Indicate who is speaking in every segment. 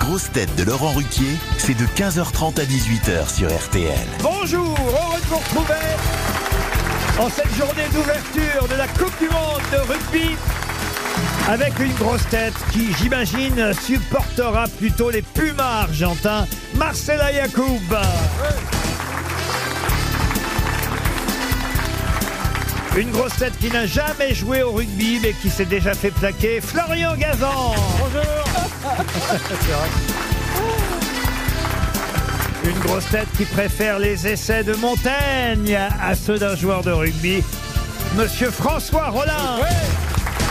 Speaker 1: grosses têtes de Laurent Ruquier, c'est de 15h30 à 18h sur RTL.
Speaker 2: Bonjour, heureux de vous retrouver en cette journée d'ouverture de la Coupe du Monde de rugby. Avec une grosse tête qui, j'imagine, supportera plutôt les Pumas argentins, Marcela Yacoub. Une grosse tête qui n'a jamais joué au rugby mais qui s'est déjà fait plaquer, Florian Gazan. Une grosse tête qui préfère les essais de Montaigne à ceux d'un joueur de rugby, Monsieur François Rollin.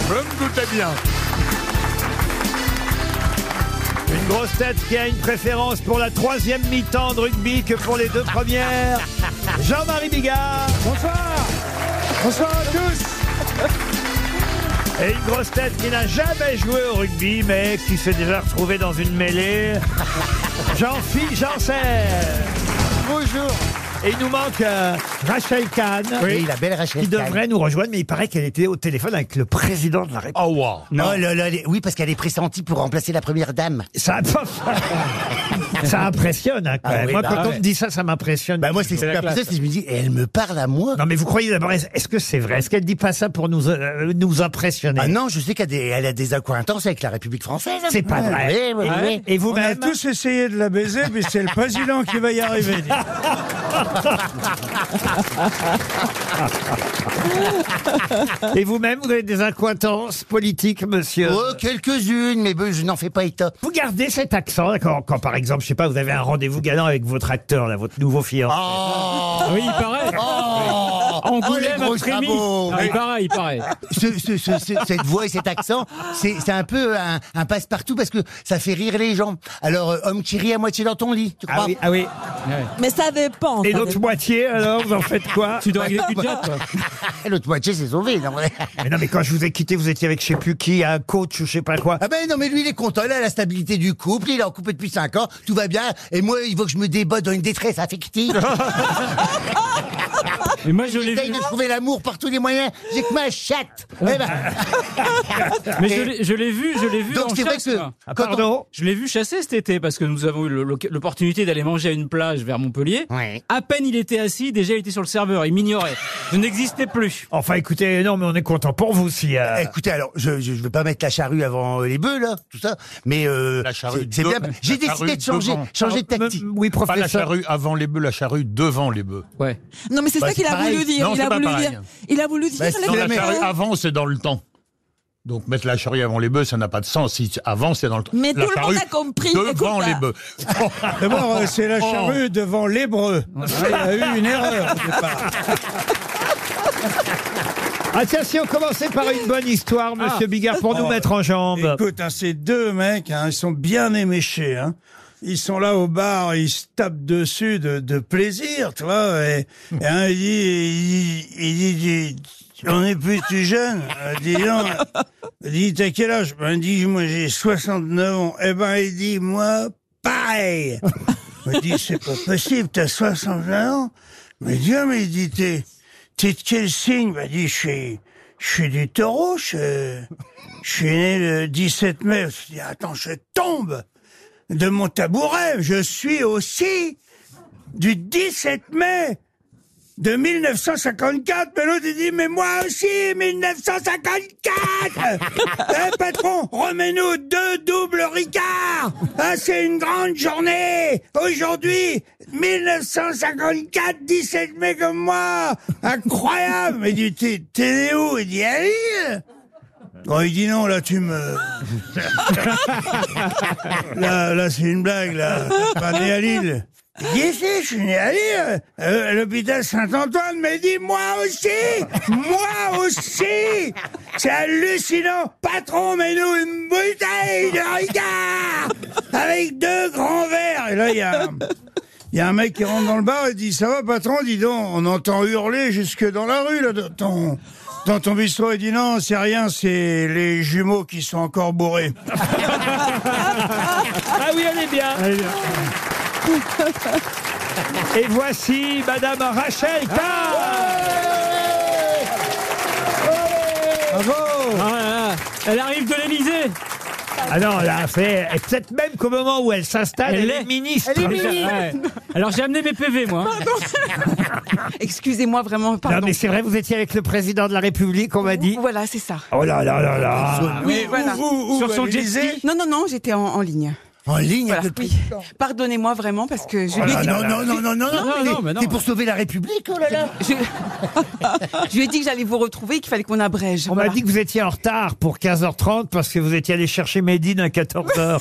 Speaker 3: Je me doutais bien.
Speaker 2: Une grosse tête qui a une préférence pour la troisième mi-temps de rugby que pour les deux premières, Jean-Marie Bigard.
Speaker 3: Bonsoir. Bonsoir à tous.
Speaker 2: Et une grosse tête qui n'a jamais joué au rugby mais qui s'est déjà retrouvée dans une mêlée, Jean-Philippe Janssen.
Speaker 3: Bonjour.
Speaker 2: Et il nous manque euh, Rachel Kahn.
Speaker 4: Oui, la belle Rachel
Speaker 2: Qui
Speaker 4: Kahn.
Speaker 2: devrait nous rejoindre, mais il paraît qu'elle était au téléphone avec le président de la République.
Speaker 3: Oh wow.
Speaker 4: Oh là là, les- oui, parce qu'elle est pressentie pour remplacer la première dame.
Speaker 2: Ça, ça impressionne, hein, quand
Speaker 4: Ah
Speaker 2: même.
Speaker 4: oui,
Speaker 2: moi,
Speaker 4: bah
Speaker 2: quand on
Speaker 4: ouais.
Speaker 2: me dit ça, ça m'impressionne.
Speaker 4: Bah moi, c'est
Speaker 3: C'est la
Speaker 4: super
Speaker 3: classe.
Speaker 4: bizarre, c'est que je me dis, et elle me parle à moi
Speaker 2: Non, mais vous croyez d'abord, est-ce est-ce que c'est vrai Est-ce qu'elle dit pas ça pour nous, euh, nous impressionner
Speaker 4: Ah non, je sais qu'elle a des- elle a des accointances avec la République française.
Speaker 2: C'est pas vrai.
Speaker 4: Oui, oui, oui.
Speaker 2: Et
Speaker 5: On a
Speaker 2: vous-même
Speaker 5: tous essayé de la baiser, mais c'est le président qui va y arriver. dis.
Speaker 2: Et vous-même, vous avez des acquaintances politiques, monsieur
Speaker 4: Oh, quelques-unes, mais ben, je n'en fais pas état.
Speaker 2: Vous gardez cet accent là, quand, quand, par exemple, je sais pas, vous avez un rendez-vous galant avec votre acteur, là, votre nouveau fiancé.
Speaker 6: Oui, il paraît.
Speaker 4: Oh,
Speaker 6: Angoulême,
Speaker 4: les gros
Speaker 6: après-midi.
Speaker 4: sabots.
Speaker 6: Ah, Il paraît, il paraît.
Speaker 4: Ce- ce- ce- ce- cette voix et cet accent, c'est c'est un peu un, un passe-partout parce que ça fait rire les gens. Alors, euh, homme qui rit à moitié dans ton lit, tu crois
Speaker 2: Ah oui, ah oui.
Speaker 7: Mais ça dépend.
Speaker 2: Et
Speaker 7: ça
Speaker 2: l'autre
Speaker 7: dépend.
Speaker 2: moitié, alors, vous en faites quoi
Speaker 6: Tu dois régler le budget, toi.
Speaker 4: L'autre moitié s'est sauvée. non, mais-
Speaker 2: Mais non, mais quand je vous ai quitté, vous étiez avec je sais plus qui, un coach ou je sais pas quoi.
Speaker 4: Ah ben non, mais lui, il est content, il a la stabilité du couple, il est en couple depuis 5 ans, tout va bien, et moi, il faut que je me débotte dans une détresse affective.
Speaker 6: Mais moi, je l'ai
Speaker 4: J'essaye
Speaker 6: vu.
Speaker 4: de trouver l'amour par tous les moyens, j'ai que ma chatte. Eh ben,
Speaker 6: Mais je l'ai- je l'ai vu, je l'ai vu
Speaker 4: donc
Speaker 6: en
Speaker 4: c'est vrai
Speaker 6: chasse,
Speaker 4: que...
Speaker 6: moi.
Speaker 2: Ah,
Speaker 4: quand on-
Speaker 2: pardon
Speaker 6: Je l'ai vu chasser cet été parce que nous avons eu le- l'oc- l'opportunité d'aller manger à une plage vers Montpellier.
Speaker 4: Ouais.
Speaker 6: À peine il était assis, déjà il était sur le serveur, il m'ignorait. Je n'existais plus.
Speaker 2: Enfin, écoutez, non, mais on est content pour vous si. euh,
Speaker 4: Écoutez, alors, je, je, je veux pas mettre la charrue avant euh, les bœufs, là, tout ça, mais euh,
Speaker 3: La charrue
Speaker 4: c'est c'est bien.
Speaker 3: devant-
Speaker 4: J'ai
Speaker 3: la
Speaker 4: décidé
Speaker 3: charrue
Speaker 4: de changer,
Speaker 3: devant.
Speaker 4: changer de
Speaker 2: me-
Speaker 4: tactique.
Speaker 2: oui,
Speaker 3: Pas la
Speaker 2: professeur.
Speaker 3: charrue avant les bœufs, la charrue devant les bœufs.
Speaker 6: Ouais.
Speaker 7: Non, mais c'est
Speaker 4: Bah,
Speaker 7: ça qu'il
Speaker 4: c'est
Speaker 7: a
Speaker 4: pareil.
Speaker 7: voulu dire.
Speaker 3: Non,
Speaker 7: il,
Speaker 3: c'est
Speaker 7: a
Speaker 3: pas
Speaker 7: voulu
Speaker 3: pareil.
Speaker 7: dire il a voulu dire.
Speaker 4: Bah, c'est
Speaker 3: Non,
Speaker 7: les
Speaker 3: la
Speaker 7: bœufs.
Speaker 3: charrue avant, c'est dans le temps. Donc mettre la charrue avant les bœufs, ça n'a pas de sens. Si avant, c'est dans le temps. La
Speaker 7: Mais tout le monde
Speaker 3: charrue
Speaker 7: a compris,
Speaker 3: Devant
Speaker 7: écoute
Speaker 3: les
Speaker 7: pas.
Speaker 3: bœufs.
Speaker 5: D'abord, euh, c'est la
Speaker 3: Oh.
Speaker 5: charrue devant l'hébreu. Il y a eu une erreur. au départ.
Speaker 2: Ah tiens, si on commençait par une bonne
Speaker 5: Ah.
Speaker 2: histoire, monsieur Bigard, pour nous
Speaker 5: Oh.
Speaker 2: mettre en jambes.
Speaker 5: Écoute, hein, ces deux mecs, hein, ils sont bien éméchés. hein. Ils sont là au bar, ils se tapent dessus de, de plaisir, tu vois. Et, et un, il dit, il dit, il dit, on est plus tout jeune. Euh, Dis donc, il dit, t'as quel âge Ben, il dit, moi j'ai 69 ans. Eh ben, il dit, moi, pareil. Il me dit, c'est pas possible, t'as 69 ans. Mais Dieu, mais il dit, t'es, t'es de quel signe Ben, il dit, je suis, je suis du taureau, je, je suis né le 17 mai. Je me suis dit, attends, je tombe de mon tabouret. Je suis aussi du 17 mai de 1954. Mais l'autre, il dit, mais moi aussi, 1954 Eh, patron, remets-nous deux doubles Ricard Ah, c'est une grande journée Aujourd'hui, 1954, 17 mai comme moi Incroyable Mais il dit, t'es t'es né où Il dit, à Lille Bon, il dit non, là, tu me... là, là c'est une blague, là. Pas né à Lille. Il dit, si, je suis né à Lille, euh, à l'hôpital Saint-Antoine, mais il dit, moi aussi, moi aussi, c'est hallucinant, patron, mais nous, une bouteille de regard, avec deux grands verres, et là, il y a, un- il y a un mec qui rentre dans le bar et dit, ça va, patron, dis donc, on entend hurler jusque dans la rue, là, dans ton, dans ton bistrot, il dit, non, c'est rien, c'est les jumeaux qui sont encore bourrés.
Speaker 2: Ah oui, elle est bien. Et voici Madame Rachel Kahn.
Speaker 6: Ah, là, là. Elle arrive de l'Elysée.
Speaker 2: Ah non, là, c'est et peut-être même qu'au moment où elle s'installe, elle,
Speaker 6: Elle
Speaker 2: est
Speaker 6: l'est.
Speaker 2: ministre. Ah,
Speaker 8: Elle est ministre.
Speaker 6: Ouais. Alors j'ai amené mes PV moi. hein.
Speaker 8: Excusez-moi vraiment,
Speaker 2: Non,
Speaker 8: pardon.
Speaker 2: mais c'est vrai, vous étiez avec le président de la République, on m'a dit.
Speaker 8: Voilà, c'est ça.
Speaker 2: Oh là là là là
Speaker 8: Oui, voilà.
Speaker 6: Sur son jet ski.
Speaker 8: Non, non, non, j'étais en, en ligne.
Speaker 4: En ligne
Speaker 8: Voilà,
Speaker 4: avec le
Speaker 8: oui.
Speaker 4: président.
Speaker 8: Pardonnez-moi vraiment parce que je,
Speaker 2: Oh
Speaker 8: lui,
Speaker 2: là
Speaker 8: ai dit,
Speaker 2: là
Speaker 4: Non,
Speaker 2: là.
Speaker 4: non, non, non, non, non,
Speaker 6: Non, mais non,
Speaker 4: c'est-
Speaker 6: mais non.
Speaker 4: c'est pour sauver la République, oh là là
Speaker 8: je- je lui ai dit que j'allais vous retrouver et qu'il fallait qu'on abrège.
Speaker 2: On
Speaker 8: Voilà.
Speaker 2: m'a dit que vous étiez en retard pour 15h30 parce que vous étiez allé chercher Médine à 14h.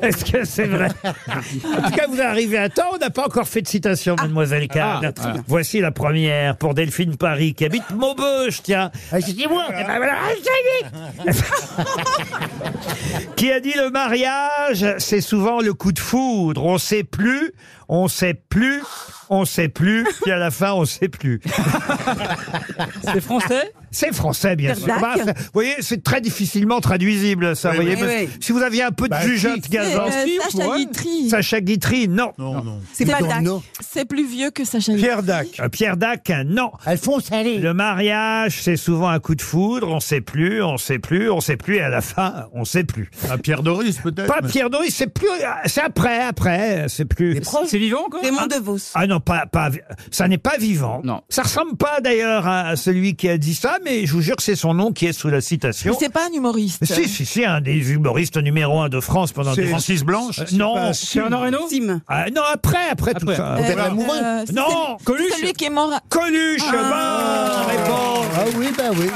Speaker 2: Est-ce que c'est vrai En tout cas, vous arrivez à temps. On n'a pas encore fait de citation, mademoiselle Kahn.
Speaker 6: Ah, très bien.
Speaker 2: Voici la première pour Delphine Paris qui habite Maubeuge, tiens.
Speaker 4: Ah, C'est moi
Speaker 2: Eh ben voilà, ah, ça y est. Qui a dit le mariage, c'est souvent le coup de foudre. On sait plus, on sait plus, on sait plus, puis à la fin, on sait plus.
Speaker 6: C'est français
Speaker 2: C'est français, bien sûr.
Speaker 8: Verdac.
Speaker 2: Bah, c'est- vous voyez, c'est très difficilement traduisible, ça. vous voyez,
Speaker 8: oui.
Speaker 2: parce
Speaker 8: Oui,
Speaker 2: que
Speaker 8: oui.
Speaker 2: Si vous aviez un peu de
Speaker 3: Bah,
Speaker 2: jugeote
Speaker 3: si.
Speaker 7: C'est,
Speaker 2: gazon,
Speaker 7: euh,
Speaker 6: si, on
Speaker 7: Sacha
Speaker 6: pourrait.
Speaker 7: Guitry.
Speaker 2: Sacha Guitry, non.
Speaker 3: Non, non.
Speaker 8: C'est pas Dac.
Speaker 4: Adorno.
Speaker 7: C'est plus vieux que Sacha Guitry.
Speaker 5: Pierre Dac.
Speaker 2: Euh, Pierre Dac, non.
Speaker 4: Alphonse Allais
Speaker 2: Le mariage, c'est souvent un coup de foudre. On sait plus, on sait plus, on sait plus, et à la fin, on sait plus.
Speaker 3: Un Ah, Pierre Doris, peut-être.
Speaker 2: Pas
Speaker 3: mais-
Speaker 2: Pierre Doris, c'est plus, euh, c'est après, après, c'est plus.
Speaker 6: C'est vivant encore
Speaker 8: Raymond DeVos.
Speaker 2: Ah non, pas, pas, ça n'est pas vivant.
Speaker 6: Non.
Speaker 2: Ça ressemble pas d'ailleurs à, à celui qui a dit ça, mais je vous jure que c'est son nom qui est sous la
Speaker 7: Mais
Speaker 2: citation.
Speaker 7: c'est pas un humoriste.
Speaker 2: Si, si, si, un des humoristes numéro un de France pendant
Speaker 5: C'est-
Speaker 2: des
Speaker 3: Francis Blanche.
Speaker 2: Euh, non,
Speaker 5: pas
Speaker 6: C'est Renaud Reno
Speaker 8: Sim.
Speaker 2: Ah, non, après, après, tout
Speaker 6: Après.
Speaker 2: ça.
Speaker 7: Euh,
Speaker 4: Robert Lamoureux.
Speaker 7: euh, c'est
Speaker 2: Non,
Speaker 7: celui-
Speaker 6: Coluche.
Speaker 7: c'est Celui qui est mort. à-
Speaker 2: Coluche,
Speaker 6: Ah.
Speaker 2: bonne réponse.
Speaker 4: Ah oui, bah oui.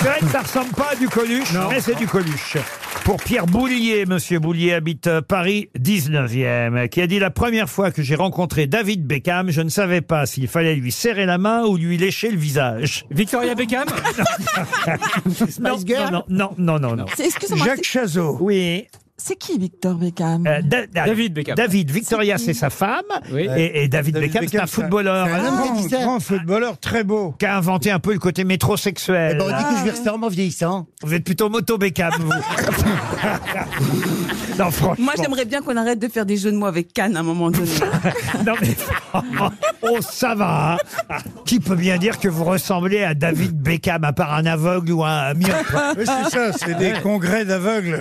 Speaker 2: C'est vrai que ça ressemble pas à du Coluche, mais c'est du Coluche. Pour Pierre Boulier, Monsieur Boulier habite euh, Paris 19e, qui a dit la première fois que j'ai rencontré David Beckham, je ne savais pas s'il fallait lui serrer la main ou lui lécher le visage.
Speaker 6: Victoria Beckham
Speaker 2: Non,
Speaker 4: Girl
Speaker 2: non, non, non, non, non.
Speaker 7: C'est- Excuse-moi,
Speaker 5: Jacques
Speaker 7: c'est-
Speaker 5: Chazot.
Speaker 2: Oui.
Speaker 7: c'est qui Victor Beckham
Speaker 2: euh, Da- Da-
Speaker 6: David Beckham.
Speaker 2: David Victoria, c'est sa femme,
Speaker 6: Oui.
Speaker 2: et, et David, Beckham, c'est un
Speaker 5: Beckham, ça-
Speaker 2: footballeur.
Speaker 4: c'est un homme.
Speaker 2: hein,
Speaker 4: Ah,
Speaker 5: Grand,
Speaker 4: qui ça
Speaker 5: grand footballeur, très beau.
Speaker 2: qui a inventé un peu le côté métrosexuel.
Speaker 4: Eh ben, on dit que je vais ressortir en vieillissant.
Speaker 2: Vous êtes plutôt moto Beckham, vous. non, franchement.
Speaker 8: Moi, j'aimerais bien qu'on arrête de faire des jeux de mots avec Cannes à un moment donné.
Speaker 2: Non, mais. oh, ça va. hein. Qui peut bien dire que vous ressemblez à David Beckham, à part un aveugle ou un myope
Speaker 5: Oui, c'est ça, c'est des congrès d'aveugles.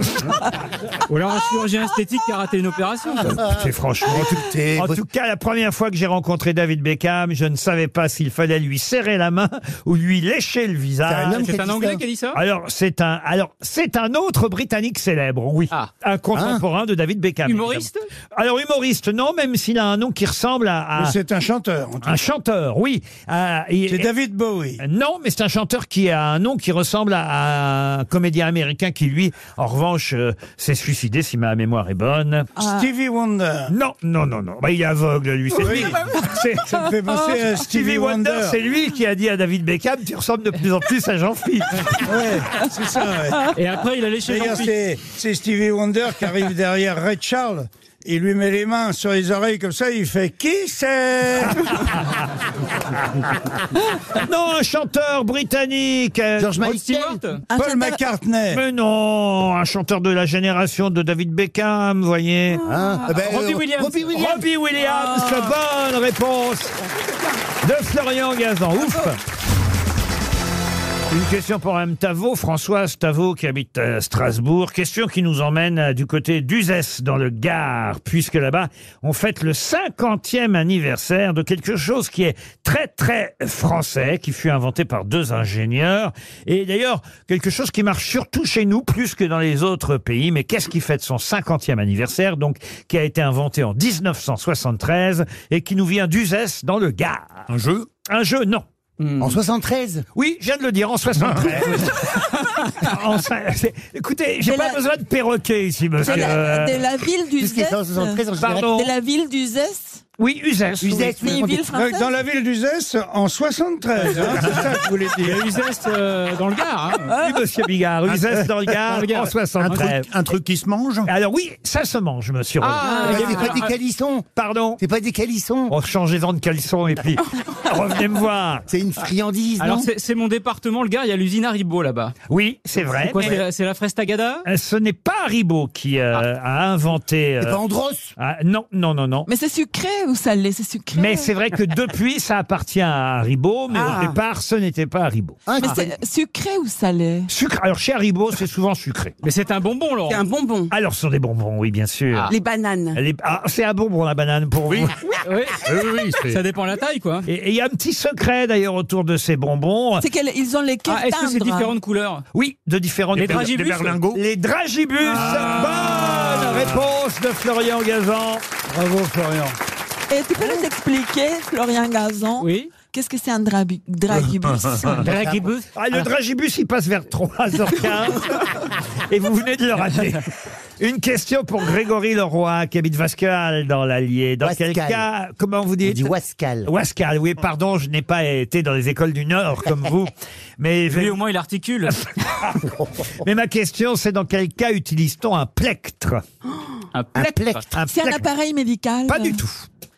Speaker 6: Ou alors un chirurgien esthétique qui a raté une opération.
Speaker 2: C'est franchement. en tout-
Speaker 4: C'est-
Speaker 2: En tout cas, la première fois que j'ai rencontré David Beckham, je ne savais pas s'il fallait lui serrer la main ou lui lécher le
Speaker 4: C'est un
Speaker 2: visage.
Speaker 4: homme
Speaker 6: C'est un
Speaker 4: Pakistan.
Speaker 6: anglais qui a dit ça
Speaker 2: Alors, c'est un, alors, c'est un autre Britannique célèbre, oui.
Speaker 6: Ah.
Speaker 2: Un contemporain de David Beckham.
Speaker 6: Humoriste
Speaker 2: évidemment. Alors, humoriste, non, même s'il a un nom qui ressemble à, à-
Speaker 5: Mais c'est un chanteur. en tout cas.
Speaker 2: Ah. Un chanteur, oui. Euh, et-
Speaker 5: C'est David Bowie.
Speaker 2: Non, mais c'est un chanteur qui a un nom qui ressemble à, à un comédien américain qui, lui, en revanche, euh, s'est suicidé, si ma mémoire est bonne.
Speaker 5: Ah. Stevie Wonder.
Speaker 2: Non, non, non, non. Bah, il est aveugle, lui. C'est lui. C'est-
Speaker 5: Ça me fait penser
Speaker 4: Ah,
Speaker 5: à
Speaker 2: Stevie Wonder, c'est lui qui a dit à David Beckham, tu ressembles de plus en plus à Jean-Philippe.
Speaker 5: Ouais, c'est ça, ouais.
Speaker 6: Et après il allait chez
Speaker 5: D'ailleurs,
Speaker 6: Jean-Pierre.
Speaker 5: c'est c'est Stevie Wonder qui arrive derrière Ray Charles. Il lui met les mains sur les oreilles comme ça, il fait qui c'est
Speaker 2: non, un chanteur britannique. euh,
Speaker 4: George
Speaker 6: Rod
Speaker 4: Michael.
Speaker 6: Stewart
Speaker 7: Un
Speaker 5: Paul
Speaker 7: chanteur-
Speaker 5: McCartney.
Speaker 2: Mais non, un chanteur de la génération de David Beckham, vous voyez.
Speaker 7: Ah.
Speaker 2: Ah,
Speaker 4: Hein Eh ben,
Speaker 6: Robbie
Speaker 4: euh,
Speaker 6: Williams.
Speaker 4: Robbie Williams. Ah.
Speaker 2: Robbie Williams, bonne réponse de Florian Gazan. Ouf une question pour Mme Tavo, Françoise Tavo qui habite à Strasbourg. Question qui nous emmène euh, du côté d'Uzès dans le Gard, puisque là-bas on fête le 50e anniversaire de quelque chose qui est très très français, qui fut inventé par deux ingénieurs. Et d'ailleurs quelque chose qui marche surtout chez nous plus que dans les autres pays. Mais qu'est-ce qui fête son 50e anniversaire, donc qui a été inventé en 1973 et qui nous vient d'Uzès dans le Gard
Speaker 3: Un jeu.
Speaker 2: Un jeu, non.
Speaker 4: En 73
Speaker 2: Hmm. Oui, je viens de le dire, en 73. En cin- c'est- Écoutez, j'ai
Speaker 7: Mais
Speaker 2: pas
Speaker 7: la-
Speaker 2: besoin de perroquet ici, parce
Speaker 7: de
Speaker 2: que...
Speaker 7: la,
Speaker 2: euh,
Speaker 7: de la ville du
Speaker 4: Tout ce qui est
Speaker 7: Zest.
Speaker 4: en 73 en général.
Speaker 2: Pardon.
Speaker 7: De la ville du Zest.
Speaker 2: Oui, Uzès. oui.
Speaker 4: Uzès,
Speaker 7: C'est
Speaker 4: oui.
Speaker 7: une ville
Speaker 5: Donc,
Speaker 7: française.
Speaker 5: Dans la ville d'Uzès, en 73, hein, c'est ça que vous voulez
Speaker 6: Il y
Speaker 5: dire.
Speaker 6: a eu zeste euh, dans le Gard. hein.
Speaker 2: Oui, monsieur Bigard, Uzès dans le Gard,
Speaker 6: Dans le Gard.
Speaker 2: en
Speaker 3: Un
Speaker 2: 73.
Speaker 3: truc, un truc qui se mange.
Speaker 2: Alors oui, ça se mange, monsieur Roland.
Speaker 4: Ah, Mais
Speaker 6: il y
Speaker 4: C'est
Speaker 6: a-
Speaker 4: pas des calissons
Speaker 2: Pardon
Speaker 4: C'est pas des calissons
Speaker 2: Oh, changez-en de caleçon et puis revenez me voir.
Speaker 4: C'est une friandise,
Speaker 6: Alors
Speaker 4: non
Speaker 6: c'est c'est mon département, le Gard, il y a l'usine Haribo là-bas.
Speaker 2: Oui, c'est vrai.
Speaker 6: C'est quoi,
Speaker 2: mais-
Speaker 6: c'est la- c'est la fraise Tagada
Speaker 2: Euh, Ce n'est pas Haribo qui euh, a inventé. euh,
Speaker 4: C'est pas Andros
Speaker 2: ah, non, non, non, non.
Speaker 7: Mais c'est sucré ou salé C'est sucré.
Speaker 2: Mais c'est vrai que depuis, ça appartient à Haribo, mais
Speaker 8: Ah.
Speaker 2: au départ, ce n'était pas Haribo.
Speaker 4: Ah,
Speaker 7: Mais
Speaker 4: tu-
Speaker 7: c'est sucré ou salé
Speaker 2: Sucre. Alors, chez Haribo, c'est souvent sucré.
Speaker 6: Mais c'est un bonbon, Laurent.
Speaker 8: C'est un bonbon.
Speaker 2: Alors, ce sont des bonbons, oui, bien sûr.
Speaker 7: Ah.
Speaker 8: Les bananes.
Speaker 2: Elle est- ah, c'est un bonbon, la banane, pour vous.
Speaker 6: Oui,
Speaker 3: Oui, oui, oui, c'est-
Speaker 6: ça dépend la taille, quoi.
Speaker 2: Et et il y a un petit secret, d'ailleurs, autour de ces bonbons.
Speaker 7: C'est qu'ils ont les cœurs
Speaker 6: Ah, est-ce que c'est
Speaker 7: tendres.
Speaker 6: différentes couleurs
Speaker 2: Oui, de différentes...
Speaker 6: Les
Speaker 2: couleurs.
Speaker 6: dragibus Ah.
Speaker 3: des berlingots.
Speaker 2: Les dragibus Bonne réponse de Florian Gazan.
Speaker 5: Bravo, Florian.
Speaker 7: Et tu peux nous expliquer, Florian Gazon,
Speaker 6: Oui.
Speaker 7: qu'est-ce que c'est un drabi- dragibus
Speaker 2: Ah, le dragibus, il passe vers 3h15. et vous venez de le rater. Une question pour Grégory Leroy, qui habite Vascal dans l'Allier. Dans quel
Speaker 4: Wascal.
Speaker 2: cas, comment vous
Speaker 4: on
Speaker 2: dites
Speaker 4: dit Wascal.
Speaker 2: Wascal, oui, pardon, je n'ai pas été dans les écoles du Nord comme vous. Mais,
Speaker 6: Lui, au moins, il articule.
Speaker 2: mais ma question, c'est dans quel cas utilise-t-on un plectre
Speaker 6: Un
Speaker 4: Un
Speaker 6: plectre.
Speaker 4: plectre.
Speaker 2: Un
Speaker 7: C'est un appareil médical
Speaker 2: Pas du tout.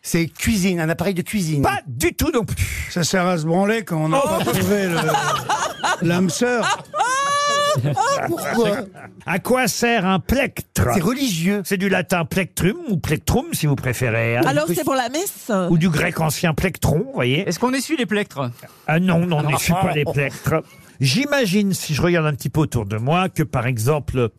Speaker 4: C'est cuisine, un appareil de cuisine.
Speaker 2: Pas du tout non plus. Oh.
Speaker 5: Ça sert à se branler quand on n'a pas trouvé le- l'âme sœur.
Speaker 7: Oh,
Speaker 4: Pourquoi
Speaker 2: À quoi sert un plectre
Speaker 4: C'est religieux.
Speaker 2: C'est du latin plectrum ou plectrum si vous préférez. hein.
Speaker 7: Alors c'est pour la messe
Speaker 2: Ou du grec ancien plectron, vous voyez.
Speaker 6: Est-ce qu'on essuie les plectres Ah,
Speaker 2: Ah non, non, je ne suis pas les
Speaker 6: oh.
Speaker 2: plectres. J'imagine, si je regarde un petit peu autour de moi, que par exemple,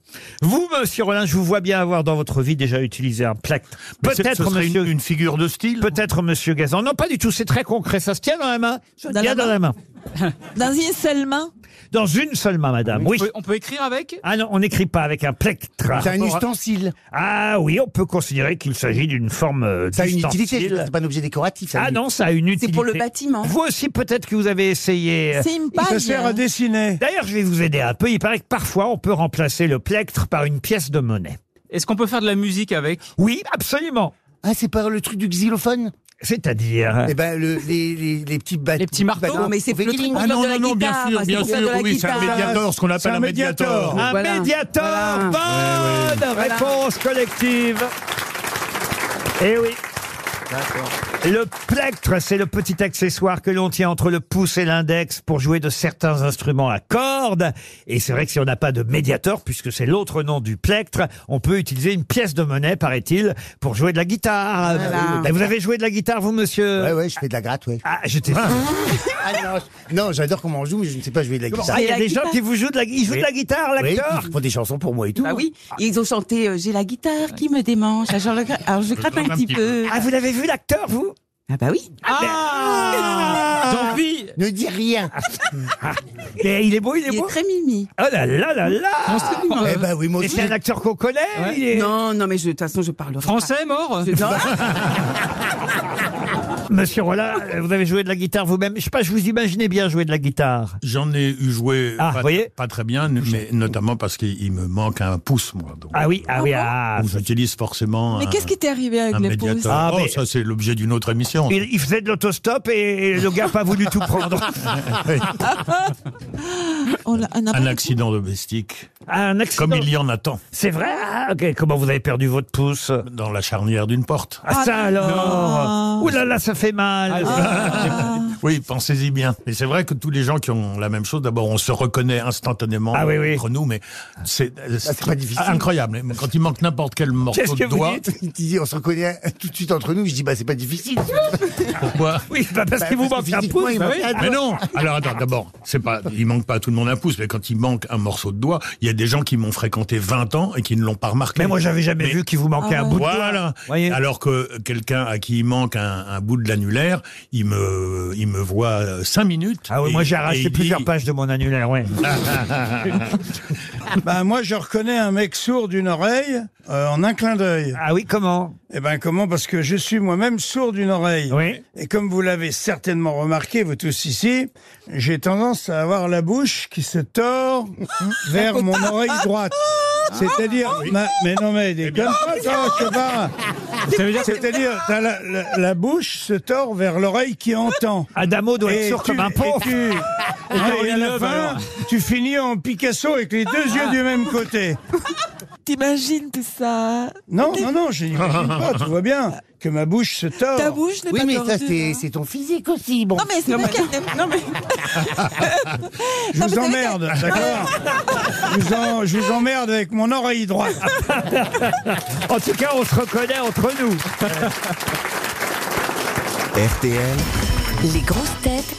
Speaker 2: vous, monsieur Rollin, je vous vois bien avoir dans votre vie déjà utilisé un plectre.
Speaker 3: Mais c'est- ce
Speaker 2: Peut-être,
Speaker 3: serait
Speaker 2: monsieur,
Speaker 3: une, une figure de style.
Speaker 2: peut-être, monsieur Gazan. Non, pas du tout, c'est très concret. Ça se tient dans la main. Ça se
Speaker 7: Dans
Speaker 2: tient
Speaker 7: la
Speaker 2: dans la main.
Speaker 7: Dans une seule main
Speaker 2: Dans une seule main, madame. Oui.
Speaker 6: On peut- On peut écrire avec
Speaker 2: Ah non, on n'écrit pas avec un plectre.
Speaker 4: C'est un ustensile.
Speaker 2: Ah oui, on peut considérer qu'il s'agit d'une forme euh,
Speaker 4: Ça a une utilité.
Speaker 2: d'ustensile.
Speaker 4: C'est pas un objet décoratif. ça.
Speaker 2: Ah non, ça a une utilité.
Speaker 8: C'est pour le bâtiment.
Speaker 2: Vous aussi, peut-être que vous avez essayé. euh,
Speaker 7: C'est une
Speaker 5: Ça
Speaker 7: paille.
Speaker 5: sert à dessiner.
Speaker 2: D'ailleurs, je vais vous aider un peu. Il paraît que parfois, on peut remplacer le plectre par une pièce de monnaie.
Speaker 6: Est-ce qu'on peut faire de la musique avec
Speaker 2: Oui, absolument.
Speaker 4: Ah, c'est pas le truc du xylophone
Speaker 2: C'est-à-dire.
Speaker 4: Eh ben, le- les, les- les petits bâtons.
Speaker 6: Les petits marteaux.
Speaker 8: Non, mais c'est le truc pour
Speaker 3: Ah
Speaker 8: faire
Speaker 3: non,
Speaker 8: de la
Speaker 3: non, non, bien
Speaker 8: guitare,
Speaker 3: sûr,
Speaker 8: c'est
Speaker 3: bien
Speaker 8: pour faire de
Speaker 3: sûr,
Speaker 8: la
Speaker 3: oui, c'est un
Speaker 8: guitare.
Speaker 3: médiator, ce qu'on
Speaker 5: C'est
Speaker 3: appelle
Speaker 5: un
Speaker 3: un médiator.
Speaker 5: médiator.
Speaker 2: Un
Speaker 8: Voilà.
Speaker 2: médiator
Speaker 8: Voilà.
Speaker 2: Bonne réponse collective Eh oui le plectre, c'est le petit accessoire que l'on tient entre le pouce et l'index pour jouer de certains instruments à cordes. Et c'est vrai que si on n'a pas de médiator, puisque c'est l'autre nom du plectre, on peut utiliser une pièce de monnaie, paraît-il, pour jouer de la guitare.
Speaker 8: Voilà.
Speaker 2: Ben, Vous avez joué de la guitare, vous, monsieur
Speaker 4: Ah, bah, Ouais, ouais, je fais de la gratte, ouais.
Speaker 2: Ah, j'étais...
Speaker 4: Ah non, je- non, j'adore comment on joue, mais je ne sais pas jouer de la guitare.
Speaker 2: Ah, il y a
Speaker 7: la
Speaker 2: des gens
Speaker 7: guitare.
Speaker 2: qui vous jouent de la, ils jouent
Speaker 4: Oui.
Speaker 2: de la guitare,
Speaker 4: Oui,
Speaker 2: l'acteur
Speaker 4: ils font des chansons pour moi et tout.
Speaker 8: Bah oui, ils ont chanté euh, J'ai la guitare qui me démange. Alors, je gra- alors je gratte un petit peu.
Speaker 2: Ah, vous l'avez vu, l'acteur, vous
Speaker 8: Ah bah oui.
Speaker 6: Ah Tant pis
Speaker 4: Ne dis rien.
Speaker 2: Et Ah. il est beau, il est
Speaker 8: Il est
Speaker 2: beau
Speaker 8: très mimi.
Speaker 2: Oh là là là là
Speaker 4: eh ben oui, moi
Speaker 2: Et
Speaker 4: aussi.
Speaker 2: c'est un acteur qu'on connaît il est-
Speaker 8: Non, non, mais je- de toute façon, je parle
Speaker 6: Français mort
Speaker 2: Monsieur Rolla, vous avez joué de la guitare vous-même. Je sais pas, je vous imaginais bien jouer de la guitare.
Speaker 3: J'en ai eu joué
Speaker 2: Ah,
Speaker 3: pas,
Speaker 2: voyez
Speaker 3: pas très bien, mais notamment parce qu'il il me manque un pouce, moi. donc.
Speaker 2: Ah oui, ah oui,
Speaker 7: bon
Speaker 2: ah.
Speaker 3: Donc, J'utilise forcément
Speaker 7: Mais
Speaker 3: un,
Speaker 7: qu'est-ce qui t'est arrivé avec
Speaker 3: un
Speaker 7: les pouces
Speaker 3: médiator.
Speaker 2: Ah,
Speaker 3: Oh,
Speaker 2: mais-
Speaker 3: ça, c'est l'objet d'une autre émission.
Speaker 2: Il, il faisait de l'autostop et, et le gars pas voulu tout prendre.
Speaker 7: On l'a- on n'a pas-
Speaker 3: Un accident domestique,
Speaker 2: Ah, Un accident.
Speaker 3: comme il y en a tant,
Speaker 2: C'est vrai ah, ok. Comment vous avez perdu votre pouce
Speaker 3: dans la charnière d'une porte.
Speaker 2: Ah, ça alors
Speaker 7: non.
Speaker 2: Ouh là là, ça fait mal. Ah.
Speaker 3: Oui, pensez-y bien. Mais c'est vrai que tous les gens qui ont la même chose, d'abord, on se reconnaît instantanément
Speaker 2: Ah oui, oui.
Speaker 3: entre nous, mais c'est c'est
Speaker 4: pas difficile.
Speaker 3: incroyable. Quand il manque n'importe quel
Speaker 2: Qu'est-ce
Speaker 3: morceau de
Speaker 2: que vous
Speaker 3: doigt,
Speaker 2: dites
Speaker 4: Il dit, on se reconnaît tout de suite entre nous. Je dis, bah, c'est pas difficile.
Speaker 3: pourquoi
Speaker 2: Oui, bah, parce qu'il vous
Speaker 4: parce
Speaker 2: manque
Speaker 4: que
Speaker 2: un
Speaker 4: physiquement,
Speaker 2: pouce.
Speaker 4: il
Speaker 2: bah
Speaker 4: manque
Speaker 2: oui.
Speaker 4: un doigt.
Speaker 3: Mais non Alors attends, d'abord, c'est pas, il manque pas à tout le monde un pouce, mais quand il manque un morceau de doigt, il y a des gens qui m'ont fréquenté 20 ans et qui ne l'ont pas remarqué.
Speaker 2: Mais moi, j'avais jamais
Speaker 3: Mais-
Speaker 2: vu qu'il vous manquait
Speaker 7: Ah
Speaker 2: un
Speaker 7: ouais.
Speaker 2: bout de
Speaker 3: Voilà.
Speaker 2: Voyez.
Speaker 3: Alors que quelqu'un à qui il manque un, un bout de l'annulaire, il me, il me voit 5 minutes.
Speaker 2: Ah oui,
Speaker 3: et-
Speaker 2: moi j'ai
Speaker 3: et il
Speaker 2: arraché
Speaker 3: dit- Ah,
Speaker 2: plusieurs pages de mon annulaire, Ah, ouais.
Speaker 5: Bah, moi, je reconnais un mec sourd d'une oreille euh, en un clin d'œil.
Speaker 2: Ah oui, comment
Speaker 5: Eh ben comment Parce que je suis moi-même sourd d'une oreille.
Speaker 2: Oui.
Speaker 5: Et comme vous l'avez certainement remarqué, vous tous ici, j'ai tendance à avoir la bouche qui se tord vers mon oreille droite. C'est-à-dire, ma- mais non mais déconne pas, toi, je sais pas. C'est-à-dire, t'as la, la- la bouche se tord vers l'oreille qui entend.
Speaker 2: Adamo doit être
Speaker 5: Et
Speaker 2: sûr
Speaker 5: tu-
Speaker 2: comme un pauvre.
Speaker 5: Et, tu, et à la fin, tu finis en Picasso avec les deux yeux du même côté.
Speaker 7: T'imagines tout ça hein
Speaker 5: Non, non, non, je n'imagine pas. Tu vois bien que ma bouche se tord.
Speaker 7: Ta bouche n'est
Speaker 4: Oui,
Speaker 7: pas
Speaker 4: mais
Speaker 7: tordue,
Speaker 4: ça, c'est
Speaker 7: hein.
Speaker 4: c'est ton physique aussi. Bon.
Speaker 7: Non mais c'est pas qu'elle n'aime- Non mais...
Speaker 5: Je vous emmerde, d'accord je, vous en- je vous emmerde avec mon oreille droite.
Speaker 2: En tout cas, on se reconnaît entre nous.
Speaker 1: RTL,
Speaker 9: Les grosses têtes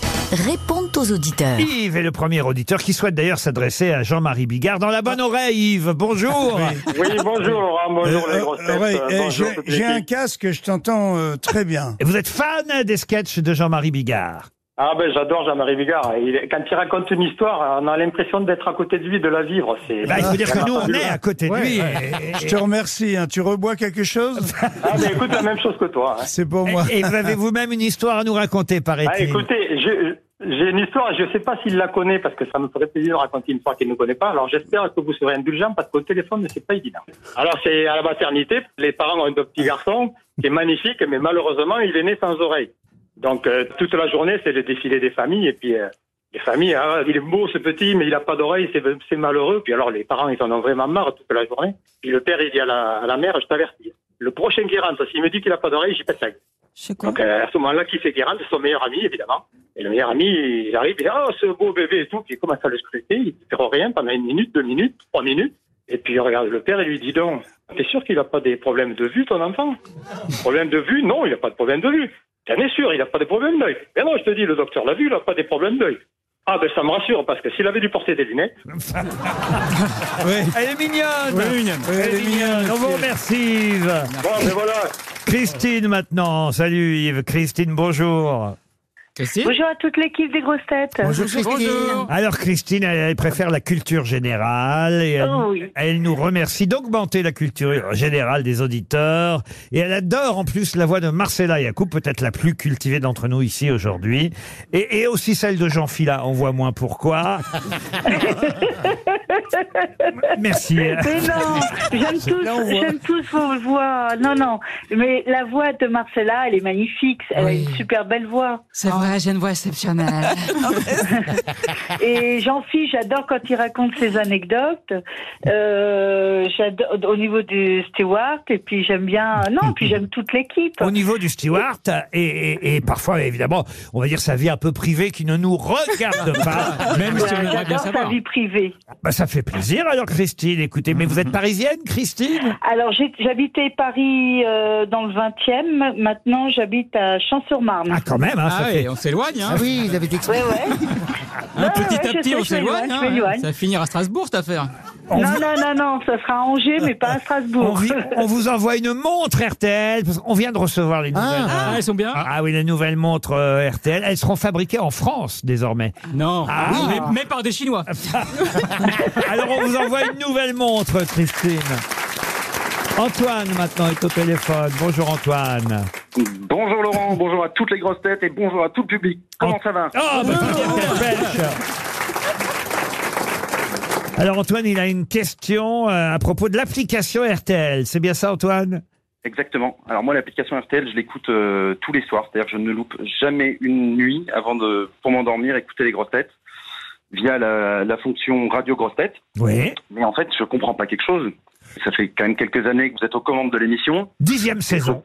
Speaker 9: répondent aux auditeurs.
Speaker 2: Yves est le premier auditeur qui souhaite d'ailleurs s'adresser à Jean-Marie Bigard. Dans la bonne oreille, Yves, bonjour
Speaker 10: Oui, bonjour, hein, bonjour
Speaker 5: Euh,
Speaker 10: les
Speaker 5: euh,
Speaker 10: grosses têtes.
Speaker 5: ouais,
Speaker 10: euh,
Speaker 5: eh,
Speaker 10: bonjour
Speaker 5: j'ai-
Speaker 10: toute
Speaker 5: J'ai un
Speaker 10: l'équipe.
Speaker 5: casque, je t'entends euh, très bien.
Speaker 2: Et Vous êtes fan des sketchs de Jean-Marie Bigard
Speaker 10: Ah ben j'adore Jean-Marie Bigard. Il- quand il raconte une histoire, on a l'impression d'être à côté de lui, de la vivre. C'est.
Speaker 2: Eh ben, Il faut dire que nous, on est à côté de
Speaker 5: Ouais,
Speaker 2: lui.
Speaker 5: ouais.
Speaker 2: Et-
Speaker 5: Je te remercie. hein. Tu rebois quelque chose
Speaker 10: Ah ben écoute la même chose que toi. hein.
Speaker 5: C'est pour moi.
Speaker 2: Et, et vous avez vous-même une histoire à nous raconter,
Speaker 10: Ah,
Speaker 2: paraît-il.
Speaker 10: écoutez, je- j'ai une histoire, je ne sais pas s'il la connaît parce que ça me ferait plaisir de raconter une histoire qu'il ne connaît pas. Alors j'espère que vous serez indulgent parce qu'au téléphone, c'est pas évident. Alors c'est à la maternité, les parents ont un petit garçon qui est magnifique, mais malheureusement, il est né sans oreille. Donc euh, toute la journée, c'est le défilé des familles et puis euh, les familles, ah, il est beau ce petit, mais il n'a pas d'oreille, c'est c'est malheureux. Puis alors les parents, ils en ont vraiment marre toute la journée. Puis le père, il dit à la, à la mère, je t'avertis. Le prochain qui rentre, s'il me dit qu'il n'a pas d'oreille, j'y pète la gueule.
Speaker 7: Je sais quoi
Speaker 10: Donc euh, à ce moment-là, qui c'est qui rentre C'est son meilleur ami, évidemment. Et le meilleur ami, il arrive, il dit Oh, ce beau bébé et tout. Puis il commence à le scruter, il ne fait rien pendant une minute, deux minutes, trois minutes. Et puis il regarde le père et lui dit Donc, t'es sûr qu'il n'a pas des problèmes de vue, ton enfant Problème de vue Non, il n'a pas de problème de vue. T'en es sûr, il n'a pas de problème d'œil. Mais non, je te dis, le docteur l'a vu, il n'a pas des problèmes d'œil. Ah ben ça me rassure parce que s'il avait dû porter des lunettes,
Speaker 5: Oui.
Speaker 2: Elle est mignonne
Speaker 5: Oui, elle est mignonne.
Speaker 2: On vous remercie, Yves.
Speaker 10: bon ben voilà,
Speaker 2: Christine maintenant. Salut Yves. Christine, bonjour.
Speaker 6: Christine
Speaker 8: Bonjour à toute l'équipe des grosses têtes.
Speaker 4: Bonjour Christine.
Speaker 2: Alors Christine, elle, elle préfère la culture générale et elle,
Speaker 8: Oh oui.
Speaker 2: elle nous remercie d'augmenter la culture générale des auditeurs. Et elle adore en plus la voix de Marcella Yacoub, peut-être la plus cultivée d'entre nous ici aujourd'hui. Et, et aussi celle de Jean Fila, on voit moins pourquoi. Merci.
Speaker 8: Mais non, j'aime tous, j'aime tous vos voix. Non, non, mais la voix de Marcella, elle est magnifique. Elle a une super belle voix.
Speaker 9: C'est vrai, j'ai une voix exceptionnelle.
Speaker 7: Ah,
Speaker 8: Et Jean-Philippe, j'adore quand il raconte ses anecdotes. Euh, j'adore au niveau du Stewart. Et puis j'aime bien. Non, puis j'aime toute l'équipe.
Speaker 2: Au niveau du steward,
Speaker 6: Oh.
Speaker 2: et, et- et parfois, évidemment, on va dire sa vie un peu privée qui ne nous regarde pas.
Speaker 6: Même si on aimerait bien
Speaker 8: J'adore sa
Speaker 6: savoir.
Speaker 8: vie privée.
Speaker 2: Bah, ça fait plaisir alors, Christine. Écoutez, mais vous êtes parisienne, Christine
Speaker 8: Alors j'ai- j'habitais Paris euh, dans le 20e. Maintenant j'habite à Champs-sur-Marne.
Speaker 2: Ah, quand même, hein, ça
Speaker 6: Ah
Speaker 2: fait-
Speaker 6: ouais, on s'éloigne. Hein.
Speaker 4: Ah oui, ils avaient expliqué.
Speaker 8: Ouais, ouais.
Speaker 6: Hein,
Speaker 8: Ouais,
Speaker 6: petit
Speaker 8: ouais,
Speaker 6: à
Speaker 8: je
Speaker 6: petit,
Speaker 8: sais,
Speaker 6: on
Speaker 8: je m'éloigne,
Speaker 6: s'éloigne.
Speaker 8: je m'éloigne.
Speaker 6: Ça va finir à Strasbourg, cette affaire.
Speaker 2: On
Speaker 8: non,
Speaker 2: vous-
Speaker 8: non, non, non, ça sera à Angers, mais pas à
Speaker 2: On,
Speaker 8: Strasbourg.
Speaker 2: vi- on vous envoie une montre RTL, parce qu'on vient de recevoir les nouvelles.
Speaker 4: Ah.
Speaker 6: Ah, elles sont bien
Speaker 2: Ah, oui, les nouvelles montres euh, RTL, elles seront fabriquées en France désormais.
Speaker 6: Non.
Speaker 2: Ah.
Speaker 6: mais, mais par des Chinois.
Speaker 2: Alors on vous envoie une nouvelle montre, Christine. Antoine maintenant est au téléphone. Bonjour Antoine.
Speaker 10: bonjour Laurent, bonjour à toutes les grosses têtes et bonjour à tout le public. Comment ça va
Speaker 2: Oh, bah, ça vient de la pêche. Alors Antoine, il a une question euh, à propos de l'application RTL. C'est bien ça Antoine
Speaker 10: Exactement. Alors moi, l'application RTL, je l'écoute euh, tous les soirs. C'est-à-dire, que je ne loupe jamais une nuit avant de, pour m'endormir, écouter les grosses têtes via la, la fonction radio grosses têtes.
Speaker 2: Oui.
Speaker 10: Mais en fait, je comprends pas quelque chose. Ça fait quand même quelques années que vous êtes aux commandes de l'émission.
Speaker 2: Dixième saison.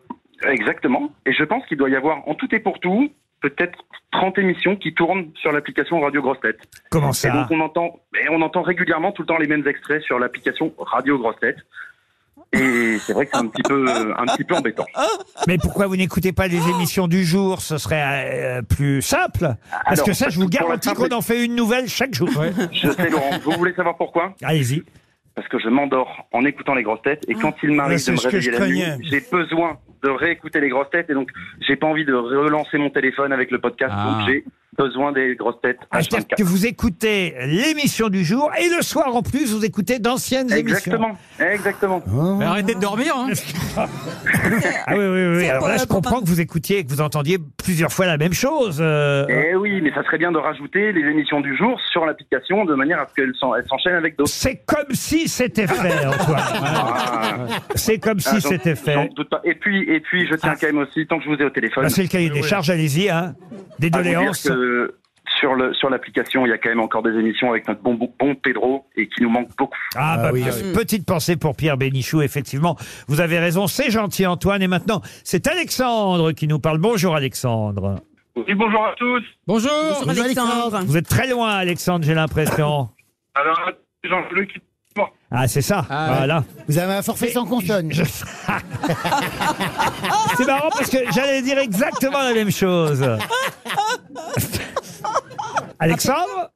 Speaker 10: Exactement. Et je pense qu'il doit y avoir, en tout et pour tout, peut-être 30 émissions qui tournent sur l'application Radio Grosse Tête.
Speaker 2: Comment
Speaker 10: Et
Speaker 2: ça
Speaker 5: Ah.
Speaker 10: donc on entend, et on entend régulièrement tout le temps les mêmes extraits sur l'application Radio Grosse Tête. Et c'est vrai que c'est un petit peu, un petit peu embêtant.
Speaker 2: Mais pourquoi vous n'écoutez pas les
Speaker 10: Oh
Speaker 2: émissions du jour Ce serait euh, plus simple. Parce
Speaker 10: Ah, Alors,
Speaker 2: que ça, je vous
Speaker 10: pour la
Speaker 2: garantis
Speaker 10: simple-
Speaker 2: qu'on en fait une nouvelle chaque jour.
Speaker 10: Je sais, Laurent. Vous voulez savoir pourquoi
Speaker 2: Allez-y.
Speaker 10: Parce que je m'endors en écoutant les grosses têtes. Et quand il
Speaker 5: Ouais,
Speaker 10: m'arrive
Speaker 5: c'est
Speaker 10: de me
Speaker 5: ce que
Speaker 10: réveiller
Speaker 5: je
Speaker 10: la nuit,
Speaker 5: craignais.
Speaker 10: j'ai besoin de réécouter les grosses têtes. Et donc, j'ai pas envie de relancer mon téléphone avec le podcast.
Speaker 6: Ah.
Speaker 10: Donc, j'ai besoin des grosses têtes
Speaker 2: Ah, C'est-à-dire
Speaker 5: Euh,
Speaker 10: H24.
Speaker 2: que vous écoutez l'émission du jour et le soir en plus, vous écoutez d'anciennes émissions.
Speaker 10: Exactement, exactement.
Speaker 6: Mais arrêtez de dormir. Hein.
Speaker 2: Ah oui, oui, oui.
Speaker 7: C'est
Speaker 2: Alors
Speaker 7: pour
Speaker 2: là,
Speaker 7: la
Speaker 2: je comprends que vous écoutiez et que vous entendiez plusieurs fois la même chose. euh,
Speaker 10: Eh oui, mais ça serait bien de rajouter les émissions du jour sur l'application de manière à ce qu'elles s'en- elles s'enchaînent avec d'autres.
Speaker 2: C'est comme si c'était fait, Antoine.
Speaker 10: Ah,
Speaker 2: C'est comme
Speaker 10: ah,
Speaker 2: si
Speaker 10: j'en-
Speaker 2: c'était
Speaker 10: j'en
Speaker 2: fait.
Speaker 10: doute pas. Et puis, et puis, je tiens quand même aussi, tant que je vous ai au téléphone,
Speaker 2: Bah, C'est le cahier des charges, allez-y. Hein. Des
Speaker 10: à vous dire
Speaker 2: doléances.
Speaker 10: que sur le sur l'application, il y a quand même encore des émissions avec notre bon bon Pedro et qui nous manque beaucoup.
Speaker 2: Ah,
Speaker 4: Ah
Speaker 2: bah,
Speaker 4: oui,
Speaker 2: pe-
Speaker 4: ah
Speaker 2: petite pensée pour Pierre Bénichou, effectivement. Vous avez raison, c'est gentil Antoine. Et maintenant, c'est Alexandre qui nous parle. Bonjour Alexandre.
Speaker 10: Et bonjour à tous.
Speaker 6: Bonjour.
Speaker 8: Alexandre.
Speaker 2: Vous êtes très loin Alexandre, j'ai l'impression.
Speaker 10: Alors, Jean-Luc.
Speaker 2: Ah, c'est ça. voilà.
Speaker 4: Vous avez un forfait sans consonne.
Speaker 2: C'est marrant parce que j'allais dire exactement la même chose. Alexandre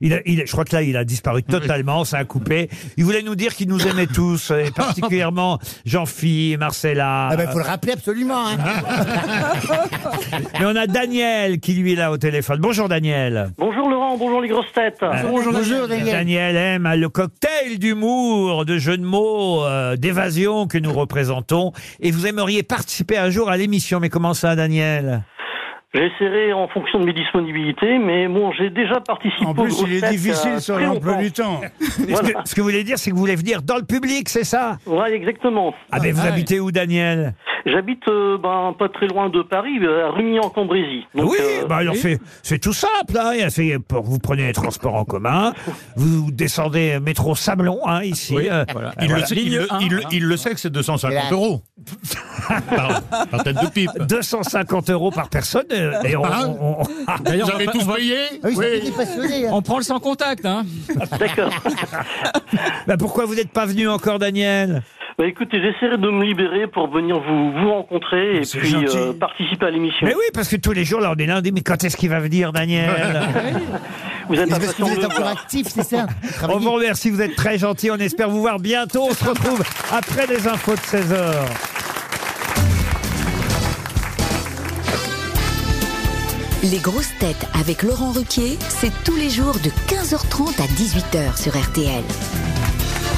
Speaker 2: il a- il a- je crois que là, il a disparu totalement, ça a coupé. Il voulait nous dire qu'il nous aimait tous, et particulièrement Jean-Phi, Marcella.
Speaker 4: Ah ben, faut le rappeler absolument. hein.
Speaker 2: Mais on a Daniel qui lui est là au téléphone. Bonjour Daniel. Euh,
Speaker 11: Bonjour Laurent, bonjour les grosses têtes.
Speaker 2: Daniel aime le cocktail d'humour, de jeux de mots, euh, d'évasion que nous représentons. Et vous aimeriez participer un jour à l'émission. Mais comment ça, Daniel
Speaker 11: J'essaierai en fonction de mes disponibilités, mais bon, j'ai déjà participé.
Speaker 5: En plus,
Speaker 11: aux
Speaker 5: il
Speaker 11: grosses
Speaker 5: est
Speaker 11: têtes, euh,
Speaker 5: difficile sur
Speaker 11: très
Speaker 5: l'emploi
Speaker 11: longtemps.
Speaker 5: du temps.
Speaker 2: ce, que, ce que vous voulez dire, c'est que vous voulez venir dans le public, c'est ça
Speaker 11: Ouais, exactement.
Speaker 2: Ah, ben vous habitez où, Daniel
Speaker 11: J'habite euh, ben, pas très loin de Paris, euh, à Rumilly-en-Cambrésis. Donc,
Speaker 2: oui,
Speaker 11: euh,
Speaker 2: bah alors c'est- c'est tout simple. Hein. Il y a- c'est pour- vous prenez les transports en commun, vous descendez métro Sablon hein, ici.
Speaker 3: Oui,
Speaker 2: euh,
Speaker 3: voilà.
Speaker 2: euh,
Speaker 3: Il,
Speaker 2: voilà.
Speaker 3: le sait, il le- il le- il le sait que c'est 250 euros. par, par tête de pipe.
Speaker 2: 250 euros par personne. euh, et on,
Speaker 3: Hein
Speaker 2: on- on-
Speaker 3: D'ailleurs, Vous on avez va- tous payé Ah oui, ça fait des passionnés, hein.
Speaker 6: On prend le sans contact, hein.
Speaker 11: D'accord.
Speaker 2: Bah, pourquoi vous n'êtes pas venu encore, Daniel
Speaker 11: Bah, écoutez, j'essaierai de me libérer pour venir vous, vous rencontrer et
Speaker 2: C'est
Speaker 11: puis
Speaker 2: gentil.
Speaker 11: euh, participer à l'émission.
Speaker 2: Mais oui, parce que tous les jours, là, on est lundi, mais quand est-ce qu'il va venir, Daniel
Speaker 11: Vous êtes
Speaker 4: Mais
Speaker 11: pas
Speaker 4: parce que
Speaker 11: patient
Speaker 4: vous
Speaker 11: de
Speaker 4: êtes
Speaker 11: le
Speaker 4: encore
Speaker 11: voir.
Speaker 4: actif, c'est ça
Speaker 2: On vous remercie, vous êtes très gentil. On espère vous voir bientôt. On se retrouve après les infos de 16h.
Speaker 9: Les grosses têtes avec Laurent Ruquier, c'est tous les jours de 15h30 à 18h sur RTL.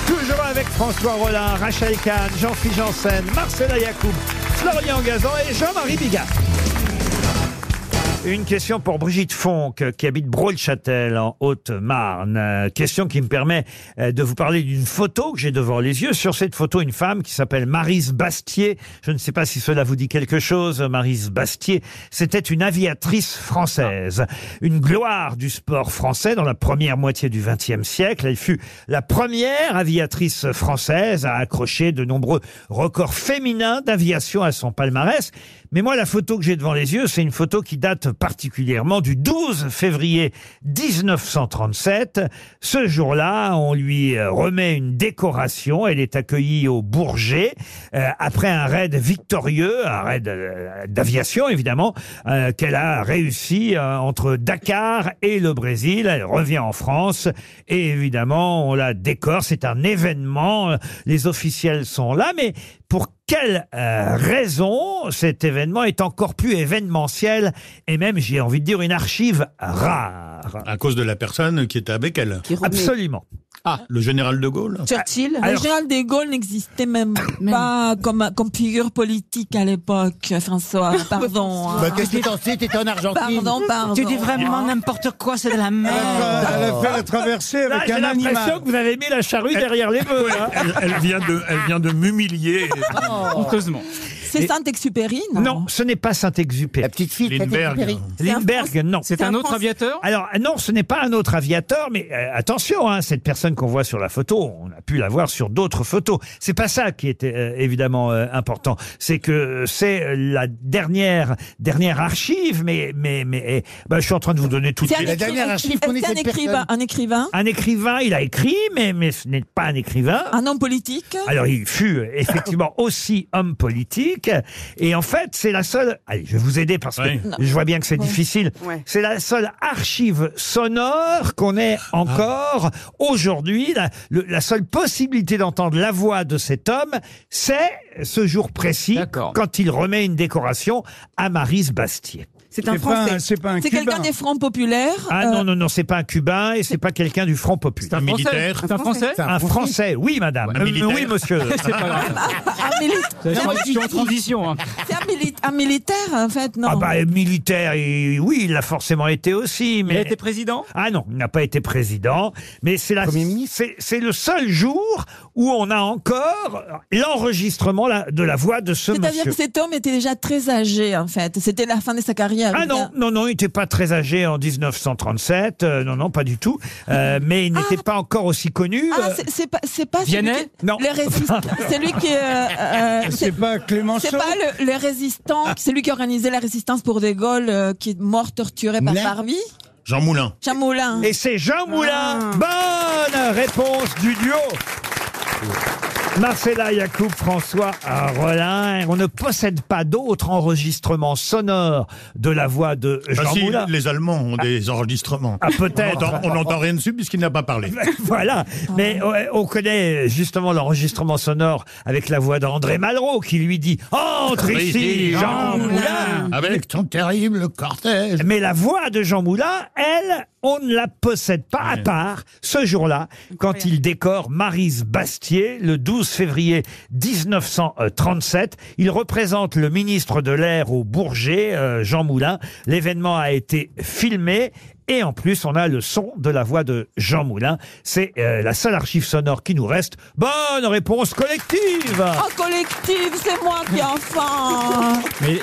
Speaker 2: Toujours avec François Rollin, Rachel Kahn, Jean-Philippe Janssen, Marcela Yacoub, Florian Gazan et Jean-Marie Bigard. Une question pour Brigitte Fonck, euh, qui habite Brault-le-Châtel, en Haute-Marne. Euh, Question qui me permet euh, de vous parler d'une photo que j'ai devant les yeux. Sur cette photo, une femme qui s'appelle Marise Bastier. Je ne sais pas si cela vous dit quelque chose, euh, Marise Bastier. C'était une aviatrice française. Une gloire du sport français dans la première moitié du XXe siècle. Elle fut la première aviatrice française à accrocher de nombreux records féminins d'aviation à son palmarès. Mais moi, la photo que j'ai devant les yeux, c'est une photo qui date particulièrement du 12 février 1937. Ce jour-là, on lui euh, remet une décoration. Elle est accueillie au Bourget euh, après un raid victorieux, un raid euh, d'aviation évidemment, euh, qu'elle a réussi euh, entre Dakar et le Brésil. Elle revient en France et évidemment, on la décore. C'est un événement. Les officiels sont là, mais pour quelle euh, raison cet événement est encore plus événementiel et même, j'ai envie de dire, une archive rare
Speaker 3: À cause de la personne qui était avec elle.
Speaker 7: remet-
Speaker 2: Absolument.
Speaker 3: Ah, le général de Gaulle
Speaker 7: Churchill. le
Speaker 3: Alors-
Speaker 7: général de Gaulle n'existait même pas comme, comme figure politique à l'époque, François. Pardon. hein.
Speaker 4: Bah, Qu'est-ce que t'en sais T'étais en Argentine.
Speaker 7: Pardon, pardon.
Speaker 12: Tu dis vraiment n'importe quoi, c'est de la merde.
Speaker 5: Elle a fait la traversée
Speaker 2: Ah. Là,
Speaker 5: avec
Speaker 2: j'ai
Speaker 5: un
Speaker 2: l'impression
Speaker 5: animal. Eh.
Speaker 2: que vous avez mis la charrue
Speaker 3: Elle-
Speaker 2: derrière les bœufs. hein.
Speaker 3: elle, elle vient de, elle vient de m'humilier.
Speaker 6: Honteusement.
Speaker 7: Oh. C'est Saint-Exupéry, non
Speaker 2: Non, ce n'est pas Saint-Exupéry. La
Speaker 4: petite fille
Speaker 2: de
Speaker 3: Lindbergh.
Speaker 2: Saint-Exupéry.
Speaker 7: C'est un
Speaker 2: Lindbergh, non.
Speaker 6: C'est un autre aviateur
Speaker 2: Alors non, ce n'est pas un autre aviateur, mais euh, attention, hein, cette personne qu'on voit sur la photo, on a pu la voir sur d'autres photos. C'est pas ça qui était euh, évidemment euh, important. C'est que euh, c'est euh, la dernière dernière archive, mais mais mais eh, ben, je suis en train de vous donner toutes
Speaker 7: C'est un
Speaker 2: les.
Speaker 4: La dernière archive qu'on
Speaker 7: Est-ce
Speaker 4: ait
Speaker 7: qu'il y a un
Speaker 4: cette
Speaker 7: écrivain,
Speaker 4: personne.
Speaker 7: un écrivain,
Speaker 2: Un écrivain, il a écrit, mais mais ce n'est pas un écrivain.
Speaker 7: un homme politique
Speaker 2: Alors, il fut euh, effectivement aussi homme politique. Et en fait, c'est la seule. Allez, je vais vous aider parce que
Speaker 3: Oui.
Speaker 2: je vois bien que c'est
Speaker 7: Ouais.
Speaker 2: difficile.
Speaker 12: Ouais.
Speaker 2: C'est la seule archive sonore qu'on ait encore aujourd'hui. La, le- la seule possibilité d'entendre la voix de cet homme, c'est ce jour précis
Speaker 6: D'accord.
Speaker 2: quand il remet une décoration à Marise Bastier.
Speaker 12: C'est un
Speaker 5: C'est pas
Speaker 12: Français.
Speaker 5: un- C'est pas un
Speaker 7: C'est quelqu'un
Speaker 5: cubain.
Speaker 7: des Fronts Populaires.
Speaker 2: Ah
Speaker 7: euh,
Speaker 2: non, non, non, c'est pas un Cubain et c'est pas quelqu'un du Front
Speaker 6: C'est
Speaker 2: Populaire.
Speaker 6: un Français.
Speaker 3: militaire.
Speaker 6: C'est un Français
Speaker 4: C'est
Speaker 2: Un Français, oui, madame.
Speaker 3: Ouais.
Speaker 2: Euh,
Speaker 3: Militaire.
Speaker 2: oui, monsieur.
Speaker 6: C'est pas grave.
Speaker 7: un militaire.
Speaker 6: Je crois que je suis en transition. hein.
Speaker 7: C'est un, mili- un militaire, en fait, non
Speaker 2: Ah bah euh, militaire, il- oui, il l'a forcément été aussi, mais
Speaker 6: Il a été président
Speaker 2: ah non, il n'a pas été président, mais c'est la,
Speaker 4: Premier ministre.
Speaker 2: c'est, c'est le seul jour où on a encore l'enregistrement la- de la voix de ce
Speaker 7: C'est-à-dire
Speaker 2: monsieur.
Speaker 7: que cet homme était déjà très âgé, en fait. C'était la fin de sa carrière.
Speaker 2: Ah non, non, non, il n'était pas très âgé en 1937, euh, non, non, pas du tout, euh, mais il n'était pas encore aussi connu.
Speaker 7: Ah,
Speaker 2: euh,
Speaker 7: c'est- c'est pas, c'est pas
Speaker 6: Vianney
Speaker 7: celui qui...
Speaker 2: Non.
Speaker 7: Les résistants. c'est lui qui... euh, euh,
Speaker 5: C'est
Speaker 7: c'est
Speaker 5: pas Clémenceau.
Speaker 7: c'est pas le, le résistant,
Speaker 2: Ah.
Speaker 7: c'est lui qui organisait la résistance pour De Gaulle, euh, qui est mort torturé par
Speaker 4: Moulin
Speaker 7: Barbie.
Speaker 3: Jean Moulin.
Speaker 7: Jean Moulin.
Speaker 2: Et c'est Jean Moulin. Bonne réponse du duo. Marcella Yacoub, François Rollin, on ne possède pas d'autres enregistrements sonores de la voix de
Speaker 3: Ah
Speaker 2: Jean
Speaker 3: si,
Speaker 2: Moulin.
Speaker 3: les Allemands ont des enregistrements.
Speaker 2: Ah, peut-être.
Speaker 3: On n'entend- On n'entend rien dessus puisqu'il n'a pas parlé.
Speaker 2: voilà. Mais ouais, on connaît justement l'enregistrement sonore avec la voix d'André Malraux qui lui dit Entre ici, Oh, Jean Moulin
Speaker 3: Avec ton terrible cortège
Speaker 2: Mais la voix de Jean Moulin, elle, on ne la possède pas, à part ce jour-là, quand il décore Marise Bastier, le 12 février 1937. Il représente le ministre de l'Air au Bourget, euh, Jean Moulin. L'événement a été filmé. Et en plus, on a le son de la voix de Jean Moulin. C'est euh, la seule archive sonore qui nous reste. Bonne réponse collective
Speaker 7: Oh, collective, c'est moi qui ai enfin
Speaker 2: Mais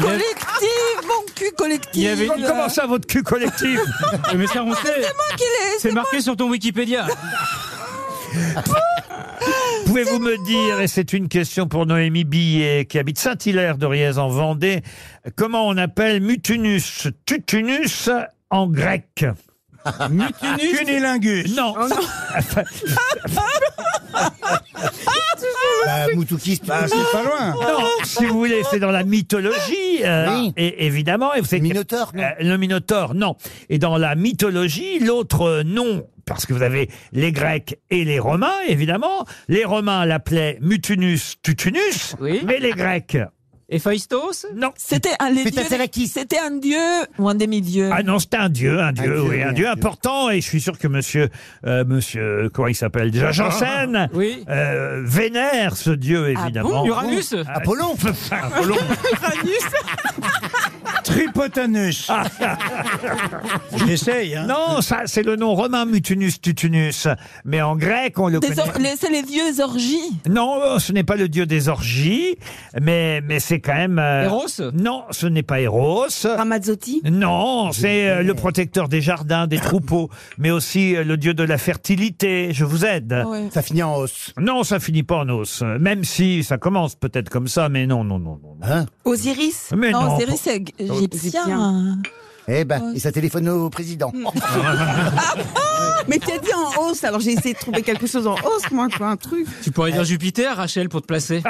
Speaker 7: Collective, mon cul collectif
Speaker 2: Comment ça, votre cul collectif
Speaker 6: Mais ça, on
Speaker 7: Ah,
Speaker 6: sait.
Speaker 7: C'est moi qui l'ai
Speaker 6: C'est marqué sur ton Wikipédia.
Speaker 2: Pouvez-vous me dire, et c'est une question pour Noémie Billet, qui habite Saint-Hilaire de Riez en Vendée, comment on appelle mutunus, tutunus en grec
Speaker 5: Mutunus Cunilingus.
Speaker 2: Non.
Speaker 4: Bah, Moutoukis,
Speaker 5: Bah, c'est pas loin.
Speaker 2: Non, si vous voulez, c'est dans la mythologie, euh, et, évidemment. Et vous savez, Minotaure, Le Minotaure, non. Et dans la mythologie, l'autre euh, nom, parce que vous avez les Grecs et les Romains, évidemment. Les Romains l'appelaient Mutunus Tutunus, mais les Grecs...
Speaker 6: Héphaïstos
Speaker 2: Non.
Speaker 7: C'était un, les dieux- c'était un dieu ou un demi-dieu
Speaker 2: Ah non, c'était un dieu, un dieu,
Speaker 7: dieu,
Speaker 2: oui,
Speaker 7: oui,
Speaker 2: un
Speaker 7: un
Speaker 2: dieu important. Et je suis sûr que monsieur, euh, monsieur, comment il s'appelle déjà, Janssen,
Speaker 6: Oui.
Speaker 2: euh, vénère ce dieu évidemment.
Speaker 6: Ah bon Uranus
Speaker 2: Ah, Apollon. Apollon.
Speaker 5: Tripotanus.
Speaker 2: Ah,
Speaker 5: J'essaye. Hein.
Speaker 2: Non, ça c'est le nom romain Mutunus Tutunus, mais en grec on le
Speaker 7: Des
Speaker 2: connaît.
Speaker 7: or- les- C'est les vieux orgies.
Speaker 2: Non, euh, ce n'est pas le dieu des orgies, mais mais c'est quand même. euh,
Speaker 6: Eros
Speaker 2: Non, ce n'est pas Eros.
Speaker 13: Ramazzotti
Speaker 2: Non, c'est euh, le protecteur des jardins, des troupeaux, mais aussi euh, le dieu de la fertilité. Je vous aide.
Speaker 4: Ça finit en os.
Speaker 2: Non, ça finit pas en os. Euh, Même si ça commence peut-être comme ça, mais non, non, non, non. non.
Speaker 4: Hein
Speaker 7: Osiris
Speaker 2: Ah, Mais non.
Speaker 7: Osiris, c'est g-
Speaker 2: Oh.
Speaker 7: égyptien.
Speaker 4: Eh ben, et ça téléphone au président.
Speaker 7: Ah,
Speaker 13: Mais tu as dit en hausse, alors j'ai essayé de trouver quelque chose en hausse, moi, quoi, un truc.
Speaker 6: Tu pourrais dire Jupiter, Rachel, pour te placer.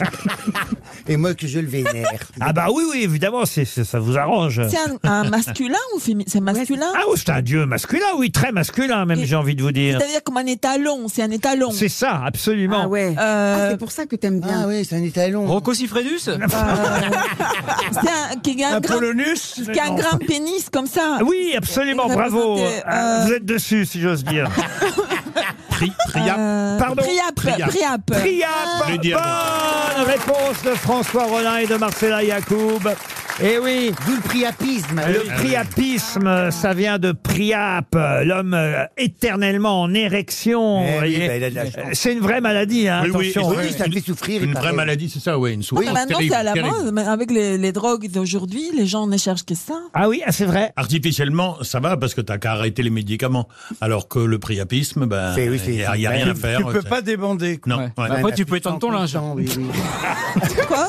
Speaker 4: Et moi que je le vénère.
Speaker 2: Ah bah oui, oui, évidemment, c'est c'est- ça vous arrange.
Speaker 7: C'est un, un masculin ou féminin C'est masculin
Speaker 2: Ah, oh, c'est un dieu masculin, oui, très masculin même, j'ai envie de vous dire.
Speaker 7: C'est-à-dire comme un étalon, c'est un étalon.
Speaker 2: C'est ça, absolument. Euh,
Speaker 13: ouais.
Speaker 3: Euh,
Speaker 13: Ah, c'est pour ça que t'aimes bien.
Speaker 4: Ah oui, c'est un étalon.
Speaker 6: Rocco Siffredus
Speaker 7: C'est un, qui a un, grand,
Speaker 5: Apollonius
Speaker 7: qui a un grand pénis comme ça.
Speaker 2: Oui, absolument,
Speaker 7: Et
Speaker 2: bravo.
Speaker 7: représenter,
Speaker 2: Ah,
Speaker 7: euh,
Speaker 2: Vous êtes dessus, si j'ose dire.
Speaker 3: Ah,
Speaker 7: Euh,
Speaker 2: Pardon
Speaker 7: Priape, Priape. Priape.
Speaker 2: Priape. Bonne réponse de François Rollin et de Marcella Yacoub. Eh oui. Euh,
Speaker 4: D'où le priapisme.
Speaker 2: Le
Speaker 7: Ah.
Speaker 2: priapisme, ça vient de Priape, l'homme euh, éternellement en érection.
Speaker 4: Eh oui,
Speaker 2: vous voyez.
Speaker 4: bah, il a de la chance.
Speaker 2: C'est une vraie maladie, hein,
Speaker 3: Oui, oui,
Speaker 2: attention.
Speaker 3: et
Speaker 4: Oui, ça fait souffrir. il
Speaker 3: Une
Speaker 4: paraît.
Speaker 3: vraie maladie, c'est ça, oui, une
Speaker 7: Ah, mais
Speaker 3: souffrance
Speaker 7: maintenant,
Speaker 3: terrible,
Speaker 7: c'est à la
Speaker 3: terrible.
Speaker 7: mode. mais Avec les, les drogues d'aujourd'hui, les gens ne cherchent que ça.
Speaker 2: Ah oui, ah, c'est vrai.
Speaker 3: Artificiellement, ça va parce que t'as qu'à arrêter les médicaments. Alors que le priapisme, ben,
Speaker 5: Eh
Speaker 4: C'est-
Speaker 3: il
Speaker 4: oui, c'est-
Speaker 3: n'y a, y a rien à faire.
Speaker 5: Tu peux
Speaker 3: C'est-
Speaker 5: pas débander. quoi. Bah,
Speaker 3: Non. ouais.
Speaker 6: Après, tu peux étendre ton linge.
Speaker 4: Oui, oui.
Speaker 7: Quoi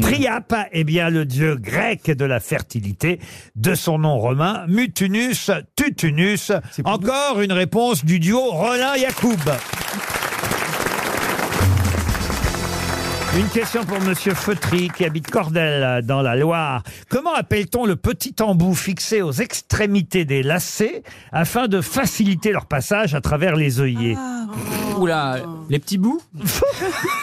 Speaker 2: Priape Mm. est bien le dieu grec de la fertilité, de son nom romain, Mutunus Tutunus. Encore une réponse du duo Rollin-Yacoub. Une question pour Monsieur Feutry qui habite Cordel dans la Loire. Comment appelle-t-on le petit embout fixé aux extrémités des lacets afin de faciliter leur passage à travers les œillets
Speaker 6: Ah. Oula, les petits bouts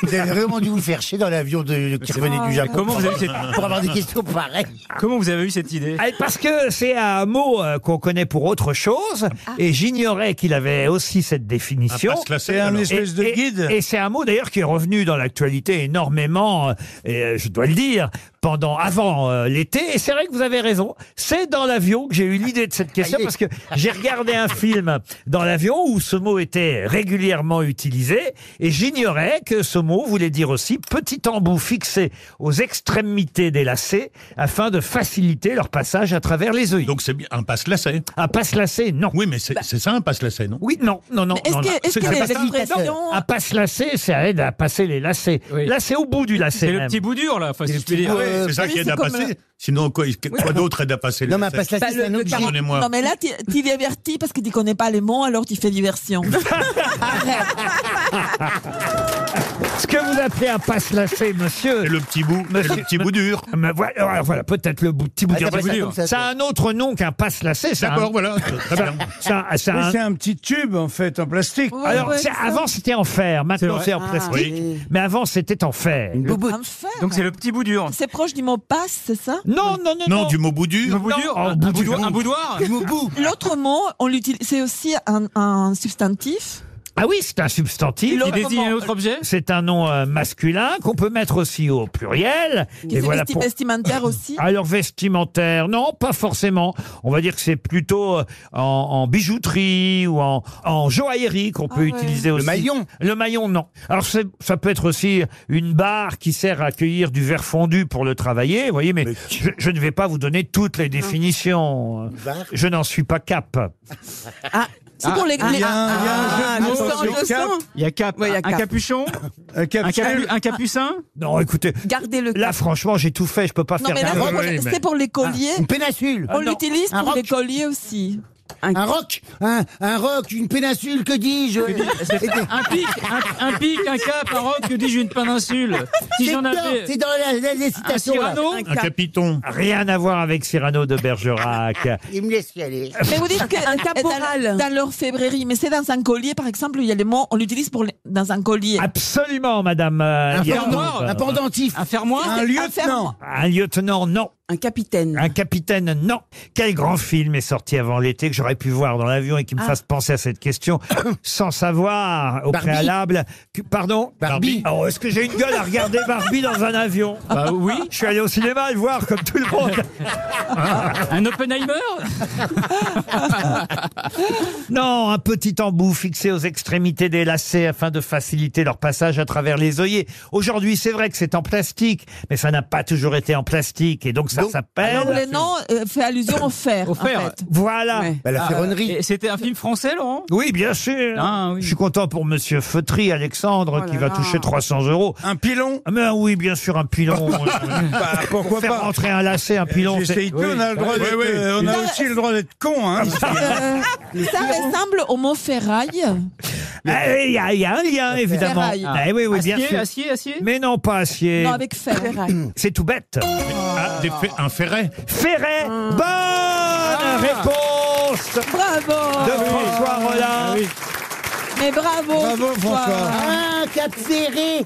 Speaker 4: Vous avez vraiment dû vous faire chier dans l'avion de, qui revenait du Japon.
Speaker 6: Comment vous avez eu cette-
Speaker 4: Pour avoir des questions pareilles.
Speaker 6: Comment vous avez eu cette idée
Speaker 2: Eh, Parce que c'est un mot euh, qu'on connaît pour autre chose, et j'ignorais qu'il avait aussi cette définition.
Speaker 3: Un passe-lacet,
Speaker 5: C'est un
Speaker 3: alors.
Speaker 5: espèce de
Speaker 2: et-
Speaker 5: guide.
Speaker 2: Et c'est un mot d'ailleurs qui est revenu dans l'actualité énormément, euh, et, euh, je dois le dire, pendant avant euh, l'été. Et c'est vrai que vous avez raison. C'est dans l'avion que j'ai eu l'idée de cette question parce que j'ai regardé un film dans l'avion où ce mot était régulièrement utilisé et j'ignorais que ce mot voulait dire aussi petit embout fixé aux extrémités des lacets afin de faciliter leur passage à travers les œillets.
Speaker 3: Donc c'est bien un passe-lacet.
Speaker 2: Un passe-lacet, non.
Speaker 3: Oui, mais c'est c'est ça un passe-lacet, Bah, non
Speaker 2: Oui, non, non, non.
Speaker 7: Est-ce
Speaker 2: non,
Speaker 7: que,
Speaker 2: non.
Speaker 7: est-ce
Speaker 2: C'est-
Speaker 7: que
Speaker 2: c'est
Speaker 7: les
Speaker 2: pas ça.
Speaker 7: expressions.
Speaker 2: Un passe-lacet, ça aide à passer les lacets.
Speaker 6: Oui.
Speaker 2: Là, Ah, c'est au bout du lacet.
Speaker 6: C'est le
Speaker 2: même.
Speaker 6: petit bout dur, là. Enfin, si je puis dire.
Speaker 4: Ouais, euh,
Speaker 3: c'est ça
Speaker 4: oui,
Speaker 3: qui aide
Speaker 4: c'est
Speaker 3: à
Speaker 4: comme,
Speaker 3: passer.
Speaker 4: euh,
Speaker 3: Sinon, quoi, quoi d'autre aide à passer
Speaker 4: Non,
Speaker 3: le
Speaker 4: mais
Speaker 3: test
Speaker 4: passe la
Speaker 7: Bah, le- le caron-
Speaker 3: Pardonnez-moi.
Speaker 7: Non, mais là, tu tu divertis parce que tu connais pas les mots, alors tu fais diversion.
Speaker 2: Ce que vous appelez un passe lâché, monsieur.
Speaker 3: le petit bout,
Speaker 2: le petit bout dur. Voilà, voilà, peut-être le bout- petit bout
Speaker 3: Ah,
Speaker 2: dur.
Speaker 3: t'appelles ça comme ça,
Speaker 2: Ça a un autre nom qu'un passe lâché. ça,
Speaker 3: D'accord,
Speaker 2: hein.
Speaker 3: voilà, très
Speaker 2: Ça-
Speaker 3: bien.
Speaker 2: Ça, ça a
Speaker 5: Oui,
Speaker 2: un-
Speaker 5: c'est un petit tube en fait en plastique.
Speaker 2: Alors, c'est- avant c'était en fer, maintenant
Speaker 5: vrai.
Speaker 2: c'est en
Speaker 5: Ah.
Speaker 2: plastique, mais avant c'était en fer.
Speaker 6: Donc c'est le petit bout dur.
Speaker 7: C'est proche du mot passe, c'est ça
Speaker 2: Non, non, non.
Speaker 3: Non, du mot bout dur.
Speaker 6: bout
Speaker 7: Non.
Speaker 6: dur, un, un boudoir, un boudoir.
Speaker 7: L'autre mot, on l'utilise. C'est aussi un, un substantif.
Speaker 2: Ah oui, c'est un substantif.
Speaker 7: Qui désigne un autre
Speaker 6: objet
Speaker 2: C'est un nom euh, masculin qu'on peut mettre aussi au pluriel.
Speaker 7: Qui
Speaker 2: Et
Speaker 7: est
Speaker 2: voilà
Speaker 7: vesti-
Speaker 2: pour-
Speaker 7: vestimentaire aussi.
Speaker 2: Alors vestimentaire, non, pas forcément. On va dire que c'est plutôt euh, en, en bijouterie ou en, en joaillerie qu'on
Speaker 7: Ah
Speaker 2: peut utiliser aussi. Le maillon Le maillon, non. Alors c'est- ça peut être aussi une barre qui sert à accueillir du verre fondu pour le travailler, vous voyez, mais, je, je ne vais pas vous donner toutes les définitions.
Speaker 4: barre
Speaker 2: Je n'en suis pas cap.
Speaker 7: Ah, c'est pour les.
Speaker 5: Ah,
Speaker 7: les-
Speaker 5: il y a un- il y a un
Speaker 7: Ah,
Speaker 5: jeu de
Speaker 7: je
Speaker 5: mots
Speaker 7: sens,
Speaker 5: sur
Speaker 7: je
Speaker 5: cap.
Speaker 7: sens.
Speaker 6: Il y a cap.
Speaker 7: Ouais, il y a
Speaker 6: Un
Speaker 7: cap.
Speaker 6: capuchon
Speaker 5: Un
Speaker 6: un,
Speaker 5: capsule.
Speaker 6: capu- un capucin
Speaker 2: Non, écoutez.
Speaker 7: Gardez le.
Speaker 2: Là, franchement, j'ai tout fait. Je peux pas
Speaker 7: Non,
Speaker 2: faire
Speaker 7: mais là,
Speaker 2: mieux. Ah,
Speaker 7: c'est pour- c'est pour les colliers.
Speaker 4: Ah, Une péninsule.
Speaker 3: Ah,
Speaker 7: On l'utilise pour les colliers aussi.
Speaker 4: Un roc, un, un roc, une péninsule, que dis-je
Speaker 6: Un pic, un, un pic, un cap, un roc, que dis-je, une péninsule. Si
Speaker 4: C'est
Speaker 6: j'en
Speaker 4: dedans,
Speaker 6: avais.
Speaker 4: c'est dans la- la- les citations, là.
Speaker 6: Cyrano
Speaker 4: Un
Speaker 3: Un capiton.
Speaker 2: Rien à voir avec Cyrano de Bergerac.
Speaker 4: Il me laisse y aller.
Speaker 7: Mais vous dites que
Speaker 13: Un
Speaker 7: dans-
Speaker 13: caporal.
Speaker 7: dans leur févrerie, mais c'est dans un collier, par exemple, il y a les mots, on l'utilise pour les- dans un collier.
Speaker 2: Absolument, madame. euh,
Speaker 4: Un
Speaker 2: Yacoub.
Speaker 4: pendant- un pendentif.
Speaker 6: Un fermoir
Speaker 5: Un lieutenant.
Speaker 2: Un lieutenant, non.
Speaker 13: Un capitaine.
Speaker 2: Un capitaine, non. Quel grand film est sorti avant l'été que j'aurais pu voir dans l'avion et qui me
Speaker 13: Ah.
Speaker 2: fasse penser à cette question sans savoir au
Speaker 4: Barbie.
Speaker 2: préalable. que- pardon
Speaker 4: Barbie.
Speaker 2: Oh, Est-ce que j'ai une gueule à regarder Barbie dans un avion
Speaker 6: Bah oui.
Speaker 2: Je suis allé au cinéma le voir comme tout le monde.
Speaker 6: Un Oppenheimer
Speaker 2: Non, un petit embout fixé aux extrémités des lacets afin de faciliter leur passage à travers les œillets. Aujourd'hui, c'est vrai que c'est en plastique, mais ça n'a pas toujours été en plastique et donc ça
Speaker 4: Donc,
Speaker 7: Alors le
Speaker 2: s'appelle.
Speaker 7: nom euh, fait allusion au fer.
Speaker 6: Au
Speaker 7: en
Speaker 6: fer. Ah,
Speaker 7: fait.
Speaker 2: Voilà. Ah,
Speaker 7: Ouais.
Speaker 4: Bah, la ferronnerie.
Speaker 6: Et C'était un film français, Laurent
Speaker 2: Oui, bien sûr.
Speaker 6: Ah, oui.
Speaker 2: Je suis content pour Monsieur Feutry, Alexandre, qui va toucher 300 euros.
Speaker 5: Un pilon.
Speaker 2: Ah Ben oui, bien sûr, un pilon.
Speaker 5: Bah, pourquoi
Speaker 2: Faire
Speaker 5: pas
Speaker 2: rentrer un lacet, un
Speaker 5: Eh,
Speaker 2: pilon. c'est-
Speaker 5: J'essaye tout, on a, le droit d'être- euh, on a aussi le droit d'être con. Hein.
Speaker 7: Euh, ça ressemble au mot ferraille.
Speaker 2: Ah, Il y, a- il y a un lien, évidemment.
Speaker 7: ferraille.
Speaker 2: Ah, oui, oui, bien
Speaker 6: Acier,
Speaker 2: sûr.
Speaker 6: acier, acier
Speaker 2: Mais non, pas acier. Hmm,
Speaker 7: Non, avec fer.
Speaker 2: C'est tout bête.
Speaker 3: Ah, des fer- un ferret.
Speaker 2: Ferret.
Speaker 7: Ah.
Speaker 2: Bonne réponse
Speaker 7: Bravo. Ah
Speaker 2: de François Rollin.
Speaker 7: Mais bravo.
Speaker 5: Bravo, François.
Speaker 4: Un cap serré.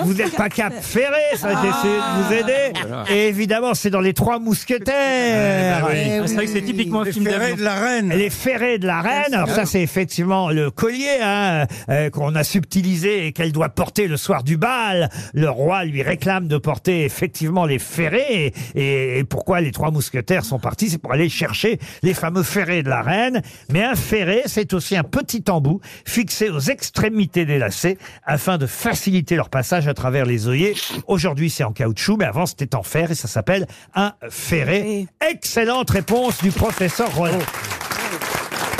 Speaker 2: Vous n'êtes pas cap ferré, ça j'ai essayé de vous aider. Et évidemment, c'est dans les trois mousquetaires.
Speaker 4: Eh
Speaker 6: Ah, C'est vrai
Speaker 4: oui.
Speaker 6: que c'est typiquement un
Speaker 5: Les
Speaker 6: film
Speaker 5: ferrets
Speaker 6: d'avion.
Speaker 5: de la reine.
Speaker 2: Les ferrets de la reine, alors ça c'est effectivement le collier hein, euh, qu'on a subtilisé et qu'elle doit porter le soir du bal. Le roi lui réclame de porter effectivement les ferrets et, et- et pourquoi les trois mousquetaires sont partis, c'est pour aller chercher les fameux ferrets de la reine. Mais un ferret, c'est aussi un petit embout fixé aux extrémités des lacets afin de faciliter leur passage à travers les œillets. Aujourd'hui c'est en caoutchouc, mais avant c'était en fer et ça s'appelle un ferret. Excellente réponse du professeur Roland.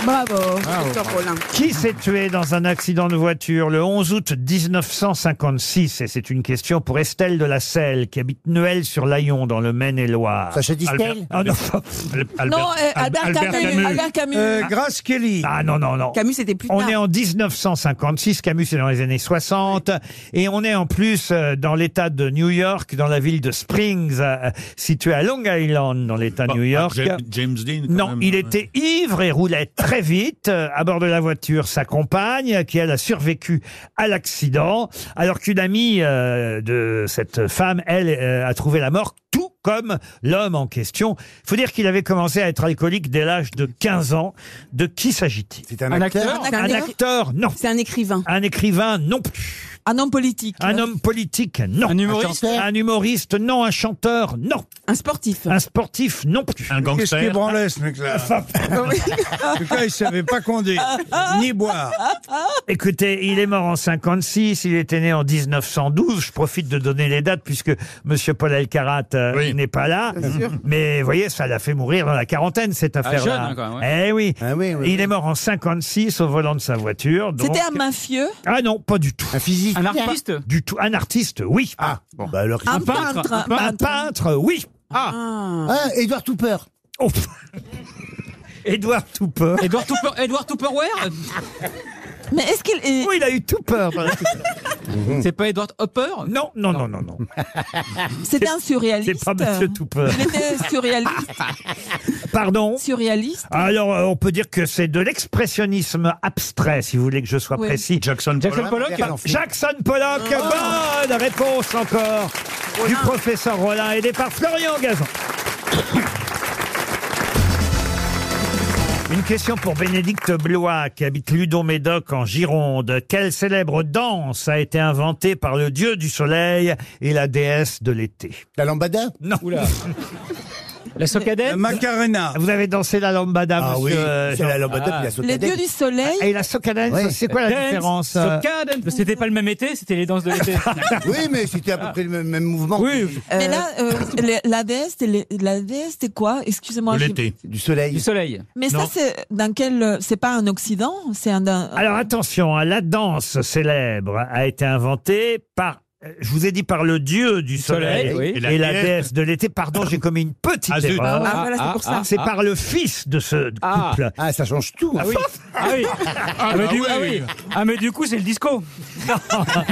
Speaker 7: Bravo.
Speaker 13: Docteur Rollin.
Speaker 2: Qui s'est tué dans un accident de voiture le 11 août 1956 Et c'est une question pour Estelle de la Selle, qui habite Noël-sur-Layon, dans le Maine-et-Loire.
Speaker 4: Sacha Distel
Speaker 3: Albert.
Speaker 2: Ah non.
Speaker 3: Al- Albert-
Speaker 7: non, euh, Albert,
Speaker 3: Albert
Speaker 7: Camus.
Speaker 3: Camus.
Speaker 7: Albert Camus.
Speaker 5: Euh, Grace Kelly.
Speaker 2: Ah non, non, non.
Speaker 13: Camus, c'était plus tard.
Speaker 2: On est en 1956, Camus c'est dans les années 60, et on est en plus euh, dans l'État de New York, dans la ville de Springs, euh, située à Long Island, dans l'État de
Speaker 3: Pas-
Speaker 2: New
Speaker 3: pas
Speaker 2: York.
Speaker 3: Ja- Bah, James Dean. quand
Speaker 2: Non,
Speaker 3: même.
Speaker 2: il était ivre et roulait très vite euh, à bord de la voiture. Sa compagne, qui elle a survécu à l'accident, alors qu'une amie euh, de cette femme, elle, euh, a trouvé la mort, tout comme l'homme en question. faut dire qu'il avait commencé à être alcoolique dès l'âge de 15 ans. De qui s'agit-il
Speaker 4: C'est un
Speaker 6: Un
Speaker 4: acteur.
Speaker 6: acteur
Speaker 7: Un
Speaker 2: Un
Speaker 7: écri-
Speaker 2: acteur Non.
Speaker 13: C'est un écrivain.
Speaker 2: Un écrivain Non plus.
Speaker 7: Un homme politique.
Speaker 2: Un homme politique Non.
Speaker 6: Un humoriste
Speaker 4: chanteur.
Speaker 2: Un humoriste Non. Un chanteur Non.
Speaker 13: Un sportif.
Speaker 2: Un sportif Non plus.
Speaker 3: Un
Speaker 5: Qu'est-ce qui
Speaker 3: gangster.
Speaker 5: branlait ce mec-là En tout cas, il savait pas conduire, ni boire.
Speaker 2: Écoutez, il est mort en 56, il était né en 1912. Je profite de donner les dates puisque Monsieur Paul Elkarat euh,
Speaker 3: Oui.
Speaker 2: n'est pas là. Mais vous voyez, ça l'a fait mourir dans la quarantaine cette affaire-là.
Speaker 6: jeune, hein, quand même,
Speaker 2: Eh oui.
Speaker 4: Ah oui, oui,
Speaker 2: il est mort en 56 au volant de sa voiture. donc-
Speaker 7: C'était un mafieux.
Speaker 2: Ah non, pas du tout.
Speaker 4: Un
Speaker 2: oui.
Speaker 6: Un artiste
Speaker 2: Du tout. Un artiste, oui. Ah, bon.
Speaker 6: Un peintre, un
Speaker 2: Un
Speaker 6: peintre.
Speaker 2: peintre, oui. Ah. Oh. Edouard Tupper. Edouard Tupper.
Speaker 6: Edouard Tupper, Edouard Tupperware
Speaker 7: Mais est-ce qu'il est...
Speaker 2: Oui, il a eu Tupper.
Speaker 6: C'est pas Edward Hopper
Speaker 2: Non, non, non, non, non.
Speaker 7: C'était un surréaliste.
Speaker 2: C'est pas Monsieur Tupper.
Speaker 7: Il était surréaliste.
Speaker 2: Pardon
Speaker 7: Surréaliste.
Speaker 2: Alors, euh, on peut dire que c'est de l'expressionnisme abstrait, si vous voulez que je sois
Speaker 7: Oui.
Speaker 2: précis.
Speaker 3: Jackson
Speaker 6: Jackson Pollock Ah. Pollock
Speaker 2: Jackson Pollock, bonne réponse encore du professeur Rollin, aidé par Florian Gazan. Une question pour Bénédicte Blois, qui habite Ludon-Médoc en Gironde. Quelle célèbre danse a été inventée par le dieu du soleil et la déesse de l'été La lambada Non. La socadelle La
Speaker 5: macarena.
Speaker 2: Vous avez dansé la lambada,
Speaker 4: Ah
Speaker 2: monsieur,
Speaker 4: oui,
Speaker 2: euh,
Speaker 4: c'est la
Speaker 2: Jean- Ah,
Speaker 4: lambada, puis la
Speaker 7: Les dieux du soleil.
Speaker 2: Et la socadelle,
Speaker 4: Ouais.
Speaker 2: c'est quoi la
Speaker 6: Dance,
Speaker 2: différence euh,
Speaker 6: soca, dance. C'était pas le même été, c'était les danses de l'été.
Speaker 4: Oui, mais c'était à peu près le même, même mouvement. Oui.
Speaker 7: Mais là, euh, les- la déesse, de l'é- la déesse, c'est quoi Excusez-moi. j'ai-
Speaker 4: Du soleil.
Speaker 6: Du soleil.
Speaker 7: Mais
Speaker 2: Non.
Speaker 7: ça, c'est dans quel euh, C'est pas un Occident, c'est un. un-
Speaker 2: Alors attention, hein, la danse célèbre a été inventée par, euh, je vous ai dit par le dieu du soleil,
Speaker 6: soleil, oui.
Speaker 2: et, la, déesse de l'été. Pardon, j'ai commis une petite
Speaker 6: Ah, zut.
Speaker 2: erreur.
Speaker 6: Ah, Ah, voilà, c'est ah, pour ça.
Speaker 2: C'est
Speaker 6: ah,
Speaker 2: par
Speaker 6: ah.
Speaker 2: le fils de ce
Speaker 6: Ah.
Speaker 2: couple. Ah, ça change tout.
Speaker 6: Ah oui. Ah oui. Ah, mais, du, ah oui. Ah, mais du coup, c'est le disco.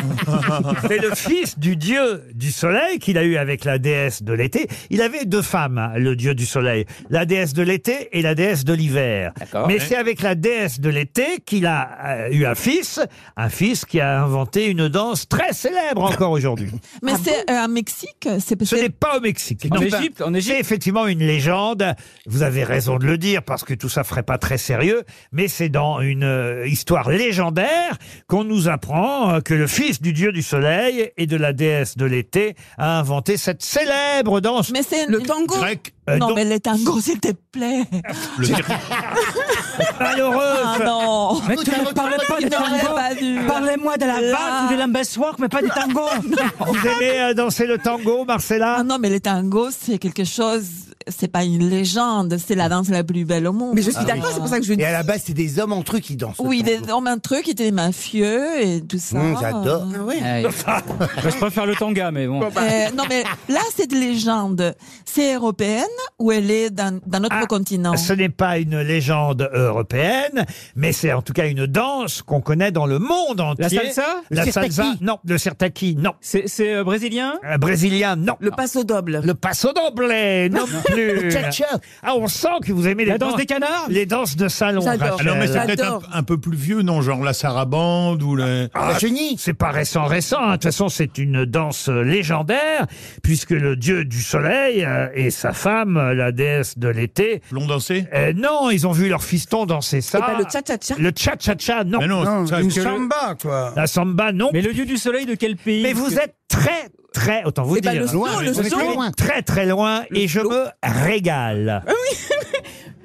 Speaker 2: C'est le fils du dieu du soleil qu'il a eu avec la déesse de l'été. Il avait deux femmes, hein, le dieu du soleil, la déesse de l'été et la déesse de l'hiver. Mais c'est avec la déesse de l'été qu'il a euh, eu un fils, un fils qui a inventé une danse très célèbre encore aujourd'hui.
Speaker 13: Ah
Speaker 7: Mais c'est euh, un Mexique. C'est
Speaker 2: Ce n'est pas au Mexique.
Speaker 6: En
Speaker 2: Non.
Speaker 6: Égypte, en Égypte.
Speaker 2: C'est effectivement une légende. Vous avez raison de le dire parce que tout ça ferait pas très sérieux, mais c'est dans une euh, histoire légendaire qu'on nous apprend euh, que le fils du dieu du soleil et de la déesse de l'été a inventé cette célèbre danse.
Speaker 7: Mais c'est
Speaker 13: Le
Speaker 7: une-
Speaker 13: tango.
Speaker 2: Grec. Euh,
Speaker 7: non,
Speaker 2: donc-
Speaker 7: mais les tangos, s'il te plaît.
Speaker 2: Malheureuse.
Speaker 7: Ah non.
Speaker 12: Oh, Mais tu ne parlais pas
Speaker 7: Il
Speaker 12: de
Speaker 7: n'aurait
Speaker 12: tango.
Speaker 7: pas dû.
Speaker 12: Parlez-moi de la
Speaker 7: Là.
Speaker 12: valse ou de l'ambassoir, mais pas du tango.
Speaker 2: Vous aimez euh, danser le tango, Marcella
Speaker 7: Ah non, mais les tangos, c'est quelque chose. C'est pas une légende. C'est la danse la plus belle au monde.
Speaker 13: Mais je
Speaker 2: Ah
Speaker 13: suis d'accord, c'est pour ça que je dis.
Speaker 4: Ah Et à la base, c'est des hommes entre eux qui dansent.
Speaker 7: Oui, des hommes un truc, ils étaient des mafieux et tout ça.
Speaker 4: Mmh, j'adore.
Speaker 13: Ah ouais.
Speaker 6: Ah oui. Moi, je préfère le tanga, mais bon.
Speaker 2: bah,
Speaker 6: bah.
Speaker 7: Euh, non, mais là, cette légende, c'est européenne ou elle est dans, dans notre
Speaker 2: Ah,
Speaker 7: continent
Speaker 2: Ce n'est pas une légende européenne, mais c'est en tout cas une danse qu'on connaît dans le monde entier.
Speaker 6: salsa
Speaker 2: La
Speaker 4: Le
Speaker 2: salsa,
Speaker 4: sirtaki
Speaker 2: non. Le sertaki, non.
Speaker 6: C'est c'est, euh, brésilien
Speaker 2: Euh, brésilien, non.
Speaker 13: Le passo doble.
Speaker 2: Le passo doble, non plus.
Speaker 4: cha-cha.
Speaker 2: Ah, on sent que vous aimez les
Speaker 6: La danse
Speaker 2: danses
Speaker 6: des canards
Speaker 2: les danses de salon.
Speaker 13: J'adore.
Speaker 2: Rachel.
Speaker 3: Alors, mais c'est
Speaker 13: J'adore.
Speaker 3: peut-être un, un peu plus vieux, non Genre la sarabande ou le.
Speaker 2: Ah,
Speaker 4: La chenille.
Speaker 2: C'est pas récent, récent. hein. De toute façon, c'est une danse légendaire, puisque le dieu du soleil euh, et sa femme, euh, la déesse de l'été,
Speaker 3: L'on dansé
Speaker 2: euh, non, ils ont vu leur fiston danser ça.
Speaker 13: Et pas Eh ben, le cha-cha-cha.
Speaker 2: Le cha-cha-cha, non.
Speaker 3: Mais non,
Speaker 5: Non,
Speaker 3: ça,
Speaker 5: une
Speaker 3: que le-
Speaker 5: samba, quoi.
Speaker 2: La samba, non.
Speaker 6: Mais
Speaker 2: Mais,
Speaker 6: le dieu du soleil de quel pays
Speaker 2: vous êtes très, très, autant vous
Speaker 13: Eh ben,
Speaker 2: dire,
Speaker 13: le son,
Speaker 4: Loin,
Speaker 13: le
Speaker 4: on est
Speaker 13: son.
Speaker 4: très loin.
Speaker 2: très très loin, et je me régale.
Speaker 13: Euh,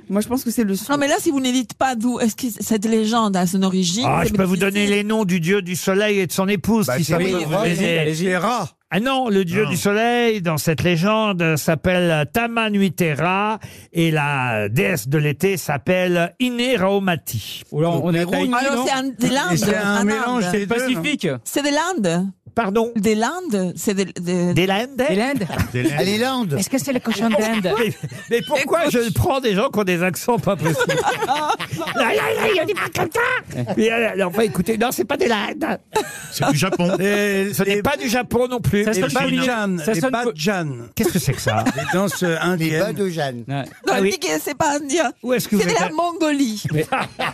Speaker 13: Moi, je pense que c'est le son.
Speaker 7: Non, mais là, si vous ne dites pas d'où est-ce que cette légende a son origine.
Speaker 2: Ah,
Speaker 7: c'est
Speaker 2: je peux vous
Speaker 7: difficile.
Speaker 2: donner les noms du dieu du soleil et de son épouse.
Speaker 4: Bah,
Speaker 2: si
Speaker 4: c'est
Speaker 2: ça
Speaker 4: oui,
Speaker 2: peut
Speaker 4: oui,
Speaker 2: vous aider.
Speaker 5: Les rats.
Speaker 2: Ah non, le dieu
Speaker 3: Non.
Speaker 2: du soleil, dans cette légende, euh, s'appelle Tamanuitera et la déesse de l'été s'appelle Ineraomati.
Speaker 6: Oh là, on est à Tahiti,
Speaker 7: Alors,
Speaker 6: non
Speaker 7: Ah c'est un- des
Speaker 5: Et
Speaker 7: Landes.
Speaker 5: C'est un
Speaker 7: en
Speaker 5: mélange
Speaker 7: Inde.
Speaker 5: des deux, non
Speaker 6: Pacifique
Speaker 7: C'est des Landes.
Speaker 2: Pardon
Speaker 7: Des Landes. C'est des. des-
Speaker 2: Des Landes
Speaker 12: Et l'Inde
Speaker 3: des
Speaker 4: À
Speaker 3: lèvres.
Speaker 4: les Landes.
Speaker 12: Est-ce que c'est le cochon d'Inde
Speaker 2: mais, mais pourquoi je prends des gens qui ont des accents pas possibles
Speaker 7: Ah
Speaker 2: Là, là, là, il y a des pas comme ça Mais, euh, Enfin, écoutez, non, c'est pas des Landes.
Speaker 3: C'est du Japon.
Speaker 5: Les-
Speaker 2: Ce n'est
Speaker 5: les-
Speaker 2: pas du Japon non plus.
Speaker 6: Ça
Speaker 5: Les
Speaker 6: sonne poli-
Speaker 5: badjans.
Speaker 6: ça
Speaker 5: Les
Speaker 6: sonne po-
Speaker 5: badjans.
Speaker 2: Qu'est-ce que c'est que ça
Speaker 5: Les danses
Speaker 4: Les bas
Speaker 5: indiennes.
Speaker 4: de Jeanne.
Speaker 6: Ouais.
Speaker 7: Non,
Speaker 2: Ah oui.
Speaker 7: dis que c'est pas indien.
Speaker 2: Où est-ce que
Speaker 7: C'est
Speaker 2: vous
Speaker 7: de la
Speaker 2: êtes
Speaker 7: Mongolie.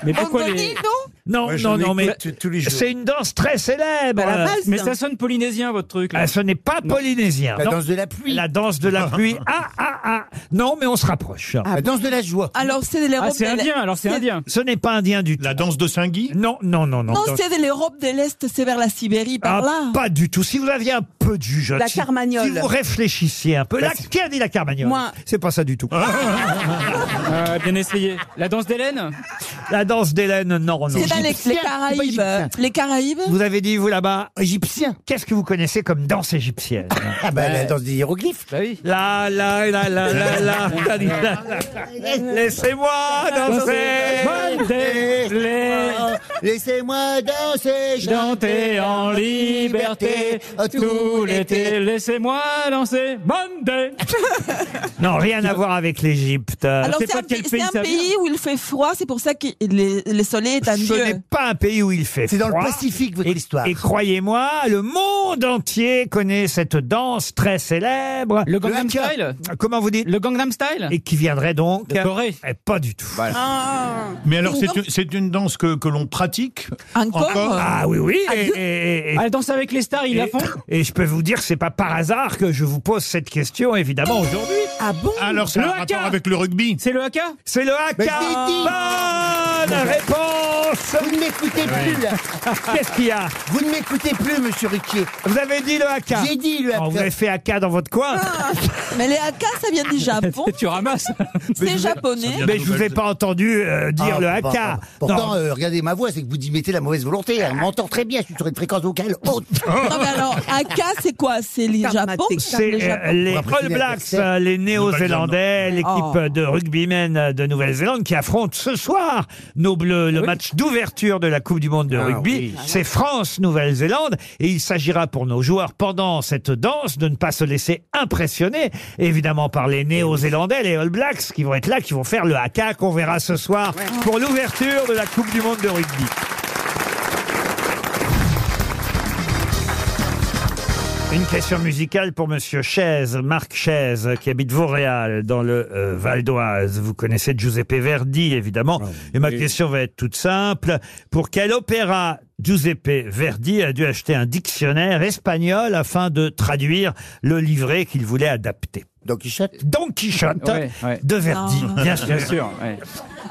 Speaker 6: Mais pourquoi les...
Speaker 7: Mongolie, non
Speaker 2: Non,
Speaker 5: Moi, j'en
Speaker 2: non, non, mais
Speaker 5: écoute tous les jours.
Speaker 2: c'est une danse très célèbre.
Speaker 13: Bah, la valse.
Speaker 2: hein.
Speaker 6: Mais ça sonne polynésien, votre truc. là.
Speaker 2: Ah, ce n'est pas polynésien.
Speaker 4: La
Speaker 2: non.
Speaker 4: danse de la pluie.
Speaker 2: La danse de la pluie. Ah, ah, ah. Non, mais on se rapproche.
Speaker 4: La danse de la joie.
Speaker 7: Ah Alors, c'est de l'Europe.
Speaker 6: Ah, c'est
Speaker 7: de l'Est.
Speaker 6: indien, alors c'est indien.
Speaker 2: Ce n'est pas indien du tout.
Speaker 3: La danse de Saint-Guy
Speaker 2: Non, non, non, non.
Speaker 7: Non,
Speaker 2: Dans-
Speaker 7: c'est de l'Europe de l'Est, c'est vers la Sibérie, par
Speaker 2: Ah,
Speaker 7: là.
Speaker 2: pas du tout. Si vous aviez un peu de jugeote.
Speaker 13: La
Speaker 2: si-
Speaker 13: Carmagnole.
Speaker 2: Si vous réfléchissiez un peu.
Speaker 4: Bah,
Speaker 2: La, qui a dit la Carmagnole
Speaker 13: Moi.
Speaker 2: C'est pas ça du tout.
Speaker 4: Euh,
Speaker 6: Ah, bien essayé. La danse d'Hélène
Speaker 2: La danse d'Hélène, non, non.
Speaker 7: C'est dans les, les
Speaker 4: c'est pas égyptien.
Speaker 7: Caraïbes. Les Caraïbes
Speaker 2: Vous avez dit, vous là-bas,
Speaker 4: Égyptien.
Speaker 2: qu'est-ce que vous connaissez comme danse égyptienne
Speaker 4: Ah bah, la danse des hiéroglyphes.
Speaker 6: Bah oui.
Speaker 2: La, la,
Speaker 4: Ah
Speaker 2: la, la, la, la, la, la, la. Laissez-moi danser.
Speaker 6: D'Hélène.
Speaker 4: Laissez-moi danser, je
Speaker 6: Danter en liberté, tout l'été, laissez-moi danser, Monday.
Speaker 2: Non, rien à voir avec l'Égypte.
Speaker 7: Alors
Speaker 2: Euh, C'est
Speaker 7: c'est
Speaker 2: pas
Speaker 7: un,
Speaker 2: de quel
Speaker 7: pays, c'est
Speaker 2: pays
Speaker 7: un
Speaker 2: ça vient
Speaker 7: pays où il fait froid, c'est pour ça que le, le soleil est un
Speaker 2: Ce
Speaker 7: dieu.
Speaker 2: n'est pas un pays où il fait
Speaker 4: Ah, C'est dans le
Speaker 2: froid.
Speaker 4: Pacifique, votre
Speaker 2: Et-
Speaker 4: histoire.
Speaker 2: Et croyez-moi, le monde entier connaît cette danse très célèbre. Le
Speaker 6: Gangnam Le haka. Style
Speaker 2: Comment vous dites Le
Speaker 6: Gangnam Style
Speaker 2: Et qui viendrait donc
Speaker 6: De Corée.
Speaker 2: Eh, Pas du tout.
Speaker 6: Ah.
Speaker 3: Ah. Mais alors,
Speaker 6: Une
Speaker 3: c'est
Speaker 6: danse-
Speaker 3: une, c'est une danse que, que l'on pratique
Speaker 7: Encore
Speaker 2: Ah oui, oui.
Speaker 6: Ah,
Speaker 2: et-
Speaker 6: Dieu.
Speaker 2: et- et-
Speaker 6: Ah, danse avec les stars, il la font
Speaker 2: Et je peux vous dire, c'est pas par hasard que je vous pose cette question, évidemment, aujourd'hui.
Speaker 7: Ah bon
Speaker 3: Alors, c'est
Speaker 2: Le
Speaker 3: un
Speaker 2: haka.
Speaker 3: rapport avec le rugby
Speaker 6: C'est le haka
Speaker 2: C'est le haka
Speaker 4: Mais Didi
Speaker 2: Bonne réponse
Speaker 4: Vous ne m'écoutez plus, là.
Speaker 2: Qu'est-ce qu'il y a
Speaker 4: Vous ne m'écoutez plus, monsieur Ruquier.
Speaker 2: Vous avez dit le haka
Speaker 4: J'ai dit le
Speaker 2: Oh, Vous avez fait haka dans votre coin
Speaker 7: Ah, Mais les Hakka, ça vient du Japon,
Speaker 6: Tu ramasses
Speaker 7: c'est japonais.
Speaker 2: Mais je vous ai pas entendu euh, dire
Speaker 4: Ah,
Speaker 2: le
Speaker 4: bah,
Speaker 2: haka.
Speaker 4: bah, bah.
Speaker 2: Non.
Speaker 4: Pourtant, euh, regardez ma voix, c'est que vous y mettez la mauvaise volonté. Elle m'entend très bien, je suis sur une fréquence vocale haute.
Speaker 7: Non mais alors, Hakka, c'est quoi C'est le Japon
Speaker 2: C'est euh, les
Speaker 4: Pour impressionner
Speaker 2: All
Speaker 4: la
Speaker 2: Blacks,
Speaker 4: personne.
Speaker 2: euh, les Néo-Zélandais, l'équipe
Speaker 7: Oh.
Speaker 2: euh, de rugbymen de Nouvelle-Zélande qui affronte ce soir nos Bleus, le match d'ouverture de la Coupe du Monde de rugby. C'est France-Nouvelle-Zélande et il s'agira pour nos joueurs pendant cette danse de ne pas se laisser impressionner, évidemment par les Néo-Zélandais, les All Blacks qui vont être là, qui vont faire le haka qu'on verra ce soir pour l'ouverture de la Coupe du Monde de rugby. Une question musicale pour Monsieur Chaise, Marc Chaise, qui habite Vauréal, dans le euh, Val d'Oise. Vous connaissez Giuseppe Verdi,
Speaker 3: Ah
Speaker 2: évidemment. Et ma question va être toute simple. Pour quel opéra Giuseppe Verdi a dû acheter un dictionnaire espagnol afin de traduire le livret qu'il voulait adapter
Speaker 4: Don Quichotte
Speaker 2: Don Quichotte
Speaker 6: Ouais, ouais.
Speaker 2: de Verdi,
Speaker 7: Ah.
Speaker 2: bien sûr.
Speaker 6: Bien sûr, ouais.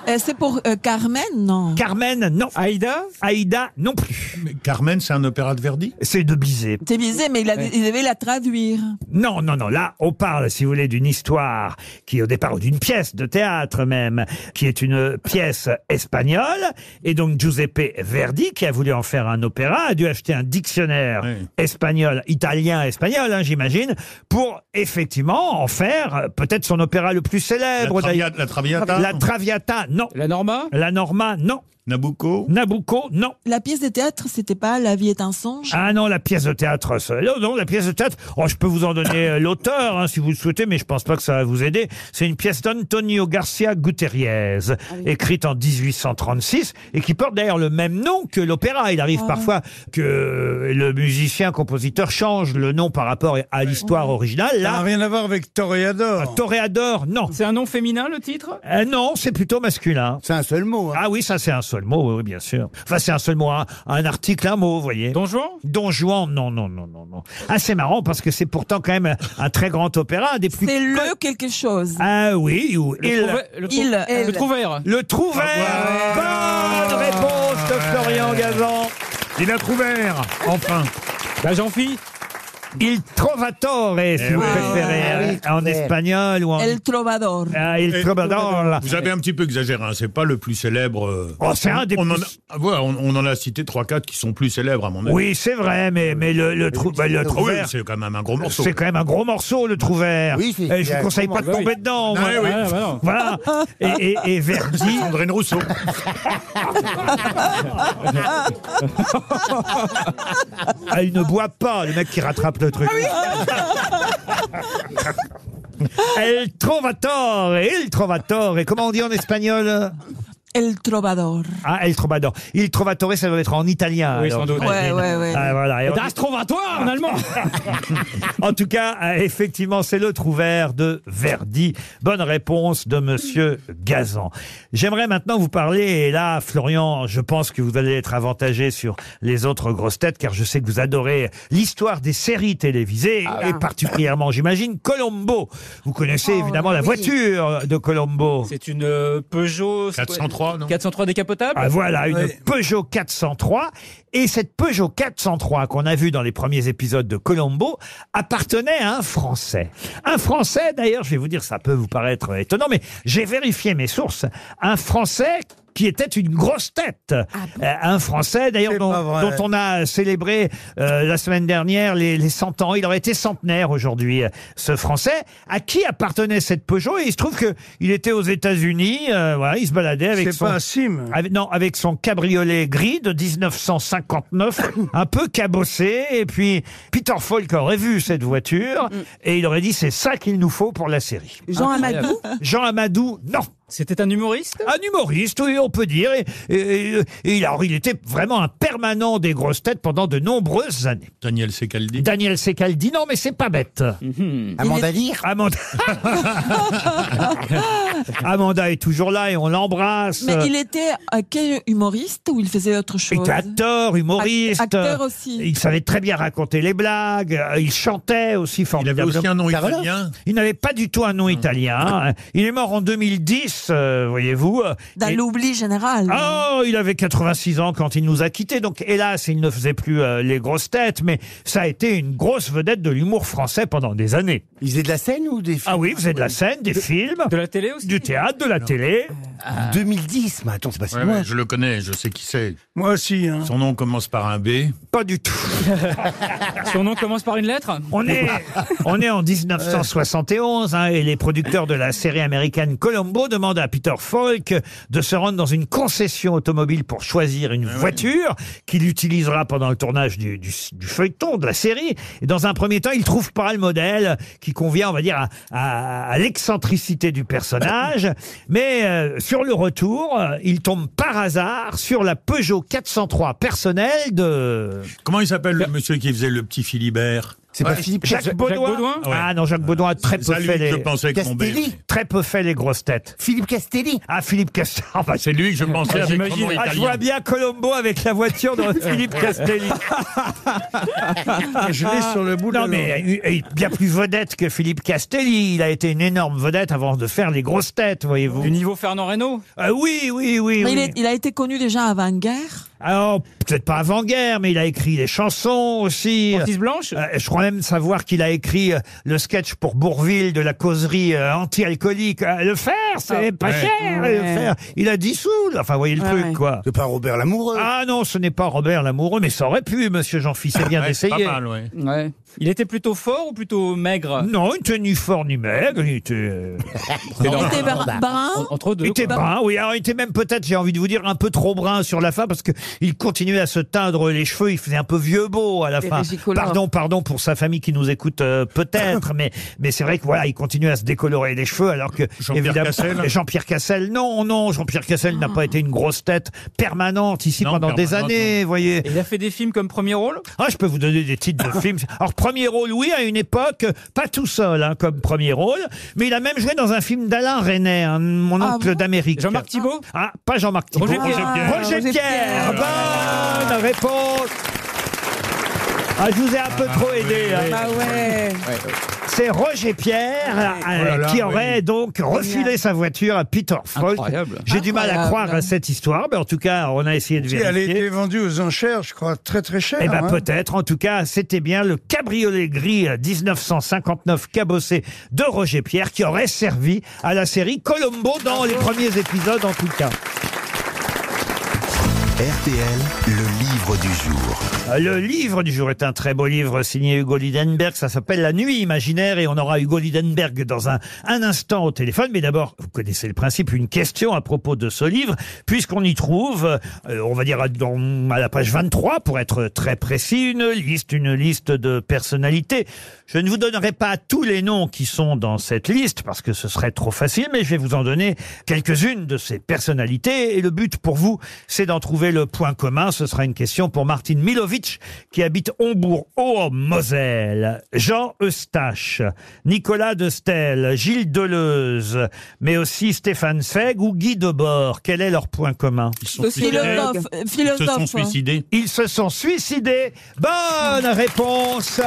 Speaker 7: Euh, C'est pour euh, Carmen, non
Speaker 2: Carmen, non.
Speaker 6: Aïda
Speaker 2: Aïda, non plus.
Speaker 3: Mais Carmen, c'est un opéra de Verdi
Speaker 2: C'est de Bizet.
Speaker 7: C'est biaisé, mais il, a-
Speaker 6: Ouais.
Speaker 7: il devait la traduire.
Speaker 2: Non, non, non. Là, on parle, si vous voulez, d'une histoire qui, au départ, ou d'une pièce de théâtre même, qui est une pièce espagnole. Et donc, Giuseppe Verdi, qui a voulu en faire un opéra, a dû acheter un dictionnaire
Speaker 3: Oui.
Speaker 2: espagnol, italien, espagnol, hein, j'imagine, pour effectivement en faire euh, peut-être son opéra le plus
Speaker 3: La
Speaker 2: célèbre.
Speaker 3: Traviata,
Speaker 2: d'ailleurs.
Speaker 3: la Traviata
Speaker 2: La Traviata, non.
Speaker 6: La Norma
Speaker 2: La Norma, non.
Speaker 3: Nabucco
Speaker 2: Nabucco, non.
Speaker 7: La pièce de théâtre, c'était pas La vie est un songe
Speaker 2: Ah non, la pièce de théâtre. ça- Non, non, la pièce de théâtre. Oh, je peux vous en donner euh, l'auteur hein, si vous le souhaitez, mais je pense pas que ça va vous aider. C'est une pièce d'Antonio Garcia Gutierrez, écrite en 1836 et qui porte d'ailleurs le même nom que l'opéra. Il arrive parfois que le musicien compositeur change le nom par rapport à l'histoire originale.
Speaker 5: Ça n'a
Speaker 2: Là, Ah,
Speaker 5: rien à voir avec Toréador.
Speaker 2: Toréador, non.
Speaker 6: C'est un nom féminin, le titre
Speaker 2: Euh, non, c'est plutôt masculin.
Speaker 4: C'est un seul mot. hein.
Speaker 2: Ah oui, ça c'est un seul mot, oui, oui, bien sûr. Enfin, c'est un seul mot, un, un article, un mot, vous voyez.
Speaker 6: Don Juan
Speaker 2: Don Juan, non, non, non, non, non. Ah, c'est marrant parce que c'est pourtant quand même un très grand opéra, un des plus.
Speaker 7: C'est le quelque chose.
Speaker 2: Ah oui, ou
Speaker 6: Le
Speaker 2: il.
Speaker 6: trouvé- le, trou-
Speaker 7: Il,
Speaker 6: le
Speaker 7: elle.
Speaker 6: trouvère. Ah,
Speaker 2: Le trouvère.
Speaker 5: Ah,
Speaker 2: Bonne réponse de Florian Gazan.
Speaker 3: Il a trouvé Enfin
Speaker 6: La Jean-Fille
Speaker 2: Il trovatore, si
Speaker 3: Eh
Speaker 2: vous
Speaker 3: oui.
Speaker 2: préférez,
Speaker 4: Ah oui,
Speaker 2: euh, en
Speaker 4: trouvère.
Speaker 2: espagnol ou en.
Speaker 7: El Trovador.
Speaker 2: Ah, il
Speaker 3: Et-
Speaker 2: trovador. là.
Speaker 3: Vous avez un petit peu exagéré, hein, c'est pas le plus célèbre. euh,
Speaker 2: Oh, c'est un des
Speaker 3: on en
Speaker 2: plus-
Speaker 3: a- Ah, ouais, on, on en a cité 3-4 qui sont plus célèbres, à mon avis.
Speaker 2: Eh Oui, c'est vrai, mais, mais le, le, trou- bah, le
Speaker 3: Ah oui,
Speaker 2: trouvère.
Speaker 3: c'est quand même un gros morceau.
Speaker 2: C'est quand même un gros morceau, le Trouvert.
Speaker 4: Oui, c'est-
Speaker 2: Et je vous
Speaker 4: c'est
Speaker 2: conseille
Speaker 4: un
Speaker 2: pas de
Speaker 6: morceau.
Speaker 2: tomber dedans.
Speaker 3: Ah,
Speaker 2: moi.
Speaker 3: oui.
Speaker 6: Ah, bah non.
Speaker 2: Voilà. Et, et- et Verdi.
Speaker 3: Sandrine Rousseau.
Speaker 2: Ah, il ne boit pas, le mec qui rattrape le truc.
Speaker 7: Ah
Speaker 2: El Trovatore, El Trovatore. Comment on dit en espagnol
Speaker 7: El Trovador.
Speaker 2: Ah, El Trovatore. Il Trovatore, ça doit être en italien.
Speaker 6: Oui,
Speaker 2: alors.
Speaker 6: sans doute.
Speaker 7: Ouais, ouais, ouais.
Speaker 2: Ah, voilà. Et on-
Speaker 6: Das Trovatoire en allemand
Speaker 2: En tout cas, euh, effectivement, c'est le trouvère de Verdi. Bonne réponse de Monsieur Gazan. J'aimerais maintenant vous parler, et là, Florian, je pense que vous allez être avantagé sur les autres grosses têtes, car je sais que vous adorez l'histoire des séries télévisées, et particulièrement, j'imagine, Colombo. Vous connaissez évidemment la voiture de Colombo.
Speaker 6: C'est une euh, Peugeot
Speaker 3: 403, non
Speaker 6: 403 décapotable
Speaker 2: Ah, voilà, une
Speaker 5: Oui.
Speaker 2: Peugeot 403. Et cette Peugeot 403 qu'on a vue dans les premiers épisodes de Colombo appartenait à un Français. Un Français, d'ailleurs, je vais vous dire, ça peut vous paraître étonnant, mais j'ai vérifié mes sources. Un Français qui était une grosse tête. Euh, Un Français, d'ailleurs, dont,
Speaker 5: vrai.
Speaker 2: dont on a célébré euh, la semaine dernière les, les 100 ans. Il aurait été centenaire aujourd'hui, euh, ce Français. À qui appartenait cette Peugeot Et il se trouve que il était aux États-Unis. euh, voilà, il se baladait avec
Speaker 5: C'est
Speaker 2: son...
Speaker 5: pas un Sim.
Speaker 2: avec- non, avec son cabriolet gris de 1959, un peu cabossé. Et puis, Peter Falk aurait vu cette voiture
Speaker 5: Mm.
Speaker 2: et il aurait dit c'est ça qu'il nous faut pour la série.
Speaker 13: Jean Incroyable. Amadou
Speaker 2: Jean Amadou, non. C'était un humoriste Un humoriste, oui, on peut dire. Et, et- et- et il, a- il était vraiment un permanent des grosses têtes pendant de nombreuses années. Daniel Secaldi Daniel Secaldi, non, mais c'est pas bête. Mhm.
Speaker 4: Amanda
Speaker 2: Lear Amanda... Amanda est toujours là et on l'embrasse.
Speaker 7: Mais il était euh, quel humoriste ou il faisait autre chose
Speaker 2: Il était acteur, humoriste.
Speaker 7: Act- acteur aussi.
Speaker 2: Il savait très bien raconter les blagues. euh, Il chantait aussi formidablement.
Speaker 3: aussi un nom Ça relance. italien. Mm.
Speaker 2: Il n'avait pas du tout un nom italien. Euh, Il est mort en 2010, euh, voyez-vous.
Speaker 7: Dans
Speaker 2: Et-
Speaker 7: l'oubli général.
Speaker 2: Oh, il avait 86 ans quand il nous a quittés. Donc, hélas, il ne faisait plus euh, les grosses têtes, mais ça a été une grosse vedette de l'humour français pendant des années. Il faisait de la scène ou des films Ah oui, il faisait de la scène, des films. De la télé aussi Ah. Du théâtre, de la télé.
Speaker 4: 2010, mais attends, c'est pas si
Speaker 3: Ouais,
Speaker 4: loin.
Speaker 3: ouais, je le connais, je sais qui c'est.
Speaker 5: Moi aussi.
Speaker 3: Son nom commence par un B.
Speaker 2: Pas du tout.
Speaker 6: Son nom commence par une lettre
Speaker 2: On est, on est en 1971 hein, et les producteurs de la série américaine Columbo demandent à Peter Falk de se rendre dans une concession automobile pour choisir
Speaker 3: Ah
Speaker 2: une voiture qu'il utilisera pendant le tournage du, du- du feuilleton de la série. Et dans un premier temps, il trouve pas le modèle qui convient, on va dire, à, à- à l'excentricité du personnage. Mais euh, sur le retour, euh, il tombe par hasard sur la Peugeot 403 personnelle de...
Speaker 3: Comment il s'appelle le monsieur qui faisait le petit Philibert Ouais.
Speaker 2: Jacques Baudouin.
Speaker 3: Ouais.
Speaker 2: Ah non, Jacques Baudouin a très peu
Speaker 3: Ça, lui,
Speaker 2: fait les.
Speaker 3: je pensais que mon bébé. Castelli.
Speaker 2: Très peu fait les grosses têtes. Philippe Castelli. Ah Philippe Castelli. Ah, bah,
Speaker 3: C'est lui que je pensais
Speaker 2: Ah,
Speaker 3: avec
Speaker 2: j'imagine.
Speaker 3: son nom
Speaker 2: Ah, je
Speaker 3: italien.
Speaker 2: vois bien Colombo avec la voiture de Philippe Castelli.
Speaker 5: Je l'ai sur le bout de
Speaker 2: Non,
Speaker 5: la
Speaker 2: mais
Speaker 5: langue.
Speaker 2: euh, euh, bien plus vedette que Philippe Castelli. Il a été une énorme vedette avant de faire les grosses têtes, voyez-vous.
Speaker 6: Du niveau Fernand Reynaud
Speaker 2: Euh, oui, oui, oui.
Speaker 7: Mais
Speaker 2: oui.
Speaker 7: il, est- il a été connu déjà avant-guerre.
Speaker 2: Alors, peut-être pas avant-guerre, mais il a écrit des chansons aussi.
Speaker 6: Francis Blanche
Speaker 2: Euh, Je crois même savoir qu'il a écrit euh, le sketch pour Bourville de la causerie euh, anti-alcoolique. Euh, Le faire, c'est
Speaker 4: Ah,
Speaker 2: pas
Speaker 4: ouais.
Speaker 2: cher, le
Speaker 4: Ouais.
Speaker 2: faire. Il a 10 sous, là. enfin, vous voyez le
Speaker 4: Ouais,
Speaker 2: truc,
Speaker 4: ouais.
Speaker 2: quoi.
Speaker 4: C'est pas Robert Lamoureux.
Speaker 2: Ah non, ce n'est pas Robert Lamoureux, mais ça aurait pu, monsieur Jean-Fils, c'est bien
Speaker 6: Ouais, c'est
Speaker 2: d'essayer.
Speaker 6: pas mal, Ouais. Il était plutôt fort ou plutôt maigre
Speaker 2: Non, il était ni fort ni maigre, il était... euh,
Speaker 6: Il était
Speaker 2: normal.
Speaker 6: brun- brun En- entre deux,
Speaker 2: Il était
Speaker 6: quoi.
Speaker 2: brun, Hein, oui. Alors, il était même peut-être, j'ai envie de vous dire, un peu trop brun sur la fin parce que il continuait à se teindre les cheveux. Il faisait un peu vieux beau à la
Speaker 6: Et
Speaker 2: fin.
Speaker 6: régicolore.
Speaker 2: Pardon, pardon pour sa famille qui nous écoute euh, peut-être, mais mais c'est vrai que voilà, il continue à se décolorer les cheveux alors que
Speaker 3: Jean-Pierre
Speaker 2: évidemment-
Speaker 3: Cassel Ah.
Speaker 2: Jean-Pierre Cassel, non, non, Jean-Pierre Cassel n'a pas été une grosse tête permanente ici pendant des
Speaker 6: permanente,
Speaker 2: années, voyez.
Speaker 6: Il a fait des films comme premier rôle
Speaker 2: Ah, je peux vous donner des titres de films. Alors, premier rôle, oui, à une époque, pas tout seul hein, comme premier rôle, mais il a même joué dans un film d'Alain René, hein, mon oncle d'Amérique. Jean-Marc
Speaker 6: Ah Thibault
Speaker 2: Ah, pas Jean-Marc Thibault.
Speaker 6: Roger Pierre. Ah,
Speaker 2: Roger
Speaker 6: Roger
Speaker 2: Pierre.
Speaker 6: Pierre.
Speaker 2: Bonne réponse. Ah, je vous ai un peu trop aidé. hein.
Speaker 5: Ah,
Speaker 2: C'est Roger Pierre euh,
Speaker 6: Oh là là,
Speaker 2: qui
Speaker 6: oui.
Speaker 2: aurait donc refilé sa voiture à Peter Falk.
Speaker 6: Incroyable.
Speaker 2: J'ai du mal à
Speaker 5: Incroyable.
Speaker 2: croire à cette histoire, mais en tout cas, on a essayé de
Speaker 5: Si, Elle a
Speaker 2: vérifier.
Speaker 5: été vendue aux enchères, je crois, très très cher.
Speaker 2: Eh ben
Speaker 5: hein.
Speaker 2: peut-être. En tout cas, c'était bien le cabriolet gris euh, 1959 cabossé de Roger Pierre qui aurait servi à la série Colombo dans les premiers épisodes en tout cas.
Speaker 1: RTL, le livre du jour.
Speaker 2: Euh, Le livre du jour est un très beau livre signé Hugo Lidenberg. Ça s'appelle La nuit imaginaire et on aura Hugo Lidenberg dans un, un instant au téléphone. Mais d'abord, vous connaissez le principe, une question à propos de ce livre, puisqu'on y trouve, euh, on va dire à, dans- à la page 23 pour être très précis, une liste, une liste de personnalités. Je ne vous donnerai pas tous les noms qui sont dans cette liste parce que ce serait trop facile, mais je vais vous en donner quelques-unes de ces personnalités. Et le but pour vous, c'est d'en trouver le point commun. Ce sera une question pour Martine Milovic, qui habite Hombourg, haut en Moselle. Jean Eustache, Nicolas de Stel, Gilles Deleuze, mais aussi Stéphane Zweig ou Guy Debord. Quel est leur point commun Ils
Speaker 7: sont Le suicidés. philosophe, euh, philosophe. Ils se sont suicidés.
Speaker 2: Ils
Speaker 7: Ah
Speaker 2: se sont suicidés. Bonne réponse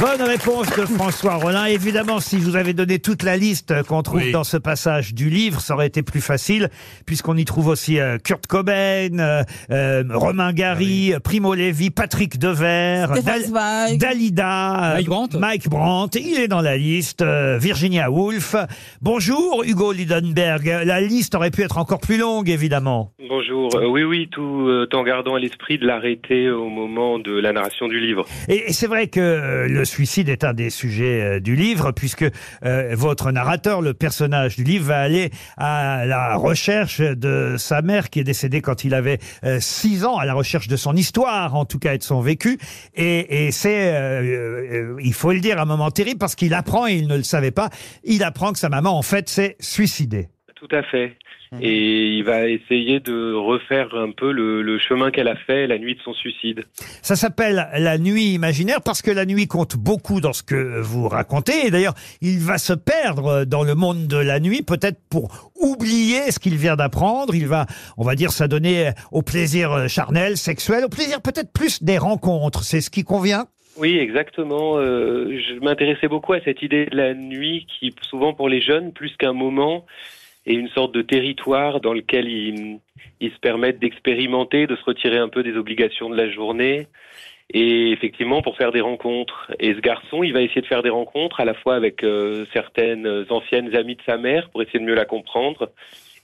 Speaker 2: Bonne réponse de François Rollin. Évidemment, si je vous avais donné toute la liste qu'on trouve
Speaker 3: Oui.
Speaker 2: dans ce passage du livre, ça aurait été plus facile, puisqu'on y trouve aussi euh, Kurt Cobain, euh, euh, Romain Gary, euh, Primo Levi, Patrick Devers,
Speaker 7: Stéphane
Speaker 2: Dal-
Speaker 7: Zweig.
Speaker 2: Dalida, euh, Mike Brandt. il est dans la liste, euh, Virginia Woolf. Bonjour Hugo Lidenberg. La liste aurait pu être encore plus longue, évidemment.
Speaker 14: Bonjour. Euh, oui, oui, tout euh, en gardant à l'esprit de l'arrêter au moment de la narration du livre.
Speaker 2: Et, et c'est vrai que euh, le suicide est un des sujets euh, du livre, puisque euh, votre narrateur, le personnage du livre, va aller à la recherche de sa mère qui est décédée quand il avait 6 ans, à la recherche de son histoire, en tout cas, et de son vécu. Et, et c'est, euh, euh, il faut le dire, un moment terrible, parce qu'il apprend, et il ne le savait pas, il apprend que sa maman, en fait, s'est suicidée.
Speaker 14: Tout à fait. Et il va essayer de refaire un peu le, le chemin qu'elle a fait la nuit de son suicide.
Speaker 2: Ça s'appelle La Nuit imaginaire parce que la nuit compte beaucoup dans ce que vous racontez. Et d'ailleurs, il va se perdre dans le monde de la nuit, peut-être pour oublier ce qu'il vient d'apprendre. Il va, on va dire, s'adonner au plaisir charnel, sexuel, au plaisir peut-être plus des rencontres. C'est ce qui convient
Speaker 14: Oui, exactement. Euh, je m'intéressais beaucoup à cette idée de la nuit qui, souvent pour les jeunes, plus qu'un moment, est une sorte de territoire dans lequel ils, ils se permettent d'expérimenter, de se retirer un peu des obligations de la journée. Et effectivement, pour faire des rencontres. Et ce garçon, il va essayer de faire des rencontres à la fois avec euh, certaines anciennes amies de sa mère pour essayer de mieux la comprendre,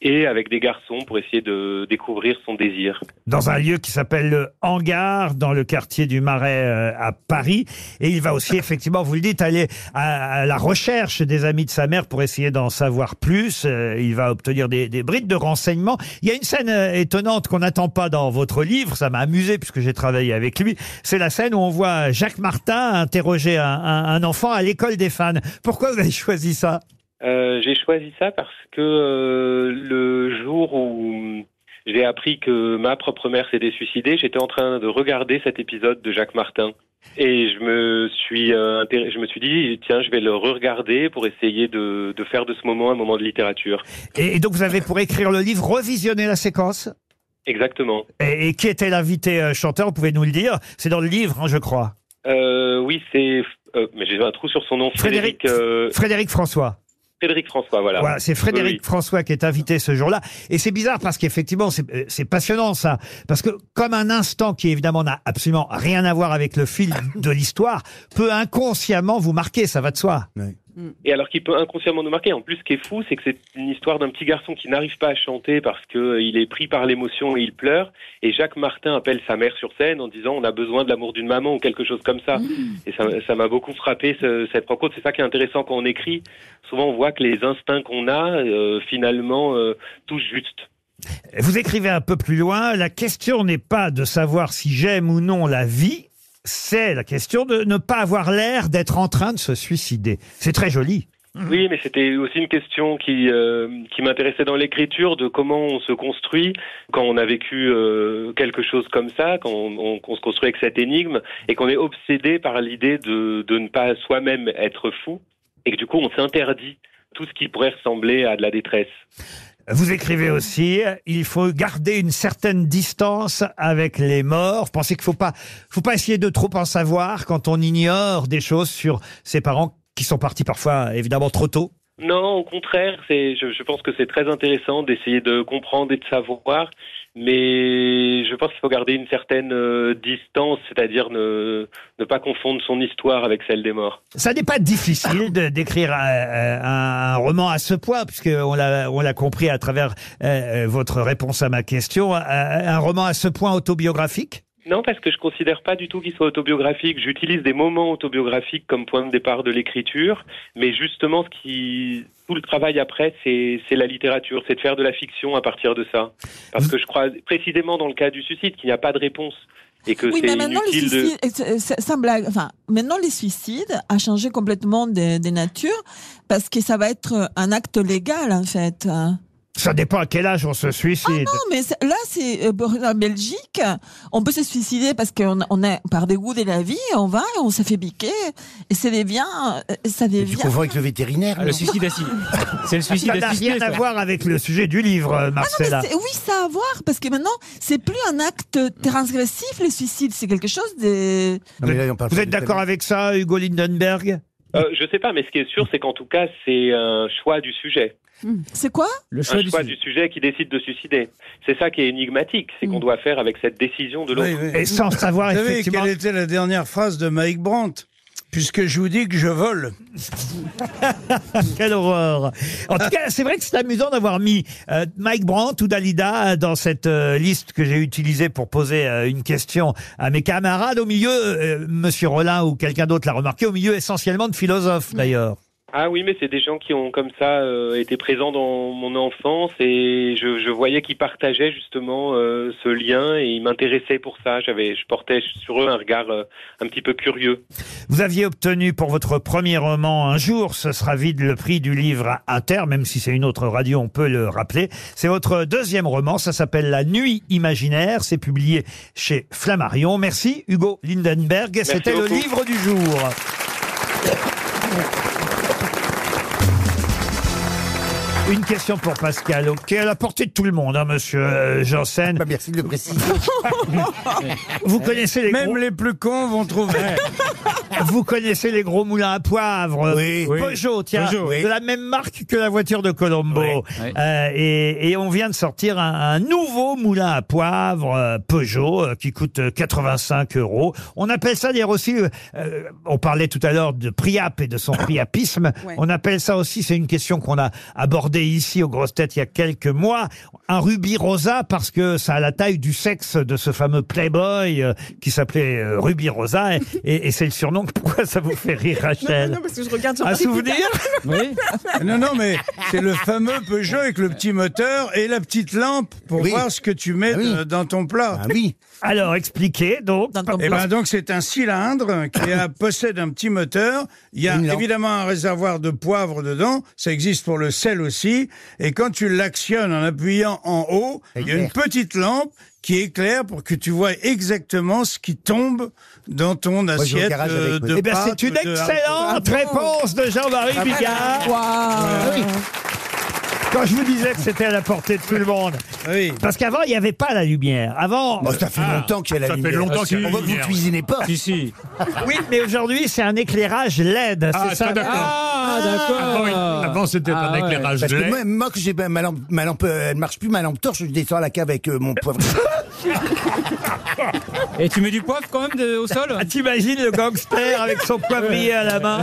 Speaker 14: et avec des garçons pour essayer de découvrir son désir.
Speaker 2: dans un lieu qui s'appelle le Hangar, dans le quartier du Marais euh, à Paris. Et il va aussi, effectivement, vous le dites, aller à, à la recherche des amis de sa mère pour essayer d'en savoir plus. Euh, il va obtenir des, des brides de renseignements. Il y a une scène euh, étonnante qu'on n'attend pas dans votre livre. Ça m'a amusé puisque j'ai travaillé avec lui. C'est la scène où on voit Jacques Martin interroger un, un- un enfant à l'école des fans. Pourquoi vous avez choisi ça
Speaker 14: Euh, j'ai choisi ça parce que euh, le jour où j'ai appris que ma propre mère s'était suicidée, j'étais en train de regarder cet épisode de Jacques Martin. Et je me suis, euh, intér- je me suis dit, tiens, je vais le re-regarder pour essayer de, de faire de ce moment un moment de littérature.
Speaker 2: et, et donc, vous avez, pour écrire le livre, revisionné la séquence
Speaker 14: Exactement.
Speaker 2: Et, et qui était l'invité euh, chanteur Vous pouvez nous le dire. C'est dans le livre, hein, je crois.
Speaker 14: Euh, oui, c'est. euh, mais j'ai un trou sur son nom. Frédéric. euh,
Speaker 2: Frédéric François.
Speaker 14: Frédéric François, voilà.
Speaker 2: Voilà, c'est Frédéric
Speaker 14: Ah. Oui, oui.
Speaker 2: François qui est invité ce jour-là. Et c'est bizarre parce qu'effectivement, c'est euh, c'est passionnant ça. Parce que comme un instant qui évidemment n'a absolument rien à voir avec le fil de l'histoire, peut inconsciemment vous marquer, ça va de soi.
Speaker 14: Mm. Et alors qu'il peut inconsciemment nous marquer. En plus, ce qui est fou, c'est que c'est une histoire d'un petit garçon qui n'arrive pas à chanter parce que euh, il est pris par l'émotion et il pleure. Et Jacques Martin appelle sa mère sur scène en disant on a besoin de l'amour d'une maman ou quelque chose comme ça. Et ça ça m'a beaucoup frappé ce- cette rencontre. C'est ça qui est intéressant quand on écrit. Souvent, on voit que les instincts qu'on a euh, finalement euh, touchent juste.
Speaker 2: Vous écrivez un peu plus loin, la question n'est pas de savoir si j'aime ou non la vie, c'est la question de ne pas avoir l'air d'être en train de se suicider. C'est très joli.
Speaker 14: Oui, mais c'était aussi une question qui, euh, qui m'intéressait dans l'écriture, de comment on se construit quand on a vécu euh, quelque chose comme ça, quand on, on- qu'on se construit avec cette énigme, et qu'on est obsédé par l'idée de, de ne pas soi-même être fou, et que du coup on s'interdit tout ce qui pourrait ressembler à de la détresse.
Speaker 2: Vous écrivez aussi, il faut garder une certaine distance avec les morts. Vous Pensez qu'il faut pas, faut pas essayer de trop en savoir quand on ignore des choses sur ses parents qui sont partis parfois évidemment trop tôt.
Speaker 14: Non, au contraire, c'est, je, je pense que c'est très intéressant d'essayer de comprendre et de savoir, mais je pense qu'il faut garder une certaine euh, distance, c'est-à-dire ne, ne pas confondre son histoire avec celle des morts.
Speaker 2: Ça n'est pas difficile de- d'écrire euh, euh, un, un roman à ce point, puisque on l'a on l'a compris à travers euh, euh, votre réponse à ma question, un, un roman à ce point autobiographique.
Speaker 14: Non, parce que je considère pas du tout qu'il soit autobiographique. J'utilise des moments autobiographiques comme point de départ de l'écriture, mais justement, ce qui tout le travail après, c'est c'est la littérature, c'est de faire de la fiction à partir de ça. Parce que je crois précisément dans le cas du suicide qu'il n'y a pas de réponse et que
Speaker 7: Oui,
Speaker 14: c'est
Speaker 7: mais maintenant, les
Speaker 14: inutile de.
Speaker 7: suicides, et c'est- c'est- sans blague, enfin, maintenant, les suicides a changé complètement des de natures parce que ça va être un acte légal, en fait. hein.
Speaker 2: Ça dépend à quel âge on se suicide.
Speaker 7: Ah non, mais c'est- là, c'est euh, pour- en Belgique, on peut se suicider parce qu'on on a, par dégoût de la vie, on va, on se fait biquer, et ça devient, euh, ça devient.
Speaker 4: Tu confonds avec le vétérinaire.
Speaker 7: Ah, le suicide
Speaker 6: assis. C'est le
Speaker 2: Ça n'a rien à voir avec le sujet du livre, euh,
Speaker 7: Ah non, mais
Speaker 2: Marcella.
Speaker 7: c'est- oui, ça a à voir, parce que maintenant, c'est plus un acte transgressif, le suicide, c'est quelque chose de...
Speaker 2: Vous êtes d'accord avec ça, Hugo Lindenberg
Speaker 14: Euh, je sais pas, mais ce qui est sûr, c'est qu'en tout cas, c'est un choix du sujet.
Speaker 7: Hmm. C'est quoi
Speaker 14: un choix du sujet Mm. qui décide de suicider. C'est ça qui est énigmatique, c'est qu'on doit faire avec cette décision de l'autre.
Speaker 5: Vous savez quelle était la dernière phrase de Mike Brandt Puisque je vous dis que je vole.
Speaker 2: Quelle horreur En tout cas, c'est vrai que c'est amusant d'avoir mis euh, Mike Brandt ou Dalida euh, dans cette euh, liste que j'ai utilisée pour poser euh, une question à mes camarades. Au milieu, euh, Monsieur Rollin ou quelqu'un d'autre l'a remarqué, au milieu essentiellement de
Speaker 7: Hmm.
Speaker 2: philosophes d'ailleurs.
Speaker 14: Ah oui, mais c'est des gens qui ont comme ça euh, été présents dans mon enfance et je, je voyais qu'ils partageaient justement euh, ce lien et ils m'intéressaient pour ça. J'avais, je portais sur eux un regard euh, un petit peu curieux.
Speaker 2: Vous aviez obtenu pour votre premier roman Un jour, ce sera vide le prix du livre Inter, même si c'est une autre radio, on peut le rappeler. C'est votre deuxième roman, ça s'appelle La Nuit imaginaire, c'est publié chez Flammarion. Merci Hugo Lindenberg, et
Speaker 15: Merci
Speaker 2: c'était le
Speaker 15: beaucoup.
Speaker 2: livre du jour. Une question pour Pascal, ok, à la portée de tout le monde, hein, monsieur euh, Janssen. merci de le préciser. Vous connaissez les
Speaker 5: Même
Speaker 2: gros-
Speaker 5: les plus cons vont trouver.
Speaker 2: Vous connaissez les gros moulins à poivre.
Speaker 5: Oui. Oui.
Speaker 2: Peugeot, tiens.
Speaker 5: Peugeot, oui.
Speaker 2: De la même marque que la voiture de Colombo.
Speaker 5: Oui.
Speaker 2: Euh, et, et on vient de sortir un, un nouveau moulin à poivre euh, Peugeot euh, qui coûte euh, 85 euros. On appelle ça d'ailleurs aussi, euh, euh, on parlait tout à l'heure de Priap et de son priapisme.
Speaker 15: Ouais.
Speaker 2: On appelle ça aussi, c'est une question qu'on a abordée ici aux grosses têtes il y a quelques mois, un rubis rosa parce que ça a la taille du sexe de ce fameux playboy euh, qui s'appelait euh, Ruby Rosa. Et, et- et c'est le surnom. Pourquoi ça vous fait rire, Rachel
Speaker 13: Non, non, parce que je regarde sur
Speaker 2: Un
Speaker 13: Paris
Speaker 2: souvenir
Speaker 5: Oui. Non, non, mais c'est le fameux Peugeot avec le petit moteur et la petite lampe pour voir ce que tu
Speaker 15: Ah
Speaker 5: mets de- dans ton plat.
Speaker 2: oui. Alors, expliquez donc.
Speaker 5: Eh
Speaker 2: plat.
Speaker 5: ben, donc, c'est un cylindre qui a- possède un petit moteur. Il y a
Speaker 2: Une lampe.
Speaker 5: évidemment un réservoir de poivre dedans. Ça existe pour le sel aussi. Et quand tu l'actionnes en appuyant en haut, il y a une
Speaker 15: éclaire.
Speaker 5: petite lampe qui éclaire pour que tu vois exactement ce qui tombe dans ton
Speaker 15: Moi, je vais au
Speaker 5: assiette
Speaker 15: garage
Speaker 5: euh,
Speaker 15: avec,
Speaker 5: de
Speaker 15: oui. Eh
Speaker 2: ben,
Speaker 5: pâtes
Speaker 2: c'est
Speaker 5: ou
Speaker 2: une
Speaker 5: de Ah haricots.
Speaker 2: excellente réponse de Jean-Marie
Speaker 5: Bravo.
Speaker 2: Bigard.
Speaker 5: Wow.
Speaker 2: Oui. Quand je vous disais que c'était à la portée de tout le monde. Parce qu'avant, il n'y avait pas la lumière. Avant. Ah.
Speaker 4: Bah, ça fait longtemps qu'il y a la
Speaker 2: ça fait
Speaker 4: lumière.
Speaker 2: longtemps
Speaker 4: Ah,
Speaker 2: qu'il y
Speaker 4: si.
Speaker 2: a la
Speaker 4: On voit que vous
Speaker 2: lumière.
Speaker 4: cuisinez pas.
Speaker 2: Si, si. Oui, mais aujourd'hui, c'est un éclairage LED.
Speaker 4: Ah,
Speaker 2: c'est
Speaker 4: ça,
Speaker 2: ça.
Speaker 4: d'accord.
Speaker 2: Ah, d'accord. Ah, ouais.
Speaker 4: Parce que moi, moi, que j'ai ben, ma lampe, ma lampe, euh, elle marche plus, ma lampe torche, je descends à la cave avec euh, mon poivre.
Speaker 6: Et tu mets du poivre quand même de- au sol
Speaker 2: Ah, T'imagines le gangster avec son poivrier à la main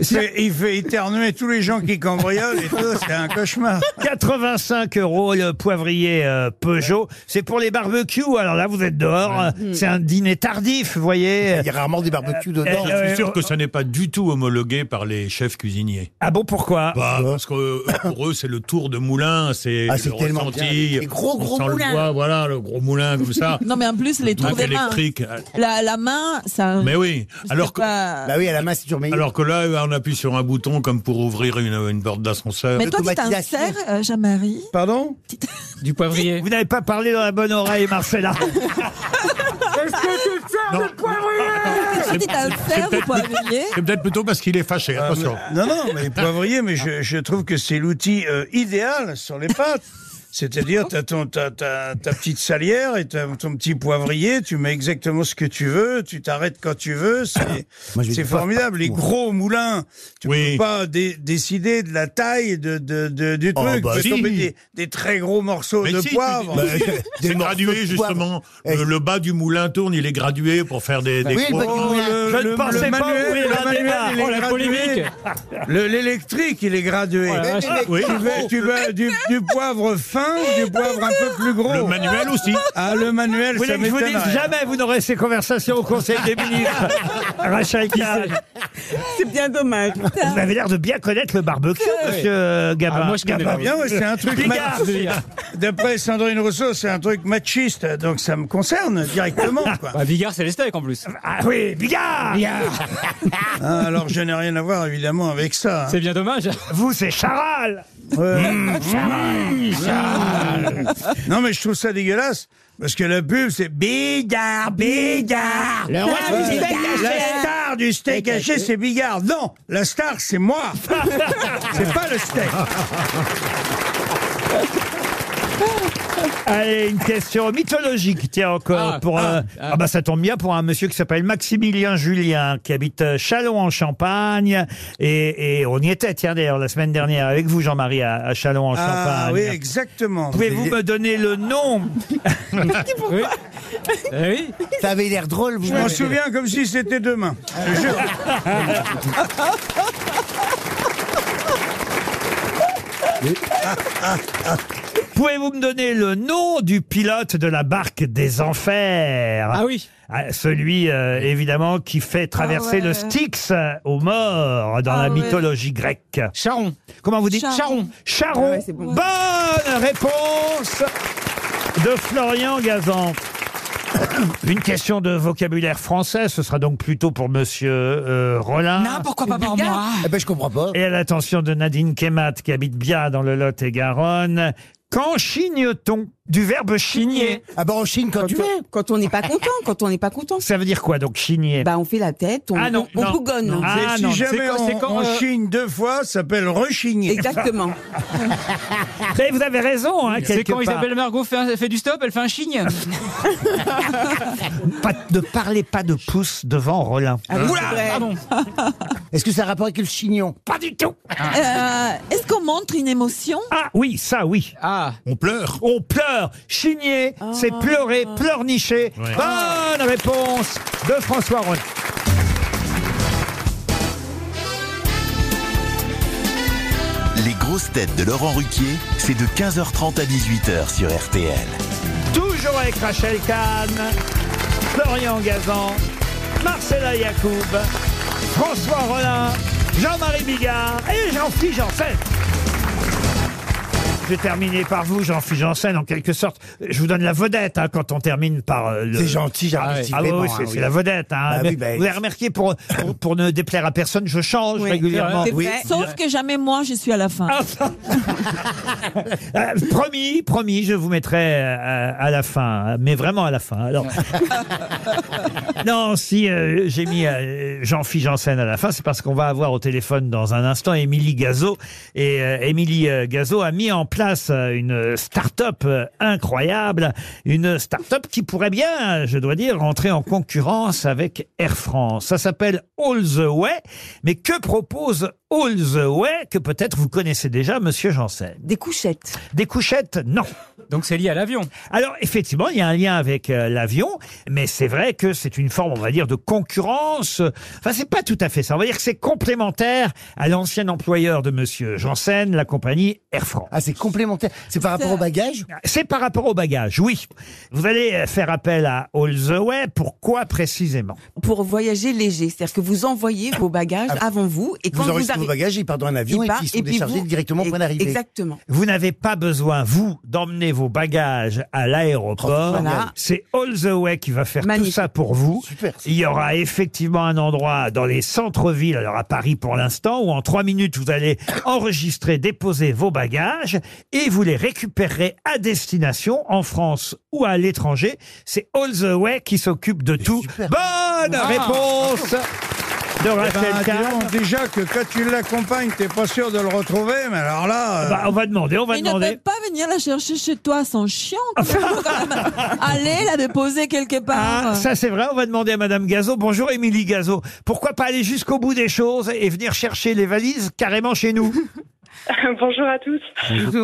Speaker 5: C'est- Il fait éternuer tous les gens qui cambriolent et tout. C'est un cauchemar.
Speaker 2: 85 euros le poivrier euh, Peugeot. C'est pour les barbecues. Alors là, vous êtes dehors. Euh, C'est un dîner tardif, vous voyez. Euh, Il y a rarement des barbecues
Speaker 3: Non, je suis sûr que ça n'est pas du tout homologué par les chefs cuisiniers.
Speaker 2: Ah bon, pourquoi
Speaker 3: Bah, Parce que euh, pour eux, c'est le tour de moulin, c'est
Speaker 4: Ah,
Speaker 3: le
Speaker 4: c'est tellement bien.
Speaker 3: ressenti.
Speaker 4: Les gros,
Speaker 3: on
Speaker 4: gros
Speaker 3: sent le
Speaker 4: moulins.
Speaker 3: bois, voilà, le gros moulin comme ça.
Speaker 7: Non, mais en plus, les tours
Speaker 3: truc
Speaker 7: des mains. Ah
Speaker 3: électrique. euh.
Speaker 7: La, la main, ça...
Speaker 3: Mais oui,
Speaker 7: c'est
Speaker 3: alors que...
Speaker 7: pas-
Speaker 4: Bah oui, à la main, c'est toujours meilleur.
Speaker 3: Alors que là, on appuie sur un bouton comme pour ouvrir une, une porte
Speaker 4: Euh,
Speaker 3: d'ascenseur.
Speaker 7: Mais toi, tu t'insères, euh, Jean-Marie
Speaker 5: Pardon
Speaker 6: Du poivrier.
Speaker 2: Vous n'avez pas parlé dans la bonne oreille, Marcella.
Speaker 15: Est-ce que tu sers le poivrier
Speaker 7: t'insères,
Speaker 3: peut-être-
Speaker 7: le poivrier
Speaker 3: c'est peut-être plutôt parce qu'il est fâché, attention.
Speaker 5: Non, non, Ah, mais poivrier, mais je, je trouve que c'est l'outil euh, idéal sur les pâtes. C'est-à-dire, t'as ton- t'as- t'as- ta petite salière et t'as ton petit poivrier, tu mets exactement ce que tu veux, tu t'arrêtes quand tu veux, c'est
Speaker 4: Moi, je vais
Speaker 5: c'est
Speaker 4: du poivre.
Speaker 5: formidable. Les gros moulins, tu peux pas dé- décider de la taille de, de- de- du
Speaker 3: Oh,
Speaker 5: truc,
Speaker 3: bah,
Speaker 5: peut
Speaker 3: si.
Speaker 5: tomber des, des très gros morceaux
Speaker 3: Mais
Speaker 5: de
Speaker 3: si, tu-
Speaker 5: poivre.
Speaker 3: bah, c'est gradué justement. Le, le bas du moulin tourne, il est gradué pour faire des. des
Speaker 5: Eh. Oui, le bas du moulin. Je ne pensais pas ouvrir un débat. Oh, la polémique. Le- L'électrique, il est gradué. Ah,
Speaker 3: Oh la vache.
Speaker 5: Tu veux, tu veux du, du poivre fin fin ou du poivre un peu plus gros Le
Speaker 3: manuel aussi.
Speaker 5: Ah, le manuel,
Speaker 2: Vous voulez
Speaker 5: ça
Speaker 2: que je vous
Speaker 5: m'étonne.
Speaker 2: dise, jamais vous n'aurez ces conversations au Conseil des ministres. Rachel Kahn.
Speaker 13: C'est bien dommage.
Speaker 2: Vous avez l'air de bien connaître le barbecue, monsieur Gabin.
Speaker 5: Ah, moi, je connais
Speaker 2: Gabin.
Speaker 5: pas bien, ouais, c'est un truc
Speaker 2: Bigard.
Speaker 5: machiste. D'après Sandrine Rousseau, c'est un truc machiste, donc ça me concerne directement. Quoi.
Speaker 6: Bah, Vigard, c'est les steaks en plus.
Speaker 2: Ah oui, Bigard
Speaker 5: Ah, alors, je n'ai rien à voir, évidemment, avec ça. hein.
Speaker 6: C'est bien dommage.
Speaker 2: Vous, c'est Charal Mm.
Speaker 5: Ouais.
Speaker 2: Charal.
Speaker 5: Non, mais je trouve ça dégueulasse. Parce que la pub, c'est Bigard, Bigard.
Speaker 15: Le roi
Speaker 5: Ouais.
Speaker 15: du steak haché.
Speaker 5: La star du steak
Speaker 15: Steak
Speaker 5: haché,
Speaker 15: haché.
Speaker 5: c'est Bigard. Non, la star, c'est moi. c'est pas le steak.
Speaker 2: Allez, une question mythologique, tiens encore.
Speaker 5: Ah,
Speaker 2: pour, euh,
Speaker 5: ah, ah.
Speaker 2: ah bah, ça tombe bien pour un monsieur qui s'appelle Maximilien Julien, qui habite euh, Châlons en Champagne. Et, et on y était, tiens d'ailleurs, la semaine dernière avec vous, Jean-Marie, à, à Châlons en
Speaker 5: Ah
Speaker 2: Champagne.
Speaker 5: oui, exactement.
Speaker 2: Pouvez-vous me donner le nom Euh,
Speaker 5: Oui.
Speaker 6: oui.
Speaker 4: Ça avait l'air drôle, vous.
Speaker 5: Je m'en souviens comme si c'était demain. Je te jure.
Speaker 2: Pouvez-vous me donner le nom du pilote de la barque des enfers Ah
Speaker 6: oui Ah
Speaker 2: Celui, euh, évidemment, qui fait traverser
Speaker 6: ouais.
Speaker 2: le Styx euh, aux morts dans
Speaker 6: Ah
Speaker 2: la
Speaker 6: ouais.
Speaker 2: mythologie grecque.
Speaker 6: Charon.
Speaker 2: Comment vous dites
Speaker 6: Charon.
Speaker 2: Charon.
Speaker 6: Ah ouais, c'est bon.
Speaker 2: Bonne réponse de Florian Gazan. Une question de vocabulaire français, ce sera donc plutôt pour Monsieur euh, Rollin.
Speaker 12: Non, pourquoi pas par moi
Speaker 2: Eh ben, je comprends pas. Et à l'attention de Nadine Kemat, qui habite bien dans le Lot-et-Garonne. Quand chigne-t-on Du verbe chigner.
Speaker 4: Ah ben, on chigne quand, tu veux.
Speaker 13: Quand on n'est pas content, quand on n'est pas content.
Speaker 2: Ça veut dire quoi, donc chigner
Speaker 13: Bah, on fait la tête, on,
Speaker 2: Ah non,
Speaker 13: on, on
Speaker 2: non,
Speaker 13: bougonne.
Speaker 2: non. Ah
Speaker 5: Et si
Speaker 2: non, c'est
Speaker 5: jamais
Speaker 2: quand- c'est
Speaker 5: on,
Speaker 2: quand,
Speaker 5: on
Speaker 2: euh,
Speaker 5: chigne deux fois, ça s'appelle rechigner.
Speaker 13: Exactement.
Speaker 2: Mais vous avez raison, hein,
Speaker 6: C'est
Speaker 2: quelque
Speaker 6: quand
Speaker 2: part.
Speaker 6: Isabelle Margot fait, un- fait du stop, elle fait un chigne.
Speaker 2: Pas- ne parlez pas de pouce devant Rollin.
Speaker 13: Ah
Speaker 6: Oula, Ah, pardon.
Speaker 4: Est-ce que ça a rapport avec le chignon
Speaker 2: Pas du tout
Speaker 7: Euh, Est-ce qu'on montre une émotion
Speaker 2: Ah oui, ça oui.
Speaker 6: Ah.
Speaker 3: On pleure.
Speaker 2: On pleure. Chigner, c'est
Speaker 7: Ah.
Speaker 2: pleurer, pleurnicher.
Speaker 3: Ouais.
Speaker 2: Bonne réponse de François Rollin.
Speaker 1: Les grosses têtes de Laurent Ruquier, c'est de 15h30 à 18h sur RTL.
Speaker 2: Toujours avec Rachel Kahn, Florian Gazan, Marcella Yacoub, François Rollin, Jean-Marie Bigard et Jean-Philippe Janssen. Je vais terminer par vous, Jean-Philippe Janssen, en quelque sorte. Je vous donne la vedette hein, quand on termine par euh, le.
Speaker 4: C'est gentil, Gérard,
Speaker 2: Ah, ouais.
Speaker 4: petit
Speaker 2: Ah oui,
Speaker 4: paiement,
Speaker 2: oui,
Speaker 4: hein,
Speaker 2: c'est
Speaker 4: oui.
Speaker 2: c'est la vedette. hein.
Speaker 4: Bah
Speaker 2: Mais
Speaker 4: oui, bah,
Speaker 2: vous avez remarqué, pour, pour, pour ne déplaire à personne, je change
Speaker 7: Oui,
Speaker 2: régulièrement.
Speaker 7: c'est vrai. Sauf que jamais moi, je suis à la fin.
Speaker 2: Euh, promis, promis, je vous mettrai euh, à, à la fin, hein, mais vraiment à la fin. Alors, non, si euh, j'ai mis euh, Jean-Philippe Janssen à la fin, c'est parce qu'on va avoir au téléphone dans un instant Émilie Gazot. Et euh, Émilie euh, Gazot a mis en place euh, une start-up euh, incroyable, une start-up qui pourrait bien, euh, je dois dire, rentrer en concurrence avec Air France. Ça s'appelle All the Way, mais que propose All the Way que peut-être vous connaissez déjà, Monsieur Janssen
Speaker 13: Des couchettes.
Speaker 2: Des couchettes, non.
Speaker 6: Donc c'est lié à l'avion.
Speaker 2: Alors effectivement, il y a un lien avec euh, l'avion, mais c'est vrai que c'est une forme, on va dire, de concurrence. Enfin, c'est pas tout à fait ça. On va dire que c'est complémentaire à l'ancien employeur de Monsieur Janssen, la compagnie Air France.
Speaker 4: Ah, c'est complémentaire. C'est par rapport au bagage
Speaker 2: C'est par rapport au bagage, oui. Vous allez euh, faire appel à All the Way. Pourquoi précisément
Speaker 13: Pour voyager léger, c'est-à-dire que vous envoyez vos bagages avant vous et quand
Speaker 4: Ah. Vous
Speaker 13: vous,
Speaker 4: enregistrez vos
Speaker 13: arrivez,
Speaker 4: bagages, ils partent dans un avion
Speaker 13: Ils
Speaker 4: et
Speaker 13: partent,
Speaker 4: puis ils sont
Speaker 13: et puis
Speaker 4: déchargés
Speaker 13: vous-
Speaker 4: directement au point d'arrivée.
Speaker 13: Exactement.
Speaker 2: Vous n'avez pas besoin, vous, d'emmener vos bagages à l'aéroport.
Speaker 13: Oh, Voilà.
Speaker 2: C'est All the Way qui va faire
Speaker 13: Magnifique.
Speaker 2: tout ça pour vous. Il y aura effectivement un endroit dans les centres-villes, alors à Paris pour l'instant, où en trois minutes, vous allez enregistrer, déposer vos bagages et vous les récupérerez à destination en France ou à l'étranger. C'est All the Way qui s'occupe de tout. Bonne
Speaker 5: Ah.
Speaker 2: réponse de
Speaker 5: Eh ben,
Speaker 2: Rachel
Speaker 5: dis
Speaker 2: Kahn.
Speaker 5: donc, déjà que quand tu l'accompagnes, t'es pas sûr de le retrouver, mais alors là. euh,
Speaker 2: Bah, on va demander, on va
Speaker 7: Il ne
Speaker 2: demander.
Speaker 7: peut pas venir la chercher chez toi, son chien. quand même, quand même. Allez la déposer quelque part.
Speaker 2: Ah, ça c'est vrai, on va demander à Madame Gazot. Bonjour Émilie Gazot. Pourquoi pas aller jusqu'au bout des choses et venir chercher les valises carrément chez nous
Speaker 16: Bonjour à tous.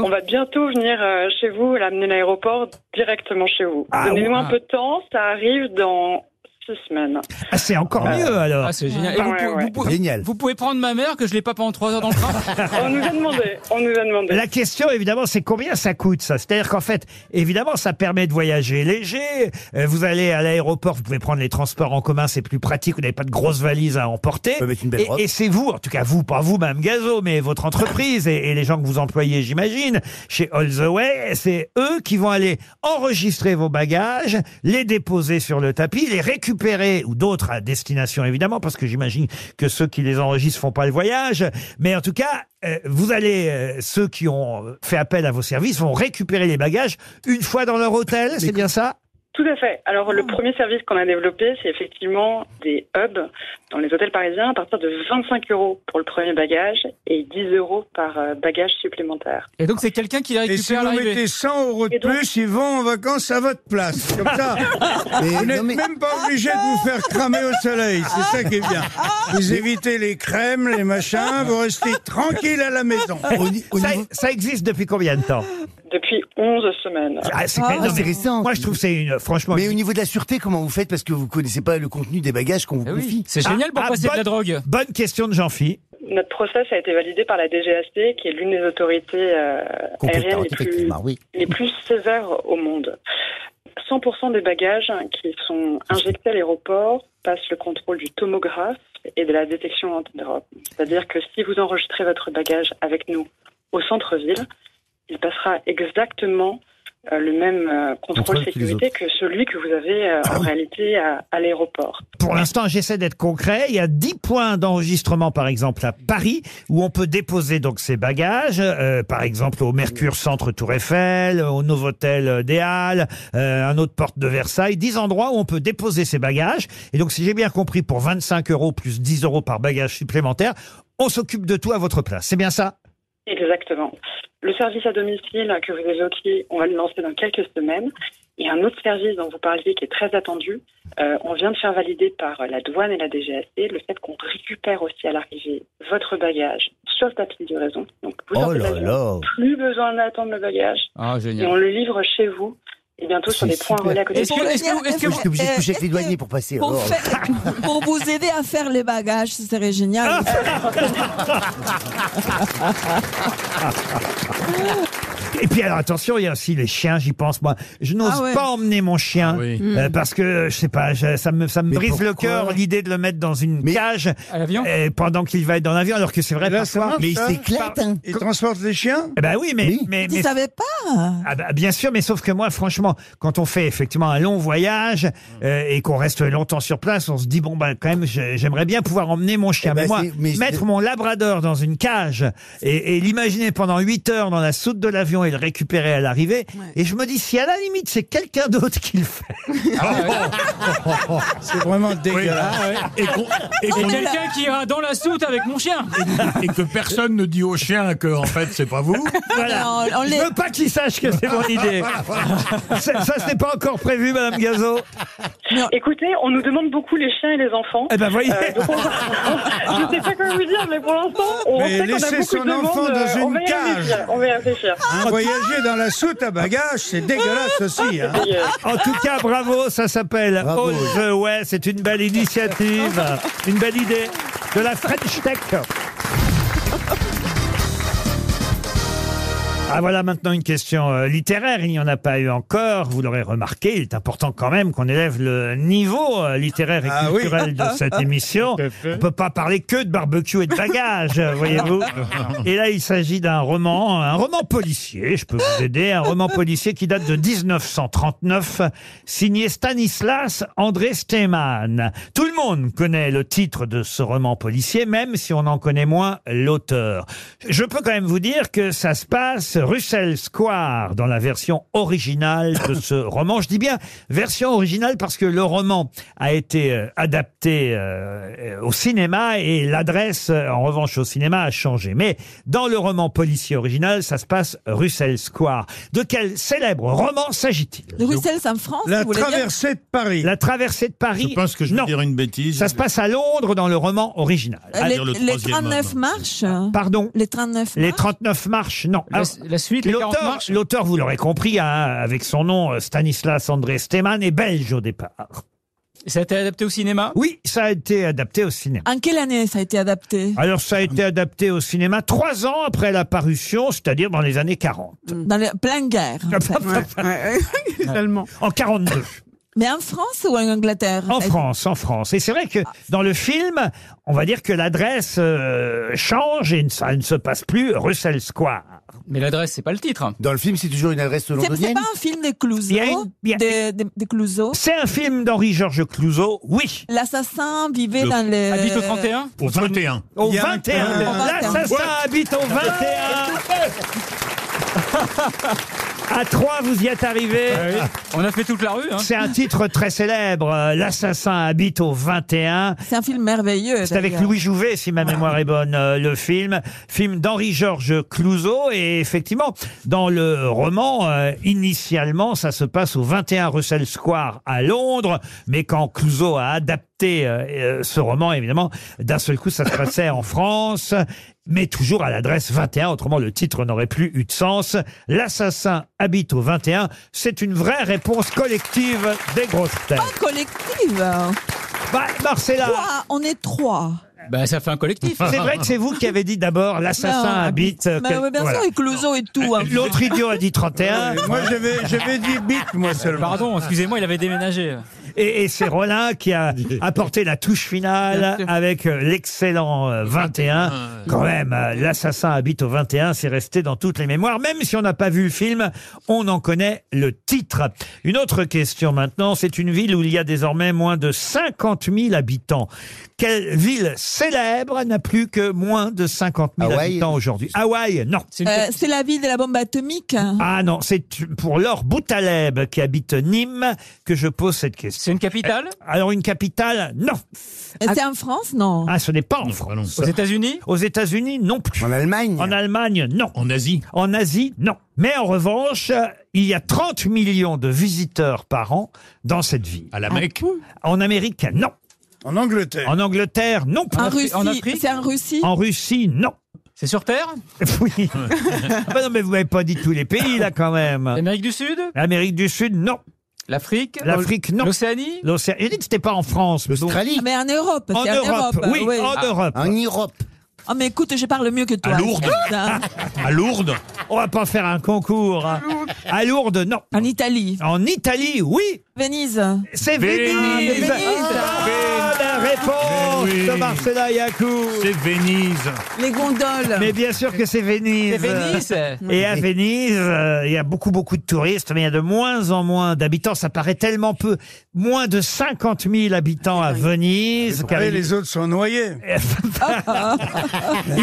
Speaker 16: On va bientôt venir euh, chez vous et l'amener à l'aéroport directement chez vous.
Speaker 2: Ah,
Speaker 16: Donnez-nous
Speaker 2: ouais.
Speaker 16: un peu de temps, ça arrive dans deux semaines.
Speaker 2: Ah, c'est encore
Speaker 16: Ah.
Speaker 2: mieux alors.
Speaker 6: Ah, c'est génial. Et vous,
Speaker 16: Ouais,
Speaker 6: pouvez,
Speaker 16: ouais.
Speaker 6: vous pouvez-
Speaker 2: Génial.
Speaker 6: vous pouvez prendre ma mère que je l'ai pas pendant trois heures dans le train.
Speaker 16: On nous a demandé, on nous a demandé.
Speaker 2: La question, évidemment, c'est combien ça coûte, ça C'est-à-dire qu'en fait, évidemment, ça permet de voyager léger. Euh, Vous allez à l'aéroport, vous pouvez prendre les transports en commun, c'est plus pratique, vous n'avez pas de grosses valises à emporter.
Speaker 4: belle
Speaker 2: Et-
Speaker 4: robe.
Speaker 2: et c'est vous, en tout cas vous, pas vous, Mme Gazo, mais votre entreprise et, et les gens que vous employez, j'imagine, chez All the Way, c'est eux qui vont aller enregistrer vos bagages, les déposer sur le tapis, les récupérer, ou d'autres à destination évidemment, parce que j'imagine que ceux qui les enregistrent font pas le voyage, mais en tout cas, euh, vous allez, euh, ceux qui ont fait appel à vos services vont récupérer les bagages une fois dans leur hôtel, c'est bien ça
Speaker 16: Tout à fait. Alors,
Speaker 2: Ah.
Speaker 16: le premier service qu'on a développé, c'est effectivement des hubs dans les hôtels parisiens à partir de 25 euros pour le premier bagage et 10 euros par euh, bagage supplémentaire.
Speaker 6: Et donc c'est quelqu'un qui la
Speaker 5: Et
Speaker 6: récupère
Speaker 5: si
Speaker 6: à
Speaker 5: vous
Speaker 6: l'arrivée.
Speaker 5: mettez 100 euros de plus, ils vont en vacances à votre place. Comme ça.
Speaker 6: Mais-
Speaker 5: vous n'êtes
Speaker 6: non, mais-
Speaker 5: même pas obligé de vous faire cramer au soleil. C'est ça qui est bien. Vous évitez les crèmes, les machins, vous restez tranquille à la maison.
Speaker 2: ça, e-, ça existe depuis combien de temps
Speaker 16: Depuis 11 semaines.
Speaker 2: Ah, c'est quand même- non, mais Moi, je trouve que c'est une, franchement.
Speaker 4: Mais au niveau de la sûreté, comment vous faites Parce que vous connaissez pas le contenu des bagages qu'on vous confie.
Speaker 6: Eh C'est génial pour passer de la drogue.
Speaker 2: Ah, Bonne question de Jean-Phi.
Speaker 16: Notre process a été validé par la DGAC, qui est l'une des autorités euh, aériennes les plus,
Speaker 4: oui.
Speaker 16: les plus sévères au monde. 100% des bagages qui sont injectés à l'aéroport passent le contrôle du tomographe et de la détection antidrogue. C'est-à-dire que si vous enregistrez votre bagage avec nous au centre-ville, il passera exactement euh, le même euh, contrôle
Speaker 2: Contrôle que les Ah
Speaker 16: sécurité que celui que vous avez euh, en réalité à- à l'aéroport.
Speaker 2: Pour l'instant, j'essaie d'être concret. Il y a 10 points d'enregistrement, par exemple, à Paris, où on peut déposer donc ses bagages, euh, par exemple au Mercure Centre Tour Eiffel, au Novotel euh, des Halles, euh, un autre porte de Versailles. 10 endroits où on peut déposer ses bagages. Et donc, si j'ai bien compris, pour 25 euros plus 10 euros par bagage supplémentaire, on s'occupe de tout à votre place. C'est bien ça
Speaker 16: Exactement. Le service à domicile que vous évoquiez, on va le lancer dans quelques semaines. Et un autre service dont vous parliez qui est très attendu, euh, on vient de faire valider par la douane et la DGAC le fait qu'on récupère aussi à l'arrivée votre bagage sur le tapis de raison. Donc vous
Speaker 4: Oh
Speaker 16: sortez de
Speaker 4: là
Speaker 16: l'avion,
Speaker 4: là.
Speaker 16: plus besoin d'attendre le bagage
Speaker 6: Ah,
Speaker 16: et on le livre chez vous et bientôt sur
Speaker 4: C'est
Speaker 16: des points
Speaker 4: super.
Speaker 16: relais à côté de chez vous.
Speaker 4: Oui, j'étais obligé de coucher avec les douaniers pour passer.
Speaker 7: Pour,
Speaker 4: oh.
Speaker 7: faire- pour vous aider à faire les bagages, ce serait génial.
Speaker 2: Et puis alors attention, il y a aussi les chiens, j'y pense moi. Je n'ose
Speaker 7: Ah ouais. Hmm.
Speaker 2: pas emmener mon chien euh,
Speaker 6: Mm.
Speaker 2: parce que je sais pas, je- ça me ça me
Speaker 6: Mais
Speaker 2: brise le
Speaker 6: pourquoi
Speaker 2: cœur l'idée de le mettre dans une cage euh, pendant qu'il va être dans l'avion alors que c'est vrai
Speaker 5: Là, ça
Speaker 2: parfois
Speaker 5: marche, ça Par- Ils transportent les chiens
Speaker 2: hein.
Speaker 4: Ah
Speaker 2: Eh ben oui, mais mais,
Speaker 7: Tu
Speaker 2: mais-
Speaker 7: savais pas
Speaker 2: Ah bah, bien sûr, mais sauf que moi, franchement, quand on fait effectivement un long voyage euh, et qu'on reste longtemps sur place, on se dit bon bah quand même, je- j'aimerais bien pouvoir emmener mon chien.
Speaker 4: Eh ben,
Speaker 2: mais moi,
Speaker 4: c'est- mais c'est-
Speaker 2: mettre mon labrador dans une cage et, et l'imaginer pendant 8 heures dans la soute de l'avion et le récupérer à l'arrivée, et je me dis si à la limite c'est quelqu'un d'autre qui le fait. Ah,
Speaker 6: Ah,
Speaker 5: C'est vraiment dégueulasse.
Speaker 3: Et qu'on- et
Speaker 6: Et
Speaker 3: qu'on-
Speaker 6: quelqu'un qui ira dans la soute avec mon chien.
Speaker 3: et que personne ne dit au chien que en fait c'est pas vous.
Speaker 2: Voilà.
Speaker 7: Non, on
Speaker 2: je
Speaker 7: l'est-
Speaker 2: veux pas qu'il sache que c'est mon idée. ça, ça c'est pas encore prévu, Madame Gazo.
Speaker 16: Écoutez, on nous demande beaucoup les chiens et les enfants. Euh,
Speaker 2: Eh ben, voyez.
Speaker 16: donc on- je ne sais pas quoi vous dire, mais pour l'instant, on
Speaker 5: Mais
Speaker 16: sait qu'on a
Speaker 5: laissez
Speaker 16: beaucoup
Speaker 5: son
Speaker 16: de demandes.
Speaker 5: enfant
Speaker 16: euh,
Speaker 5: dans
Speaker 16: on
Speaker 5: une
Speaker 16: va y réfléchir,
Speaker 5: cage.
Speaker 16: On va y réfléchir.
Speaker 5: Hein, voyager dans la soute à bagages, c'est dégueulasse aussi. hein.
Speaker 2: En tout cas, bravo, ça s'appelle All the Way. C'est une belle initiative, une belle idée de la French Tech. Ah voilà maintenant une question euh, littéraire, il n'y en a pas eu encore, vous l'aurez remarqué, il est important quand même qu'on élève le niveau euh, littéraire et
Speaker 5: Ah oui.
Speaker 2: culturel de cette émission. On peut pas parler que de barbecue et de bagages, euh, voyez-vous. Et là il s'agit d'un roman, un roman policier, je peux vous aider, un roman policier qui date de 1939, signé Stanislas André Steyman. Tout le monde connaît le titre de ce roman policier, même si on en connaît moins l'auteur. Je peux quand même vous dire que ça se passe Russell Square dans la version originale de ce roman. Je dis bien version originale parce que le roman a été euh, adapté euh, euh, au cinéma et l'adresse, euh, en revanche, au cinéma a changé. Mais dans le roman policier original, ça se passe Russell Square. De quel célèbre roman s'agit-il
Speaker 7: De Bruxelles, en France,
Speaker 5: La
Speaker 7: vous voulez dire
Speaker 5: traversée de Paris.
Speaker 2: La traversée de Paris.
Speaker 3: Je pense que je vais
Speaker 2: Non.
Speaker 3: dire une bêtise.
Speaker 2: Ça se passe à Londres dans le roman original.
Speaker 7: Euh,
Speaker 2: Allez,
Speaker 7: les, les 39 marches
Speaker 2: Pardon
Speaker 7: Les 39
Speaker 2: Les
Speaker 7: marches
Speaker 2: 39 marches, non.
Speaker 6: La-
Speaker 2: Ah,
Speaker 6: la suite, les 40
Speaker 2: L'auteur,
Speaker 6: marches
Speaker 2: l'auteur, vous l'aurez compris, hein, avec son nom euh, Stanislas André Steman, est belge au départ. Ça a été adapté au cinéma Oui, ça a été adapté au cinéma.
Speaker 7: En quelle année ça a été adapté
Speaker 2: Alors, ça a été adapté au cinéma trois ans après la parution, c'est-à-dire dans les années 40.
Speaker 7: Dans la pleine guerre.
Speaker 2: Ah, bah,
Speaker 7: en fait.
Speaker 2: En 42.
Speaker 7: Euh, Mais en France ou en Angleterre
Speaker 2: En
Speaker 7: ça a été-
Speaker 2: France, en France. Et c'est vrai que dans le film, on va dire que l'adresse euh, change et ça ne se passe plus Russell Square.
Speaker 6: Mais l'adresse, c'est pas le titre.
Speaker 2: Dans le film, c'est toujours une adresse
Speaker 7: C'est- C'est pas un film de Clouseau,
Speaker 2: Il y a une-
Speaker 7: de, de- de Clouseau.
Speaker 2: C'est un film d'Henri-Georges Clouzot, oui.
Speaker 7: L'assassin vivait
Speaker 2: Ah,
Speaker 7: dans le.
Speaker 2: Au 21. Au
Speaker 7: Euh, Il y a un
Speaker 2: 21.
Speaker 7: plan.
Speaker 2: L'assassin
Speaker 7: Ouais.
Speaker 2: habite au Ah, 21. À 3, vous y êtes arrivé.
Speaker 6: Bah On a fait toute la rue. Hein.
Speaker 2: C'est un titre très célèbre. euh, L'assassin habite au 21.
Speaker 7: C'est un film merveilleux.
Speaker 2: C'est avec
Speaker 7: d'ailleurs.
Speaker 2: Louis Jouvet, si ma mémoire est bonne, euh, le film. Film d'Henri-Georges Clouzot. Et effectivement, dans le roman, euh, initialement, ça se passe au 21 Russell Square à Londres. Mais quand Clouzot a adapté euh, euh, ce roman, évidemment, d'un seul coup, ça se passait en France. Mais toujours à l'adresse 21, autrement le titre n'aurait plus eu de sens. L'assassin habite au 21. C'est une vraie réponse collective des grosses têtes.
Speaker 7: Pas collective.
Speaker 2: Bah, Marcella.
Speaker 7: Trois, on est trois.
Speaker 6: Bah, ça fait un collectif.
Speaker 2: C'est vrai que c'est vous qui avez dit d'abord l'assassin
Speaker 7: Non,
Speaker 2: habite. euh,
Speaker 7: Mais,
Speaker 2: quel-
Speaker 7: mais bien
Speaker 2: voilà.
Speaker 7: sûr, et Clouseau et tout. hein.
Speaker 2: L'autre idiot a dit 31.
Speaker 5: Ouais, Ah, moi, j'avais- j'avais dit bite, moi seulement.
Speaker 6: Euh, Pardon, excusez-moi, il avait déménagé.
Speaker 2: Et, et c'est Rollin qui a apporté la touche
Speaker 6: Bien
Speaker 2: finale
Speaker 6: sûr.
Speaker 2: avec euh, l'excellent euh, 21. Quand même, euh, l'assassin habite au 21, c'est resté dans toutes les mémoires. Même si on n'a pas vu le film, on en connaît le titre. Une autre question maintenant, c'est une ville où il y a désormais moins de 50 000 habitants. Quelle ville célèbre n'a plus que moins de 50 000
Speaker 4: Hawaï
Speaker 2: habitants aujourd'hui Hawaï, non.
Speaker 7: Euh, c'est la ville de la bombe atomique.
Speaker 2: Ah non, c'est pour Laure Boutaleb qui habite Nîmes que je pose cette question. C'est une
Speaker 6: capitale
Speaker 2: Alors une capitale, non.
Speaker 7: C'est en France, non
Speaker 2: Ah, ce n'est pas en France.
Speaker 6: Aux États-Unis
Speaker 2: Aux États-Unis, non plus. En Allemagne En Allemagne, non. En Asie En Asie, non. Mais en revanche, euh, il y a 30 millions de visiteurs par an dans cette ville. À la Mecque En Amérique, non. En Angleterre En Angleterre, non.
Speaker 7: En Russie, c'est en Russie
Speaker 2: En Russie, non. C'est sur Terre Oui. Ah bah non, mais vous m'avez pas dit tous les pays, là, quand même.
Speaker 6: L'Amérique du Sud
Speaker 2: L'Amérique du Sud, non.
Speaker 6: L'Afrique
Speaker 2: L'Afrique, non.
Speaker 6: L'Océanie
Speaker 2: L'Océanie. J'ai dit que c'était pas en France. mais bon.
Speaker 7: Ah, Mais en Europe.
Speaker 2: En
Speaker 7: c'est
Speaker 2: Europe, oui, en
Speaker 7: Ah.
Speaker 2: Europe. En Europe.
Speaker 7: Ah, mais écoute, je parle mieux que toi.
Speaker 2: À Lourdes.
Speaker 7: Putain.
Speaker 2: À Lourdes On va pas faire un concours. hein. À Lourdes, non.
Speaker 7: En Italie
Speaker 2: En Italie, oui.
Speaker 7: Venise.
Speaker 2: C'est Venise.
Speaker 7: Venise.
Speaker 2: Ah, la réponse
Speaker 3: Mais oui.
Speaker 2: de Marcella Yacoub.
Speaker 3: C'est Venise.
Speaker 7: Les gondoles.
Speaker 2: Mais bien sûr que c'est Venise.
Speaker 6: C'est Venise.
Speaker 2: Et à Venise, euh, il y a beaucoup, beaucoup de touristes, mais il y a de moins en moins d'habitants. Ça paraît tellement peu. Moins de 50 000 habitants à Venise.
Speaker 5: Vous savez, les autres sont noyés.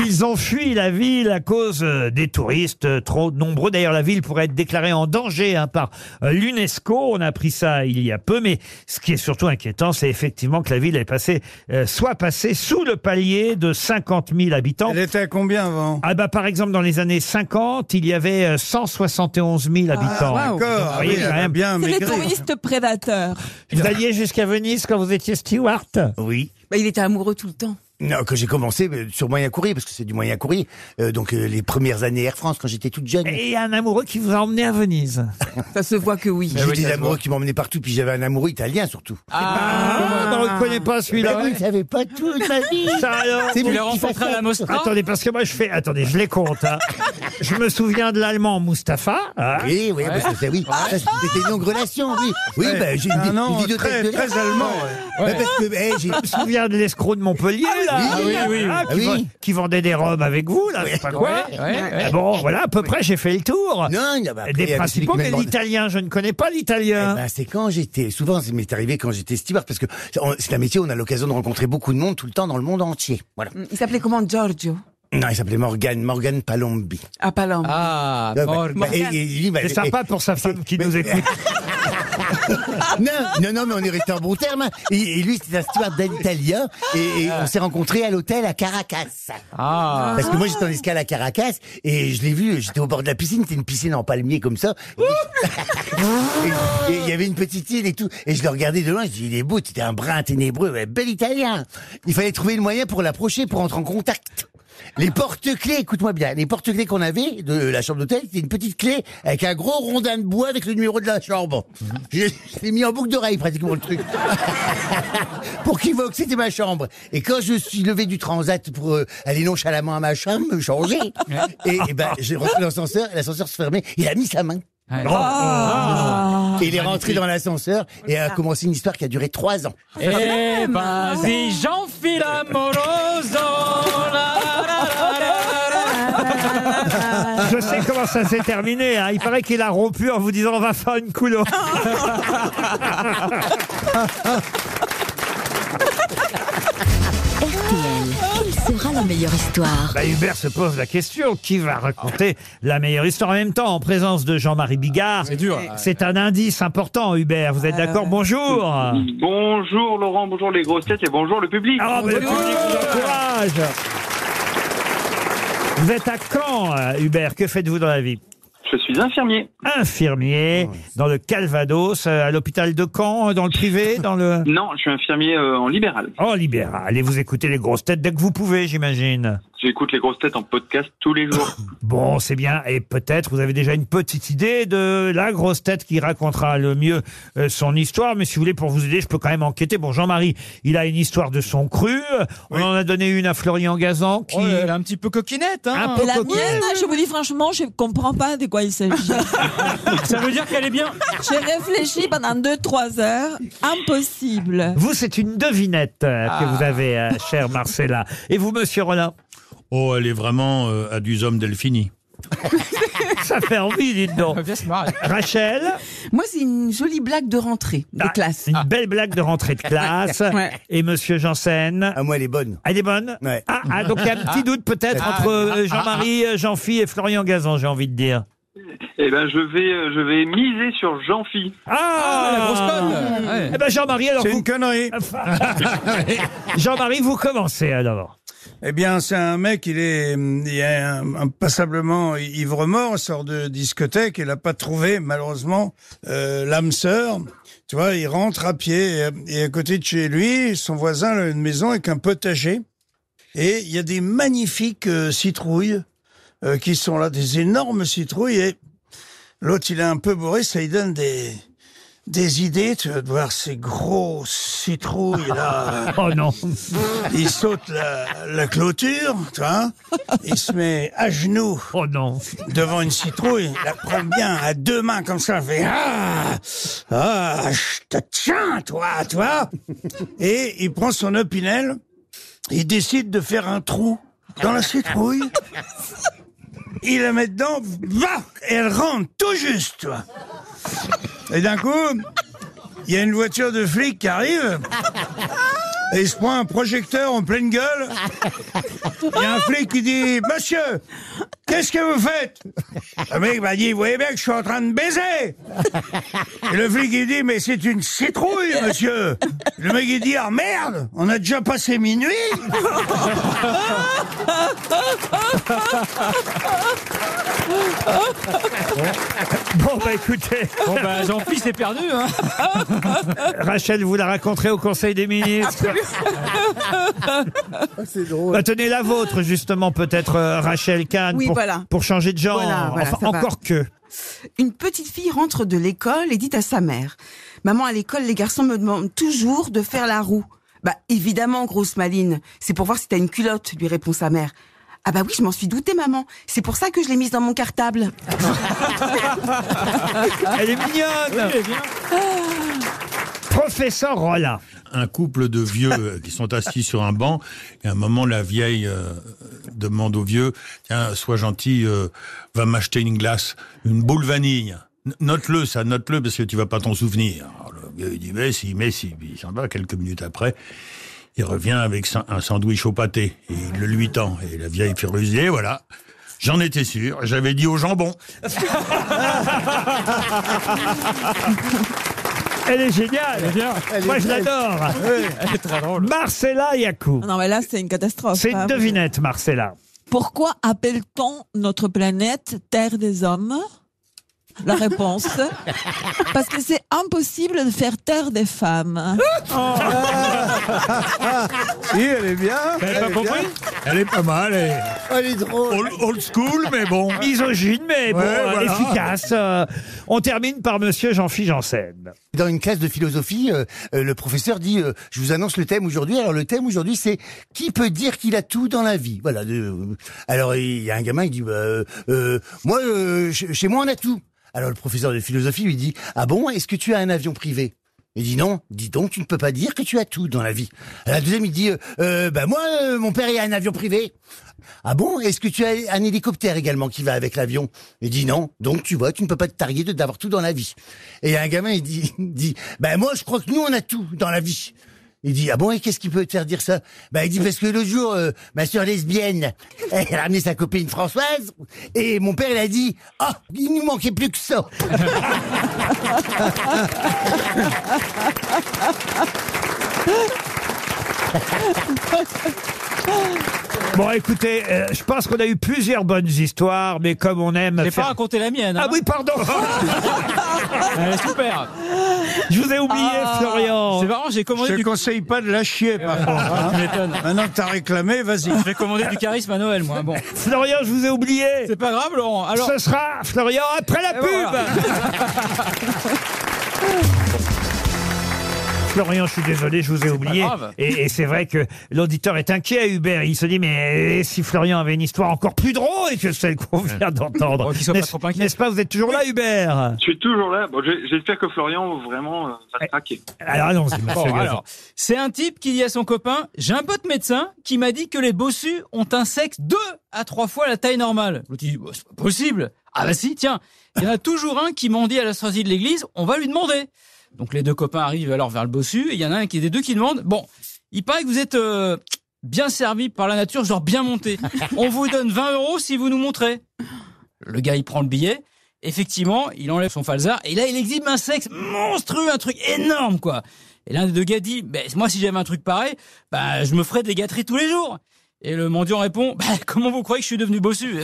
Speaker 2: Ils ont fui la ville à cause euh, des touristes euh, trop nombreux. D'ailleurs, la ville pourrait être déclarée en danger hein, par euh, l'UNESCO. On a appris ça il y a peu, mais ce qui est surtout inquiétant, c'est effectivement que la ville est passée, euh, soit passée sous le palier de 50 000 habitants. Elle
Speaker 5: était à combien avant
Speaker 2: Ah bah par exemple dans les années 50, il y avait euh, 171 000 habitants.
Speaker 7: waouh.
Speaker 5: Ah, D'accord,
Speaker 2: Vous
Speaker 5: ah
Speaker 2: voyez,
Speaker 5: oui,
Speaker 2: quand même.
Speaker 5: bien
Speaker 7: C'est les touristes prédateurs.
Speaker 2: Vous alliez jusqu'à Venise quand vous étiez steward
Speaker 4: Oui.
Speaker 7: il était amoureux tout le temps.
Speaker 4: Non, que j'ai commencé euh, sur moyen courrier, parce que c'est du moyen courrier. Euh, donc euh, les premières années Air France, quand j'étais toute jeune.
Speaker 2: Et un amoureux qui vous a emmené à Venise.
Speaker 4: Ça se voit que oui. J'ai
Speaker 2: Eh oui,
Speaker 4: des
Speaker 2: ça se
Speaker 4: amoureux
Speaker 2: voit.
Speaker 4: qui m'emmenaient partout, puis j'avais un amoureux italien surtout. Bah
Speaker 2: Ah, on ne connaît pas celui-là.
Speaker 4: Mais vous ne savez pas toute ma vie.
Speaker 2: Ça alors
Speaker 4: C'est Tu vous l'as qui rencontré faites à la ça. Mostra
Speaker 2: Attendez, parce que moi je fais. Attendez, je les compte. hein. je me souviens de l'allemand Mustapha. hein.
Speaker 4: Oui, oui, parce que c'est oui. Ça, C'était une longue relation, oui. Oui,
Speaker 2: Ouais.
Speaker 4: ben j'ai une,
Speaker 2: Ah
Speaker 4: vi-
Speaker 2: non,
Speaker 4: une vidéothèque
Speaker 2: très-
Speaker 4: de
Speaker 2: très
Speaker 4: l'air.
Speaker 2: allemand,
Speaker 4: Ouais.
Speaker 2: ouais.
Speaker 4: Ben, parce que, eh, j'ai-
Speaker 2: Je me souviens de l'escroc de Montpellier, là.
Speaker 4: Ah oui, oui, oui.
Speaker 2: Ah,
Speaker 4: Ah
Speaker 2: qui,
Speaker 4: oui.
Speaker 2: ven- qui vendait des robes avec vous, là, je sais pas quoi.
Speaker 4: Ouais, ouais, ouais.
Speaker 2: Ah Bon, voilà, à peu près, j'ai fait le tour.
Speaker 4: Non, il y avait- Bah, après, il y
Speaker 2: des
Speaker 4: avait
Speaker 2: principaux,
Speaker 4: celui
Speaker 2: mais
Speaker 4: qui m'a-
Speaker 2: l'italien, je ne connais pas l'italien.
Speaker 4: Eh ben, c'est quand j'étais. Souvent, ça m'est arrivé quand j'étais steward, parce que c'est on- c'est un métier où on a l'occasion de rencontrer beaucoup de monde tout le temps dans le monde entier. Voilà.
Speaker 13: Il s'appelait comment Giorgio
Speaker 4: Non, il s'appelait Morgan, Morgan Palombi.
Speaker 13: à Palerme.
Speaker 6: Ah,
Speaker 4: Ouais, bah,
Speaker 6: Morgan.
Speaker 4: bah, et- et lui, bah,
Speaker 2: C'est
Speaker 4: et-
Speaker 2: sympa pour sa femme qui nous écoute.
Speaker 4: non, non, non, mais on est resté en bon terme. hein. Et, et lui, c'était un steward d'un Italien. Et,
Speaker 2: Ah.
Speaker 4: et on s'est rencontrés à l'hôtel à Caracas.
Speaker 6: Ah.
Speaker 4: Parce que moi, j'étais en escale à Caracas. Et je l'ai vu, j'étais au bord de la piscine. C'était une piscine en palmier comme ça. Et et il y avait une petite île et tout. Et je le regardais de loin. Je dis, il est beau. C'était un brun ténébreux. mais bel Italien. Il fallait trouver le moyen pour l'approcher, pour entrer en contact. Les porte-clés, écoute-moi bien, les porte-clés qu'on avait de la chambre d'hôtel, c'était une petite clé avec un gros rondin de bois avec le numéro de la chambre. Je, je l'ai mis en boucle d'oreille pratiquement le truc. pour qu'il voit que c'était ma chambre. Et quand je suis levé du transat pour euh, aller nonchalamment à ma chambre, me changer, et, et ben, j'ai repris l'ascenseur, et l'ascenseur se fermait, il a mis sa main.
Speaker 15: Oh. Ah.
Speaker 4: Et il est rentré dans l'ascenseur et a commencé une histoire qui a duré trois ans.
Speaker 6: Eh ben, si j'enfile oh, amoroso,
Speaker 2: Je sais comment ça s'est terminé. hein. Il paraît qu'il a rompu en vous disant on va faire une couleur.
Speaker 9: Quelle sera la meilleure histoire
Speaker 2: Bah, Hubert se pose la question qui va raconter la meilleure histoire en même temps en présence de Jean-Marie Bigard. C'est
Speaker 17: dur.
Speaker 2: C'est un indice important, Hubert. Vous êtes d'accord Bonjour.
Speaker 17: Bonjour Laurent, bonjour les grosses têtes et bonjour le public.
Speaker 2: Ah, bah, le public vous encourage. Vous êtes à Caen, euh, Hubert. Que faites-vous dans la vie
Speaker 17: Je suis infirmier.
Speaker 2: Infirmier dans le Calvados, euh, à l'hôpital de Caen, euh, dans le privé, dans le.
Speaker 17: Non, je suis infirmier euh, en libéral.
Speaker 2: En libéral. Allez vous écouter les grosses têtes dès que vous pouvez, j'imagine.
Speaker 17: J'écoute les grosses têtes en podcast tous les jours.
Speaker 2: Bon, c'est bien. Et peut-être vous avez déjà une petite idée de la grosse tête qui racontera le mieux euh, son histoire. Mais si vous voulez, pour vous aider, je peux quand même enquêter. Bon, Jean-Marie, il a une histoire de son cru. On en a donné une à Florian Gazan. Qui... Oh, elle a un petit peu coquinette. hein. Un peu
Speaker 7: Et la
Speaker 2: coquinette.
Speaker 7: mienne, je vous dis franchement, je comprends pas de quoi il s'agit.
Speaker 6: Ça veut dire qu'elle est bien.
Speaker 7: J'ai réfléchi pendant 2-3 heures. Impossible.
Speaker 2: Vous, c'est une devinette euh, que
Speaker 7: Ah.
Speaker 2: vous avez, euh, chère Marcella. Et vous, monsieur Rollin
Speaker 3: Oh, elle est vraiment euh, à du homme Delphini.
Speaker 2: Ça fait envie, dites donc. Rachel
Speaker 12: Moi, c'est une jolie blague de rentrée, de
Speaker 2: Ah,
Speaker 12: classe.
Speaker 2: Une belle blague de rentrée de classe.
Speaker 12: Ouais.
Speaker 2: Et monsieur Janssen
Speaker 4: Ah, moi, elle est bonne.
Speaker 2: Elle est bonne ah, ah, donc il y a un petit doute peut-être
Speaker 17: Ah.
Speaker 2: entre euh,
Speaker 17: Ah.
Speaker 2: Jean-Marie, euh, Jean-Phi et Florian Gazan, j'ai envie de dire.
Speaker 17: Eh ben, je vais, euh, je vais miser sur Jean-Phi.
Speaker 2: Ah,
Speaker 17: la grosse
Speaker 2: conne
Speaker 17: conne. Ouais.
Speaker 2: Eh ben Jean-Marie, alors
Speaker 5: C'est
Speaker 2: vous...
Speaker 5: une connerie.
Speaker 2: Jean-Marie, vous commencez alors.
Speaker 5: Eh bien, c'est un mec, il est, il est un- un passablement ivre-mort, sort de discothèque, il n'a pas trouvé, malheureusement, euh, l'âme sœur. Tu vois, il rentre à pied, euh, et à côté de chez lui, son voisin a une maison avec un potager. Et il y a des magnifiques euh, citrouilles euh, qui sont là, des énormes citrouilles, et l'autre, il est un peu bourré, ça lui donne des... Des idées, tu vas voir ces grosses citrouilles là.
Speaker 2: Oh non.
Speaker 5: Il saute la, la clôture, tu vois. Il se met à genoux.
Speaker 2: Oh non.
Speaker 5: Devant une citrouille. Il la prend bien à deux mains comme ça. Il fait Ah Ah Je te tiens, toi, tu vois. Et il prend son opinel. Il décide de faire un trou dans la citrouille. Il la met dedans. Va Et elle rentre tout juste, tu vois. Et d'un coup, il y a une voiture de flic qui arrive. Et il se prend un projecteur en pleine gueule. Il y a un flic qui dit Monsieur, qu'est-ce que vous faites Le mec m'a dit Vous voyez bien que je suis en train de baiser Et le flic il dit Mais c'est une citrouille, monsieur Le mec il dit Ah merde On a déjà passé minuit
Speaker 2: Bon bah écoutez.
Speaker 6: Bon bah Jean-Phi c'est perdu. Hein.
Speaker 2: Rachel, vous la raconterez au Conseil des ministres.
Speaker 15: C'est drôle.
Speaker 2: Bah, tenez la vôtre justement peut-être euh, Rachel Kahn
Speaker 12: Oui,
Speaker 2: pour,
Speaker 12: voilà.
Speaker 2: pour changer de genre.
Speaker 12: Voilà, voilà,
Speaker 2: Enfin,
Speaker 12: ça va.
Speaker 2: encore que.
Speaker 12: Une petite fille rentre de l'école et dit à sa mère Maman, à l'école, les garçons me demandent toujours de faire la roue. Bah, évidemment, grosse maline. C'est pour voir si t'as une culotte, lui répond sa mère. Ah, bah oui, je m'en suis doutée, maman. C'est pour ça que je l'ai mise dans mon cartable.
Speaker 2: Elle est mignonne. Professeur Rollin.
Speaker 3: Un couple de vieux euh, qui sont assis sur un banc, et à un moment, la vieille euh, demande au vieux Tiens, sois gentil, euh, va m'acheter une glace, une boule vanille. N- Note-le, ça, note-le, parce que tu vas pas t'en souvenir. Alors, le vieux, il dit Mais si, mais si. Puis Il s'en va quelques minutes après. Il revient avec sa- un sandwich au pâté, et il le lui tend. Et la vieille furieux, voilà. J'en étais sûr, j'avais dit au jambon.
Speaker 2: Elle est géniale.
Speaker 12: Elle est
Speaker 2: Moi je
Speaker 12: belle.
Speaker 2: l'adore.
Speaker 12: Oui.
Speaker 2: Elle est très drôle. Marcella Yakou.
Speaker 7: Ah Non, mais là, c'est une catastrophe.
Speaker 2: C'est
Speaker 7: hein.
Speaker 2: une devinette, Marcella.
Speaker 7: Pourquoi appelle-t-on notre planète Terre des Hommes la réponse. Parce que c'est impossible de faire taire des femmes.
Speaker 5: Si, elle est bien.
Speaker 3: Elle est bien. Elle est pas mal. Elle est, Old, old school, mais bon.
Speaker 2: Misogyne, mais bon,
Speaker 3: Ouais,
Speaker 2: euh,
Speaker 3: voilà.
Speaker 2: efficace. Euh, on termine par monsieur Jean-Philippe Janssen.
Speaker 4: Dans une classe de philosophie, euh, euh, le professeur dit euh, Je vous annonce le thème aujourd'hui. Alors, le thème aujourd'hui, c'est Qui peut dire qu'il a tout dans la vie Voilà. de- euh, alors, il y a un gamin qui dit Bah, euh, euh, Moi, euh, ch- chez moi, on a tout. Alors, le professeur de philosophie lui dit Ah bon, est-ce que tu as un avion privé il dit non, dis donc, tu ne peux pas dire que tu as tout dans la vie. À la deuxième, il dit, euh, euh, bah moi, euh, mon père, il a un avion privé. Ah bon Est-ce que tu as un hélicoptère également qui va avec l'avion Il dit non. Donc tu vois, tu ne peux pas te targuer de d'avoir tout dans la vie. Et il y a un gamin, il dit, il dit ben moi, je crois que nous, on a tout dans la vie. Il dit ah bon et qu'est-ce qui peut te faire dire ça Bah il dit parce que l'autre jour euh, ma soeur lesbienne elle a ramené sa copine Françoise et mon père il a dit ah il nous manquait plus que ça.
Speaker 2: Bon, écoutez, euh, je pense qu'on a eu plusieurs bonnes histoires, mais comme on aime.
Speaker 6: J'ai
Speaker 2: faire-
Speaker 6: pas raconté la mienne.
Speaker 2: Ah oui, pardon.
Speaker 6: Elle est super.
Speaker 2: Je vous ai oublié, Florian.
Speaker 6: Ah. C'est marrant, j'ai commandé
Speaker 5: Je te
Speaker 6: du. Eh ben,
Speaker 5: conseille pas de la chier, par contre. hein.
Speaker 6: Tu m'étonnes.
Speaker 5: Maintenant que t'as réclamé, vas-y.
Speaker 6: Je vais commander du charisme à Noël, moi. Bon.
Speaker 2: Florian, je vous ai oublié.
Speaker 6: C'est pas grave, Laurent. Alors.
Speaker 2: Ce sera Florian après la
Speaker 6: Et
Speaker 2: pub.
Speaker 6: voilà.
Speaker 2: Florian, je suis désolé, je vous ai oublié.
Speaker 6: grave.
Speaker 2: Et, et c'est vrai que l'auditeur est inquiet, Hubert. Il se dit, mais si Florian avait une histoire encore plus drôle que celle qu'on vient d'entendre. N'est-ce n'est-ce pas, vous êtes toujours là, Hubert
Speaker 17: Je suis toujours là. Bon, j'ai- j'espère que Florian vraiment euh, va craquer.
Speaker 2: Alors allons-y, monsieur
Speaker 6: Bon,
Speaker 2: Gazan.
Speaker 6: alors, c'est un type qui dit à son copain J'ai un pote médecin qui m'a dit que les bossus ont un sexe deux à trois fois la taille normale. L'autre il dit Bah, C'est pas possible. Ah bah si, tiens, il y en a toujours un qui mendie à la sortie de l'église, on va lui demander. Donc les deux copains arrivent alors vers le bossu, et il y en a un qui des deux qui demande Bon, il paraît que vous êtes euh, bien servi par la nature, genre bien monté. On vous donne 20 euros si vous nous montrez. Le gars, il prend le billet. Effectivement, il enlève son falzar et là, il exhibe un sexe monstrueux, un truc énorme, quoi. Et l'un des deux gars dit, ben moi, si j'avais un truc pareil, bah, je me ferais des gâteries tous les jours. Et le mendiant répond, bah, comment vous croyez que je suis devenu bossu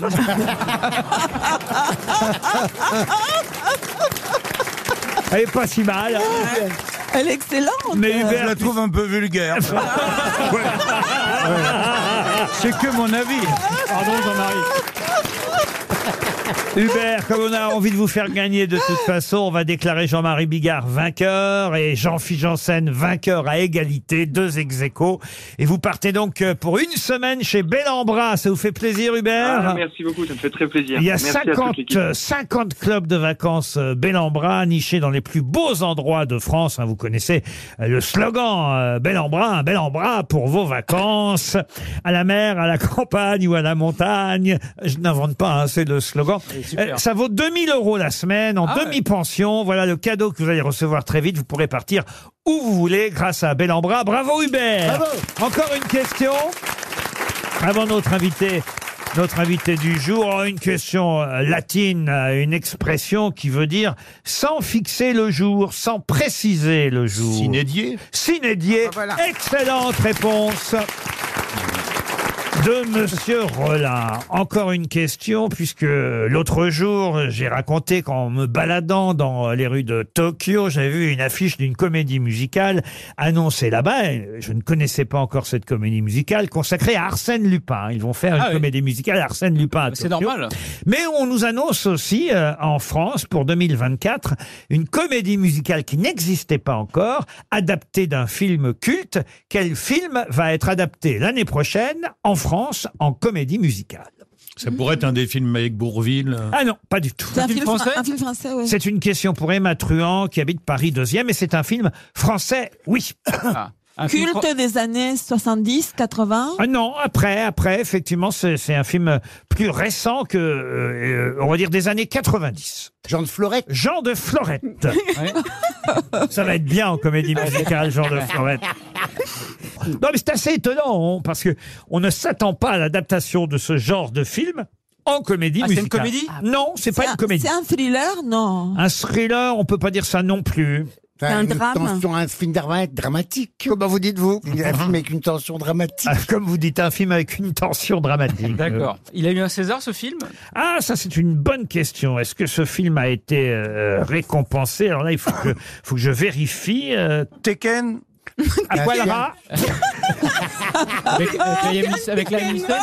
Speaker 2: Elle est pas si mal.
Speaker 7: Elle est excellente.
Speaker 2: Mais
Speaker 5: Je la trouve un peu vulgaire. Ouais. C'est que mon avis.
Speaker 6: Pardon, Jean-Marie.
Speaker 2: Hubert, comme on a envie de vous faire gagner de toute façon, on va déclarer Jean-Marie Bigard vainqueur et Jean-Philippe Janssen vainqueur à égalité, deux ex aequo. Et vous partez donc euh, pour une semaine chez Bellambra. Ça vous fait plaisir, Hubert
Speaker 17: Ah, merci beaucoup, ça me fait très plaisir.
Speaker 2: Il y a
Speaker 17: Merci à toute
Speaker 2: 50,
Speaker 17: l'équipe.
Speaker 2: euh, 50 clubs de vacances euh, Bellambra, nichés dans les plus beaux endroits de France. hein. vous connaissez euh, le slogan euh, Bellambra, un bel embras pour vos vacances. À la mer, à la campagne ou à la montagne. Je n'invente pas, hein, c'est le slogan.
Speaker 6: super.
Speaker 2: Euh, ça vaut 2000 euros la semaine en
Speaker 6: Ah ouais.
Speaker 2: demi-pension. Voilà le cadeau que vous allez recevoir très vite. Vous pourrez partir où vous voulez grâce à Bellambra. Bravo Hubert
Speaker 4: Bravo.
Speaker 2: Encore une question avant notre invité, notre invité du jour, une question euh, latine, euh, une expression qui veut dire sans fixer le jour, sans préciser le jour.
Speaker 3: Sinédier
Speaker 2: Sinédier. Excellente réponse de Monsieur Rollin. Encore une question, puisque l'autre jour, j'ai raconté qu'en me baladant dans les rues de Tokyo, j'avais vu une affiche d'une comédie musicale annoncée là-bas. Et Je ne connaissais pas encore cette comédie musicale consacrée à Arsène Lupin. Ils vont faire une
Speaker 6: Ah oui.
Speaker 2: comédie musicale à Arsène Lupin. à
Speaker 6: C'est
Speaker 2: Tokyo.
Speaker 6: normal.
Speaker 2: Mais on nous annonce aussi euh, en France pour 2024 une comédie musicale qui n'existait pas encore, adaptée d'un film culte. Quel film va être adapté l'année prochaine en France en comédie musicale
Speaker 3: Ça pourrait être un des films avec Bourville. euh,
Speaker 2: Ah non, pas du tout.
Speaker 7: C'est un,
Speaker 6: film
Speaker 7: film fran-
Speaker 6: français
Speaker 7: un film français, oui.
Speaker 2: C'est une question pour Emma Truand qui habite Paris 2e et c'est un film français, oui.
Speaker 6: Ah, un film
Speaker 7: Culte des années 70, 80.
Speaker 2: Ah non, après, après, effectivement, c'est c'est un film plus récent que, euh, euh, on va dire, des années 90.
Speaker 4: Jean de Florette.
Speaker 2: Jean de Florette.
Speaker 6: Ouais.
Speaker 2: Ça va être bien en comédie musicale, Jean de Florette. Non, mais c'est assez étonnant, hein, parce que on ne s'attend pas à l'adaptation de ce genre de film en comédie
Speaker 6: Ah, c'est une
Speaker 2: musicale.
Speaker 6: comédie
Speaker 2: Non, c'est pas
Speaker 7: un-
Speaker 2: une comédie.
Speaker 7: C'est un thriller, non
Speaker 2: Un thriller, on peut pas dire ça non plus.
Speaker 4: C'est
Speaker 12: un drame.
Speaker 4: Tension, un film drama- dramatique. Comment vous dites-vous Un film avec une tension dramatique.
Speaker 2: Ah, Comme vous dites, un film avec une tension dramatique.
Speaker 6: D'accord. Il a eu un César ce film
Speaker 2: Ah, ça c'est une bonne question. Est-ce que ce film a été euh, récompensé Alors là, il faut que, faut que je vérifie. euh. Ah, Tekken Aqualara Ah,
Speaker 6: avec, avec, la- avec la Hamilton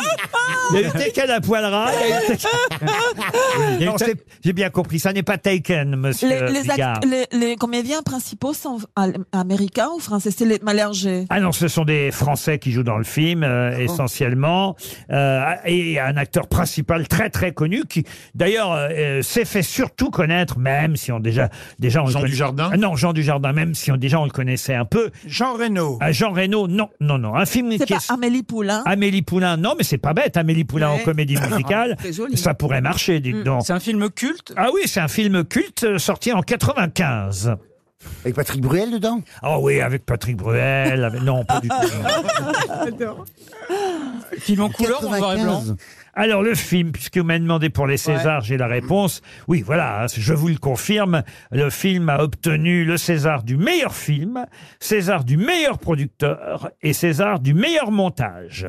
Speaker 2: Il y a eu Taken à Poilera. il y a eu Taken-
Speaker 7: Il y a eu
Speaker 2: Non,
Speaker 7: Ta-
Speaker 2: c'est- J'ai bien compris, ça n'est pas Taken, monsieur
Speaker 7: Les, les, act-
Speaker 2: Bigard.
Speaker 7: les- les comédiens principaux sont al- américains ou français C'est les Malergé.
Speaker 2: Ah non, ce sont des Français qui jouent dans le film, euh, essentiellement. Euh, et un acteur principal très très connu qui, d'ailleurs, euh, euh, s'est fait surtout connaître, même si on déjà... déjà on Jean Dujardin Non, Jean Dujardin, même si on, déjà on le connaissait un peu. Jean Reno Jean Reno, non, non, non. Un film
Speaker 7: C'est
Speaker 2: qui
Speaker 7: pas
Speaker 2: est...
Speaker 7: Amélie Poulain
Speaker 2: Amélie Poulain, non, mais c'est pas bête, Amélie Poulain
Speaker 7: Hein Ouais.
Speaker 2: en comédie musicale.
Speaker 7: C'est joli.
Speaker 2: Ça pourrait marcher, dites donc. C'est un film culte Ah oui, c'est un film culte euh, sorti en 95. Avec Patrick Bruel dedans Ah oui, avec Patrick Bruel. avec- Non, pas du tout. Film en couleur
Speaker 6: ou en noir et blanc
Speaker 2: Alors, le film, puisque vous m'avez demandé pour les Césars, j'ai la réponse. Oui, voilà, hein, je vous le confirme. Le film a obtenu le César du meilleur film, César du meilleur producteur et César du meilleur montage.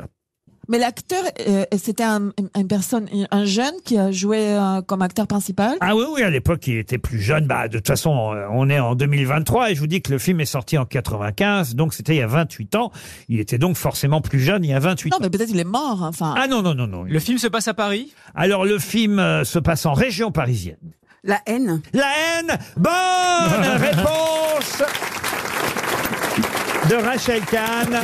Speaker 7: Mais l'acteur, euh, c'était un, une personne, un jeune qui a joué euh, comme acteur principal.
Speaker 2: Ah oui, oui, à l'époque, il était plus jeune. Bah, de toute façon, euh, on est en 2023 et je vous dis que le film est sorti en 95, donc c'était il y a 28 ans. Il était donc forcément plus jeune il y a 28
Speaker 7: Non,
Speaker 2: ans.
Speaker 7: mais peut-être il est mort. Enfin,
Speaker 2: Ah non, non, non, non.
Speaker 6: Le film se passe à Paris
Speaker 2: Alors, le film euh, se passe en région parisienne.
Speaker 12: La haine.
Speaker 2: La haine. Bonne réponse de Rachel Kahn.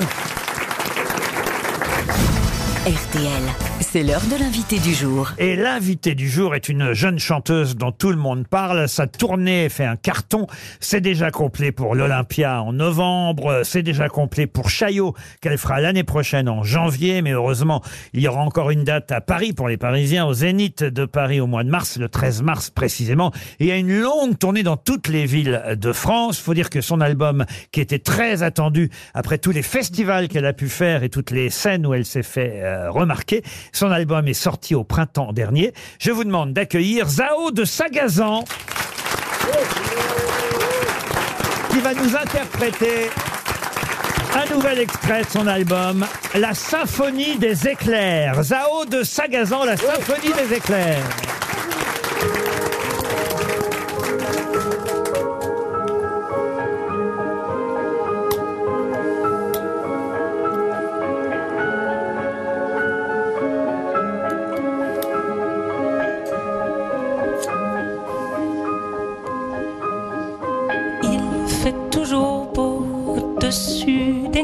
Speaker 9: RTL, c'est l'heure de l'invité du jour.
Speaker 2: Et l'invité du jour est une jeune chanteuse dont tout le monde parle. Sa tournée fait un carton. C'est déjà complet pour l'Olympia en novembre. C'est déjà complet pour Chaillot qu'elle fera l'année prochaine en janvier. Mais heureusement, il y aura encore une date à Paris pour les Parisiens, au Zénith de Paris au mois de mars, le 13 mars précisément. Et il y a une longue tournée dans toutes les villes de France. Faut dire que son album, qui était très attendu après tous les festivals qu'elle a pu faire et toutes les scènes où elle s'est fait euh, remarquer, son album est sorti au printemps dernier. Je vous demande d'accueillir Zao de Sagazan. Qui va nous interpréter un nouvel extrait de son album, La Symphonie des éclairs. Zao de Sagazan, La Symphonie des éclairs.
Speaker 18: fait toujours beau au-dessus des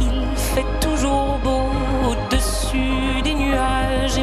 Speaker 18: il fait toujours beau au-dessus des nuages. Et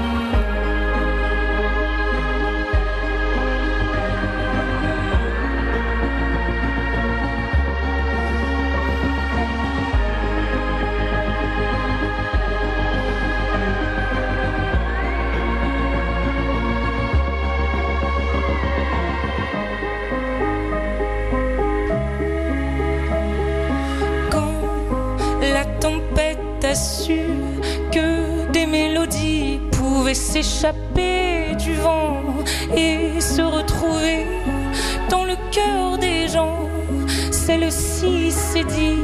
Speaker 18: j'aurais su que des mélodies pouvaient s'échapper du vent et se retrouver dans le cœur des gens, celle-ci s'est dit.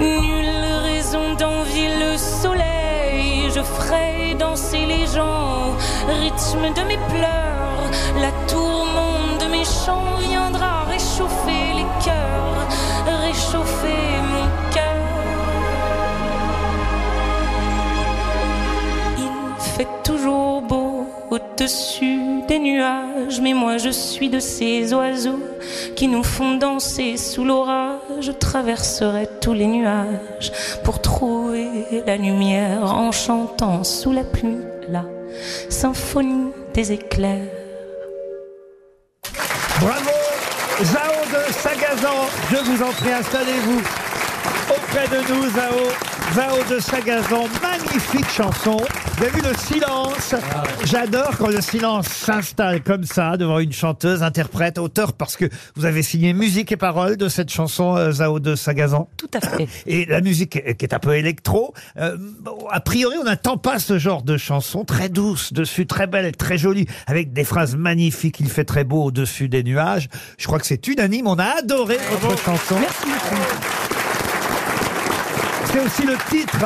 Speaker 18: Nulle raison d'envier le soleil, je ferai danser les gens, rythme de mes pleurs, la tourmente de mes chants viendra réchauffer les cœurs, réchauffer mon cœur. Il fait toujours beau au-dessus des nuages, mais moi je suis de ces oiseaux qui nous font danser sous l'orage. Je traverserai tous les nuages pour trouver la lumière en chantant sous la pluie la symphonie des éclairs.
Speaker 2: Bravo, Zao de Sagazan. Je vous en prie, installez-vous auprès de nous, Zao. Zao de Sagazan, magnifique chanson. Vous avez vu le silence J'adore quand le silence s'installe comme ça devant une chanteuse, interprète, auteur, parce que vous avez signé musique et paroles de cette chanson euh, Zao de Sagazan. Tout
Speaker 18: à fait.
Speaker 2: Et la musique euh, qui est un peu électro, euh, bon, a priori on n'attend pas ce genre de chanson, très douce dessus, très belle, très jolie, avec des phrases magnifiques, il fait très beau au-dessus des nuages. Je crois que c'est unanime, on a adoré votre chanson. C'est aussi le titre.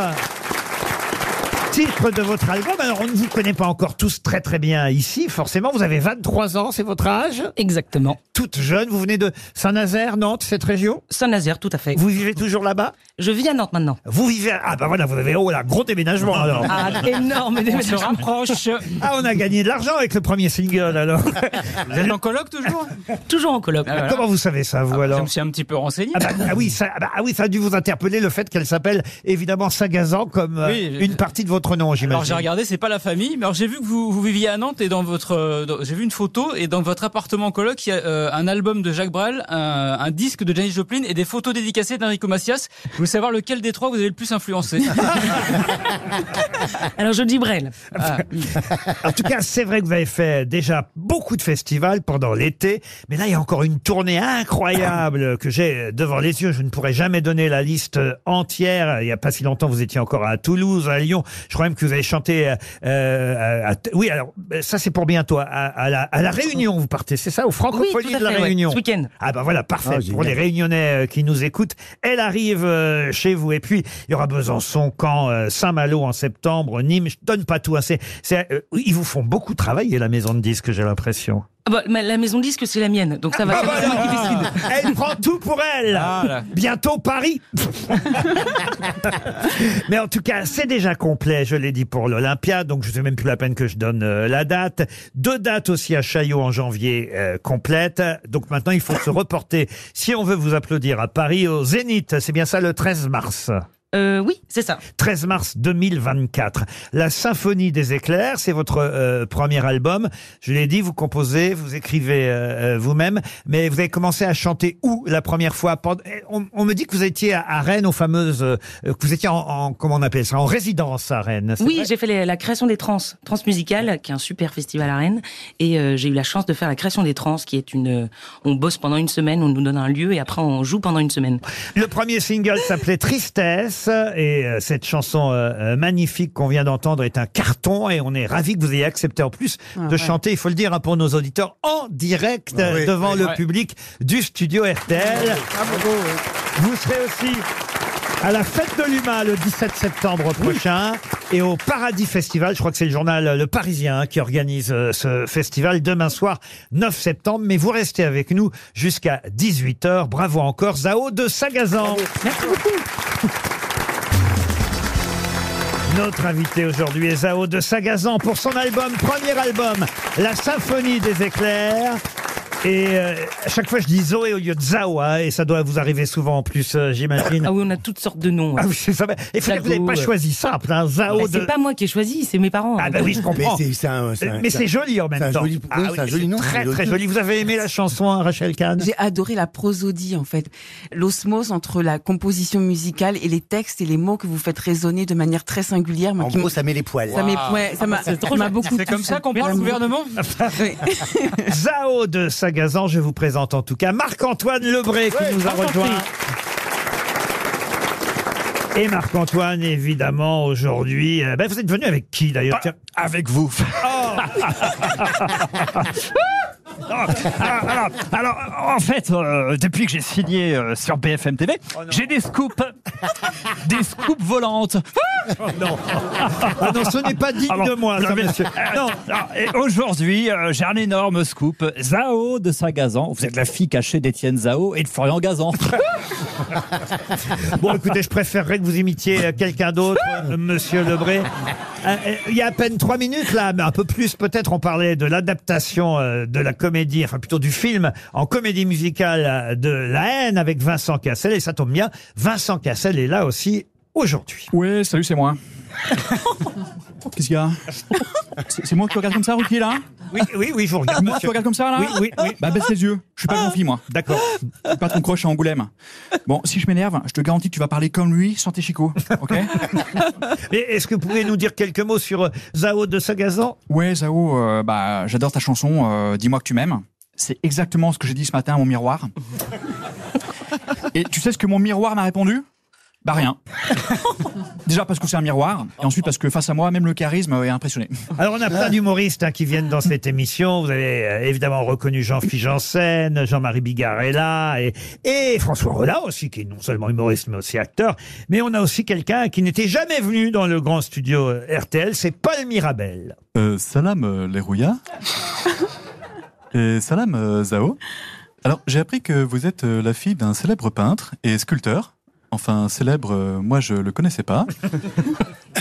Speaker 2: Titre de votre album. Alors, on ne vous connaît pas encore tous très très bien ici. Forcément, vous avez 23 ans, c'est votre âge
Speaker 19: Exactement.
Speaker 2: Toute jeune, vous venez de Saint-Nazaire, Nantes, cette région
Speaker 19: Saint-Nazaire, tout à fait.
Speaker 2: Vous vivez toujours là-bas
Speaker 19: Je vis à Nantes maintenant.
Speaker 2: Vous vivez. à- Ah, bah voilà, vous avez. Oh là, gros déménagement alors.
Speaker 19: Ah, énorme
Speaker 2: On
Speaker 19: déménagement.
Speaker 2: se rapproche. Ah, on a gagné de l'argent avec le premier single alors. Vous êtes en colloque toujours
Speaker 19: Toujours Ah, en colloque.
Speaker 2: Comment vous savez ça, vous alors
Speaker 19: bah, Je me suis un petit peu renseigné.
Speaker 2: Ah, bah, ah oui, ça, ah bah, ah oui, ça a dû vous interpeller le fait qu'elle s'appelle évidemment Sagazan comme euh,
Speaker 19: Oui, je-
Speaker 2: une partie de votre nom, j'imagine.
Speaker 19: Alors j'ai regardé, c'est pas la famille, mais alors j'ai vu que vous, vous viviez à Nantes et dans votre, euh, dans- j'ai vu une photo et dans votre appartement en coloc, il y a euh, un album de Jacques Brel, un, un disque de Janis Joplin et des photos dédicacées d'Enrico Macias. Je voulais savoir lequel des trois vous avez le plus influencé. alors je dis Brel.
Speaker 20: Ah.
Speaker 2: en tout cas, c'est vrai que vous avez fait déjà beaucoup de festivals pendant l'été, mais là, il y a encore une tournée incroyable que j'ai devant les yeux. Je ne pourrais jamais donner la liste entière. Il n'y a pas si longtemps, vous étiez encore à Toulouse, à Lyon. Je crois même que vous avez chanté. euh, euh, à- à- oui, alors ça, c'est pour bientôt. À, à la, à la Réunion, vous partez, c'est ça, au Francophonie
Speaker 19: Oui, tout à
Speaker 2: de la
Speaker 19: fait, ouais,
Speaker 2: Réunion.
Speaker 19: ce week-end.
Speaker 2: Ah bah voilà,
Speaker 19: Ah,
Speaker 2: parfait. pour
Speaker 19: génial.
Speaker 2: les Réunionnais euh, qui nous écoutent, elle arrive euh, chez vous. Et puis, il y aura Besançon, Caen, euh, Saint-Malo en septembre, Nîmes. Je donne pas tout. hein. C'est, c'est, euh, ils vous font beaucoup travailler, la maison de disques, j'ai l'impression.
Speaker 19: Ah bah, ma- la maison de disque c'est la mienne, donc ça va.
Speaker 2: Ah
Speaker 19: c'est
Speaker 2: bah
Speaker 19: c'est moi qui
Speaker 2: voilà.
Speaker 19: décide.
Speaker 2: Elle prend tout pour elle.
Speaker 19: Ah là.
Speaker 2: Bientôt Paris. Mais en tout cas, c'est déjà complet, je l'ai dit pour l'Olympia, donc je sais même plus la peine que je donne euh, la date. Deux dates aussi à Chaillot en janvier euh, complètes. Donc maintenant, il faut se reporter si on veut vous applaudir à Paris au Zénith. C'est bien ça le 13 mars.
Speaker 19: Euh, oui, c'est ça.
Speaker 2: 13 mars 2024. La Symphonie des éclairs, c'est votre euh, premier album. Je l'ai dit, vous composez, vous écrivez euh, euh, vous-même, mais vous avez commencé à chanter où la première fois Pend- Eh, on, on me dit que vous étiez à, à Rennes, aux fameuses, euh, que vous étiez en, en- comment on appelle ça, en résidence à Rennes. c'est
Speaker 19: Oui,
Speaker 2: vrai
Speaker 19: j'ai fait les- la création des trans, Transmusicale, qui est un super festival à Rennes. Et euh, j'ai eu la chance de faire la création des trans, qui est une. euh, on bosse pendant une semaine, on nous donne un lieu et après on joue pendant une semaine.
Speaker 2: Le premier single s'appelait Tristesse et euh, cette chanson euh, euh, magnifique qu'on vient d'entendre est un carton et on est ravi que vous ayez accepté en plus
Speaker 5: Ah,
Speaker 2: de
Speaker 5: ouais.
Speaker 2: chanter, il faut le dire hein, pour nos auditeurs, en direct
Speaker 5: Ah,
Speaker 2: euh,
Speaker 5: oui,
Speaker 2: devant
Speaker 5: oui.
Speaker 2: le
Speaker 5: Ouais.
Speaker 2: public du studio RTL. Vous serez aussi à la fête de l'UMA le 17 septembre prochain et au Paradis Festival, je crois que c'est le journal Le Parisien hein, qui organise euh, ce festival demain soir 9 septembre, mais vous restez avec nous jusqu'à 18h. Bravo encore Zao de Sagazan. Merci beaucoup. Notre invité aujourd'hui est Zao de Sagazan pour son album, premier album, La Symphonie des éclairs. Et euh, à chaque fois, je dis Zoé au lieu de Zao, hein, et ça doit vous arriver souvent en plus, euh, j'imagine. Ah
Speaker 19: oui, on a toutes sortes de noms.
Speaker 2: Ah oui, c'est ça. Et faut dire que vous n'avez pas
Speaker 19: Zago, euh.
Speaker 2: choisi simple, hein, Zao
Speaker 19: Bah,
Speaker 2: de.
Speaker 19: C'est pas moi qui ai choisi, c'est mes parents.
Speaker 4: Ben
Speaker 2: Ah bah oui, je comprends.
Speaker 4: Mais c'est- c'est un- c'est un-
Speaker 2: Mais c'est joli en
Speaker 4: c'est
Speaker 2: même
Speaker 4: un
Speaker 2: temps.
Speaker 4: joli- oui,
Speaker 2: Ah
Speaker 4: c'est un
Speaker 2: oui,
Speaker 4: joli nom, c'est
Speaker 2: Très
Speaker 4: joli.
Speaker 2: très joli. Vous avez aimé la chanson, hein, Rachel Kahn
Speaker 12: J'ai adoré la prosodie en fait, l'osmose entre la composition musicale et les textes et les mots que vous faites résonner de manière très singulière. moi,
Speaker 4: En
Speaker 12: qui m-
Speaker 4: gros, ça met les poils.
Speaker 12: Ça met- ouais, ça
Speaker 19: Ah,
Speaker 12: m'a
Speaker 19: bah, c'est trop
Speaker 12: m'a
Speaker 19: gentil.
Speaker 12: beaucoup.
Speaker 19: C'est comme ça qu'on parle au
Speaker 12: Vraiment.
Speaker 19: gouvernement
Speaker 2: Zao de Sagazan, je vous présente en tout cas Marc-Antoine Lebré qui nous a
Speaker 19: enchanté.
Speaker 2: rejoint. Et Marc-Antoine, évidemment, aujourd'hui. euh, ben, vous êtes venu avec qui d'ailleurs Oh. Avec vous. Ah,
Speaker 21: alors, alors, alors, en fait, euh, depuis que j'ai signé euh, sur BFM TV,
Speaker 2: Oh
Speaker 21: j'ai des scoops, des scoops volantes. non,
Speaker 2: Ah non, ce n'est pas digne de moi, ça, monsieur.
Speaker 21: non,
Speaker 2: Non.
Speaker 21: Euh, alors, et aujourd'hui, euh, j'ai un énorme scoop. Zao de Sagazan. Vous êtes la fille cachée d'Étienne Zao et de Florian Gazan.
Speaker 2: Bon, écoutez, je préférerais que vous imitiez euh, quelqu'un d'autre, euh, monsieur Lebré. Euh, euh, Il y a à peine trois minutes, là, mais un peu plus, peut-être, on parlait de l'adaptation euh, de la comédie, enfin plutôt du film en comédie musicale euh, de La haine avec Vincent Cassel, et ça tombe bien, Vincent Cassel est là aussi aujourd'hui.
Speaker 22: Oui, salut, c'est moi. Qu'est-ce qu'il y a C'est c'est moi qui regarde comme ça, Ruki, là
Speaker 2: Oui, oui, oui, je vous
Speaker 22: regarde. Moi, tu regardes comme ça, là
Speaker 2: Oui, oui, oui. Ah,
Speaker 22: Bah, baisse les yeux. Je suis pas confie, moi.
Speaker 2: D'accord.
Speaker 22: Pas ton croche à Angoulême. Bon, si je m'énerve, je te garantis que tu vas parler comme lui sans tes chicots, ok
Speaker 2: Et est-ce que vous pouvez nous dire quelques mots sur euh, Zao de Sagazan
Speaker 22: Ouais, Zao, euh, bah, j'adore ta chanson, euh, Dis-moi que tu m'aimes. C'est exactement ce que j'ai dit ce matin à mon miroir. Et tu sais ce que mon miroir m'a répondu Bah rien. Déjà parce que c'est un miroir, et ensuite parce que face à moi, même le charisme est impressionné.
Speaker 2: Alors, on a plein d'humoristes hein, qui viennent dans cette émission. Vous avez euh, évidemment reconnu Jean-Philippe Janssen, Jean-Marie Bigard est là, et, et François Rollin aussi, qui est non seulement humoriste, mais aussi acteur. Mais on a aussi quelqu'un qui n'était jamais venu dans le grand studio euh, RTL, c'est Paul Mirabel.
Speaker 23: Euh, salam euh, les rouillards. Et salam euh, Zao. Alors, j'ai appris que vous êtes euh, la fille d'un célèbre peintre et sculpteur. Enfin, célèbre, euh, moi je le connaissais pas.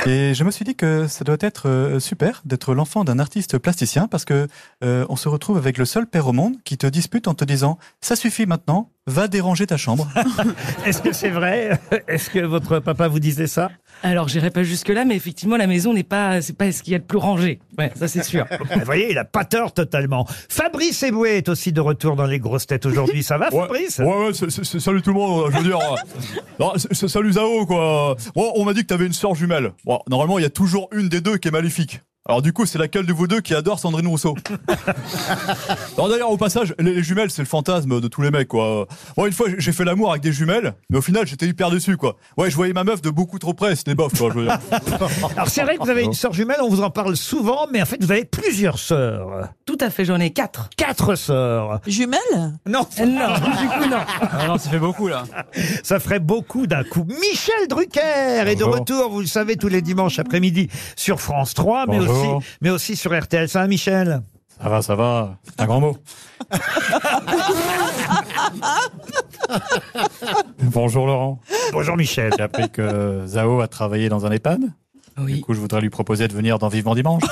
Speaker 23: Et je me suis dit que ça doit être euh, super d'être l'enfant d'un artiste plasticien parce que euh, on se retrouve avec le seul père au monde qui te dispute en te disant ça suffit maintenant, va déranger ta chambre.
Speaker 2: Est-ce que c'est vrai Est-ce que votre papa vous disait ça
Speaker 20: Alors, j'irai pas jusque-là, mais effectivement, la maison n'est pas, c'est pas ce qu'il y a de plus rangé. Ouais, ça c'est sûr.
Speaker 2: Vous voyez, il a pas tort totalement. Fabrice Eboué est aussi de retour dans les grosses têtes aujourd'hui. Ça va, Fabrice
Speaker 24: Ouais, ouais, c'est- c'est- c'est- salut tout le monde, je veux dire. euh, non, c'est- c'est salut Zao, quoi. Bon, on m'a dit que t'avais une sœur jumelle. Bon, normalement, il y a toujours une des deux qui est maléfique. Alors du coup, c'est laquelle de vous deux qui adore Sandrine Rousseau Non, d'ailleurs, au passage, les, les jumelles, c'est le fantasme de tous les mecs, quoi. Bon, une fois, j'ai fait l'amour avec des jumelles, mais au final, j'étais hyper déçu, quoi. Ouais, je voyais ma meuf de beaucoup trop près, c'était bof, quoi, je veux dire.
Speaker 2: Alors, c'est vrai que vous avez une sœur jumelle, on vous en parle souvent, mais en fait, vous avez plusieurs sœurs.
Speaker 20: Tout à fait, j'en ai quatre.
Speaker 2: Quatre sœurs.
Speaker 7: Jumelles
Speaker 20: Non,
Speaker 2: Non.
Speaker 20: du coup, non.
Speaker 2: Ah non, ça fait beaucoup là. Ça ferait beaucoup d'un coup. Michel Drucker est de retour, vous le savez, tous les dimanches après-midi sur France 3, mais aussi,
Speaker 24: Bonjour.
Speaker 2: mais aussi sur RTL. Ça va, Michel
Speaker 24: Ça va, ça va. C'est un grand mot.
Speaker 23: Bonjour Laurent.
Speaker 2: Bonjour Michel.
Speaker 23: J'ai appris que Zao a travaillé dans un EHPAD. Du coup, je voudrais lui proposer de venir dans Vivement Dimanche.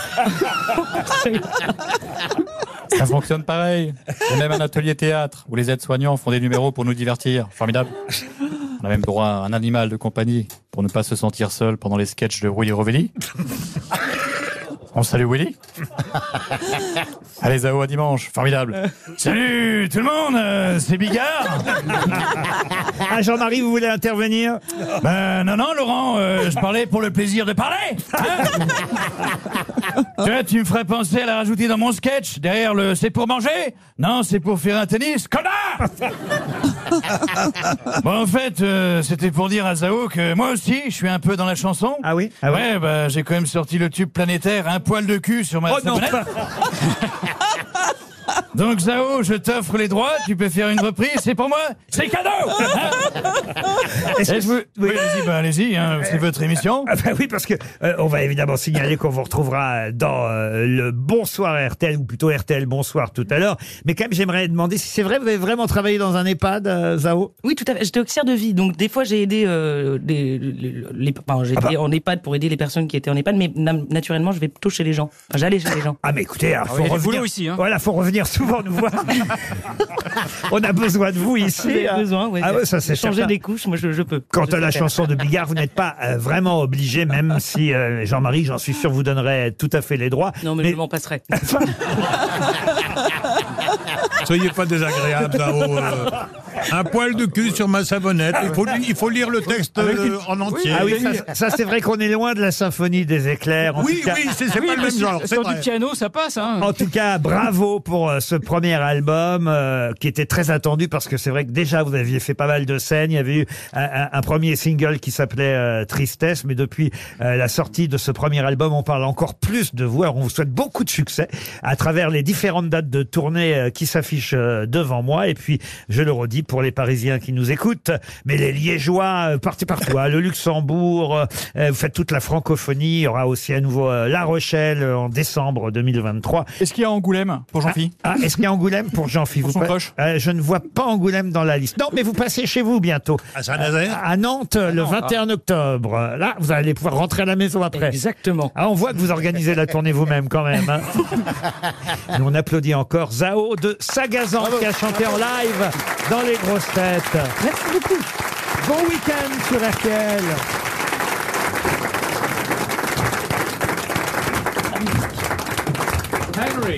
Speaker 23: Ça fonctionne pareil. Il y a même un atelier théâtre où les aides-soignants font des numéros pour nous divertir. Formidable. On a même droit à un animal de compagnie pour ne pas se sentir seul pendant les sketchs de Willy Rovelli. On salue Willy. Allez, Zao, à dimanche. Formidable. Salut tout le monde, euh, c'est Bigard.
Speaker 2: Ah, Jean-Marie, vous voulez intervenir
Speaker 23: Ben non, non, Laurent, euh, je parlais pour le plaisir de parler. hein tu vois, tu me ferais penser à la rajouter dans mon sketch. Derrière le c'est pour manger Non, c'est pour faire un tennis. Connard Bon, en fait, euh, c'était pour dire à Zao que moi aussi, je suis un peu dans la chanson. Ah
Speaker 2: oui
Speaker 23: Ouais, bah, j'ai quand même sorti le tube planétaire, un poil de cul sur ma
Speaker 2: Oh non.
Speaker 23: savonnette. Donc Zao, je t'offre les droits, tu peux faire une reprise, c'est pour moi, c'est cadeau hein
Speaker 2: Est-ce que-
Speaker 23: Et je vous- Oui, allez-y, bah, allez-y, hein, c'est votre émission.
Speaker 2: Euh, Ah bah oui, parce que euh, on va évidemment signaler qu'on vous retrouvera dans euh, le Bonsoir RTL, ou plutôt RTL Bonsoir tout à l'heure. Mais quand même, j'aimerais demander si c'est vrai, vous avez vraiment travaillé dans un EHPAD, euh, Zao
Speaker 20: Oui, tout à fait. J'étais auxiliaire de vie, donc des fois j'ai aidé euh, des- les, les- enfin, j'étais
Speaker 2: Ah, bah.
Speaker 20: en EHPAD pour aider les personnes qui étaient en EHPAD, mais na- naturellement je vais plutôt chez les gens. Enfin, j'allais chez les gens.
Speaker 2: Ah mais écoutez, alors, faut revenir.
Speaker 23: hein.
Speaker 20: ici.
Speaker 2: Voilà, faut revenir souvent nous voir. On a besoin de vous ici.
Speaker 20: Vous avez
Speaker 2: hein.
Speaker 20: besoin, ouais.
Speaker 2: Ah ouais, ça c'est
Speaker 20: Changer
Speaker 2: certain.
Speaker 20: les couches, moi je, je peux.
Speaker 2: Quant
Speaker 20: Je
Speaker 2: à la
Speaker 20: sais faire.
Speaker 2: chanson de Bigard, vous n'êtes pas euh, vraiment obligé, même si euh, Jean-Marie, j'en suis sûr, vous donnerait tout à fait les droits.
Speaker 20: Non, mais, je m'en passerai.
Speaker 3: Soyez pas désagréable, Zao. euh. Un poil de cul sur ma savonnette. Il faut, il faut lire le texte
Speaker 2: Avec
Speaker 3: euh,
Speaker 2: une-
Speaker 3: en entier.
Speaker 2: Ah oui, ça, ça, c'est vrai qu'on est loin de la symphonie des éclairs. en
Speaker 3: Oui,
Speaker 2: tout cas.
Speaker 20: hein.
Speaker 3: oui, c'est- c'est Oui, pas le mais même sur- genre, c'est sur du vrai.
Speaker 2: En tout cas, bravo pour euh, ce ce premier album euh, qui était très attendu parce que c'est vrai que déjà vous aviez fait pas mal de scènes. Il y avait eu un, un- un premier single qui s'appelait euh, Tristesse, mais depuis euh, la sortie de ce premier album, on parle encore plus de vous. Alors on vous souhaite beaucoup de succès à travers les différentes dates de tournée euh, qui s'affichent euh, devant moi. Et puis, je le redis pour les Parisiens qui nous écoutent, mais les Liégeois, euh, partez partout. hein, le Luxembourg, euh, euh, vous faites toute la francophonie. Il y aura aussi à nouveau euh, La Rochelle euh, en décembre 2023.
Speaker 22: Est-ce qu'il y a Angoulême pour Jean-Phi
Speaker 2: Ah, est-ce qu'il y a Angoulême pour Jean-Philippe
Speaker 22: son
Speaker 2: Vous pa-
Speaker 22: proche.
Speaker 2: Euh, Je ne vois pas Angoulême dans la liste. Non, mais vous passez chez vous bientôt. À
Speaker 3: Saint-Nazaire
Speaker 2: À Nantes, ah. le
Speaker 3: non,
Speaker 2: 21 octobre. Euh, Là, vous allez pouvoir rentrer à la maison après. Exactement. Ah, on voit que vous organisez la tournée vous-même quand même. hein. Et on applaudit encore Zao de Sagazan qui a chanté en live dans les grosses têtes. Merci beaucoup. Bon week-end sur RTL.
Speaker 15: Henry.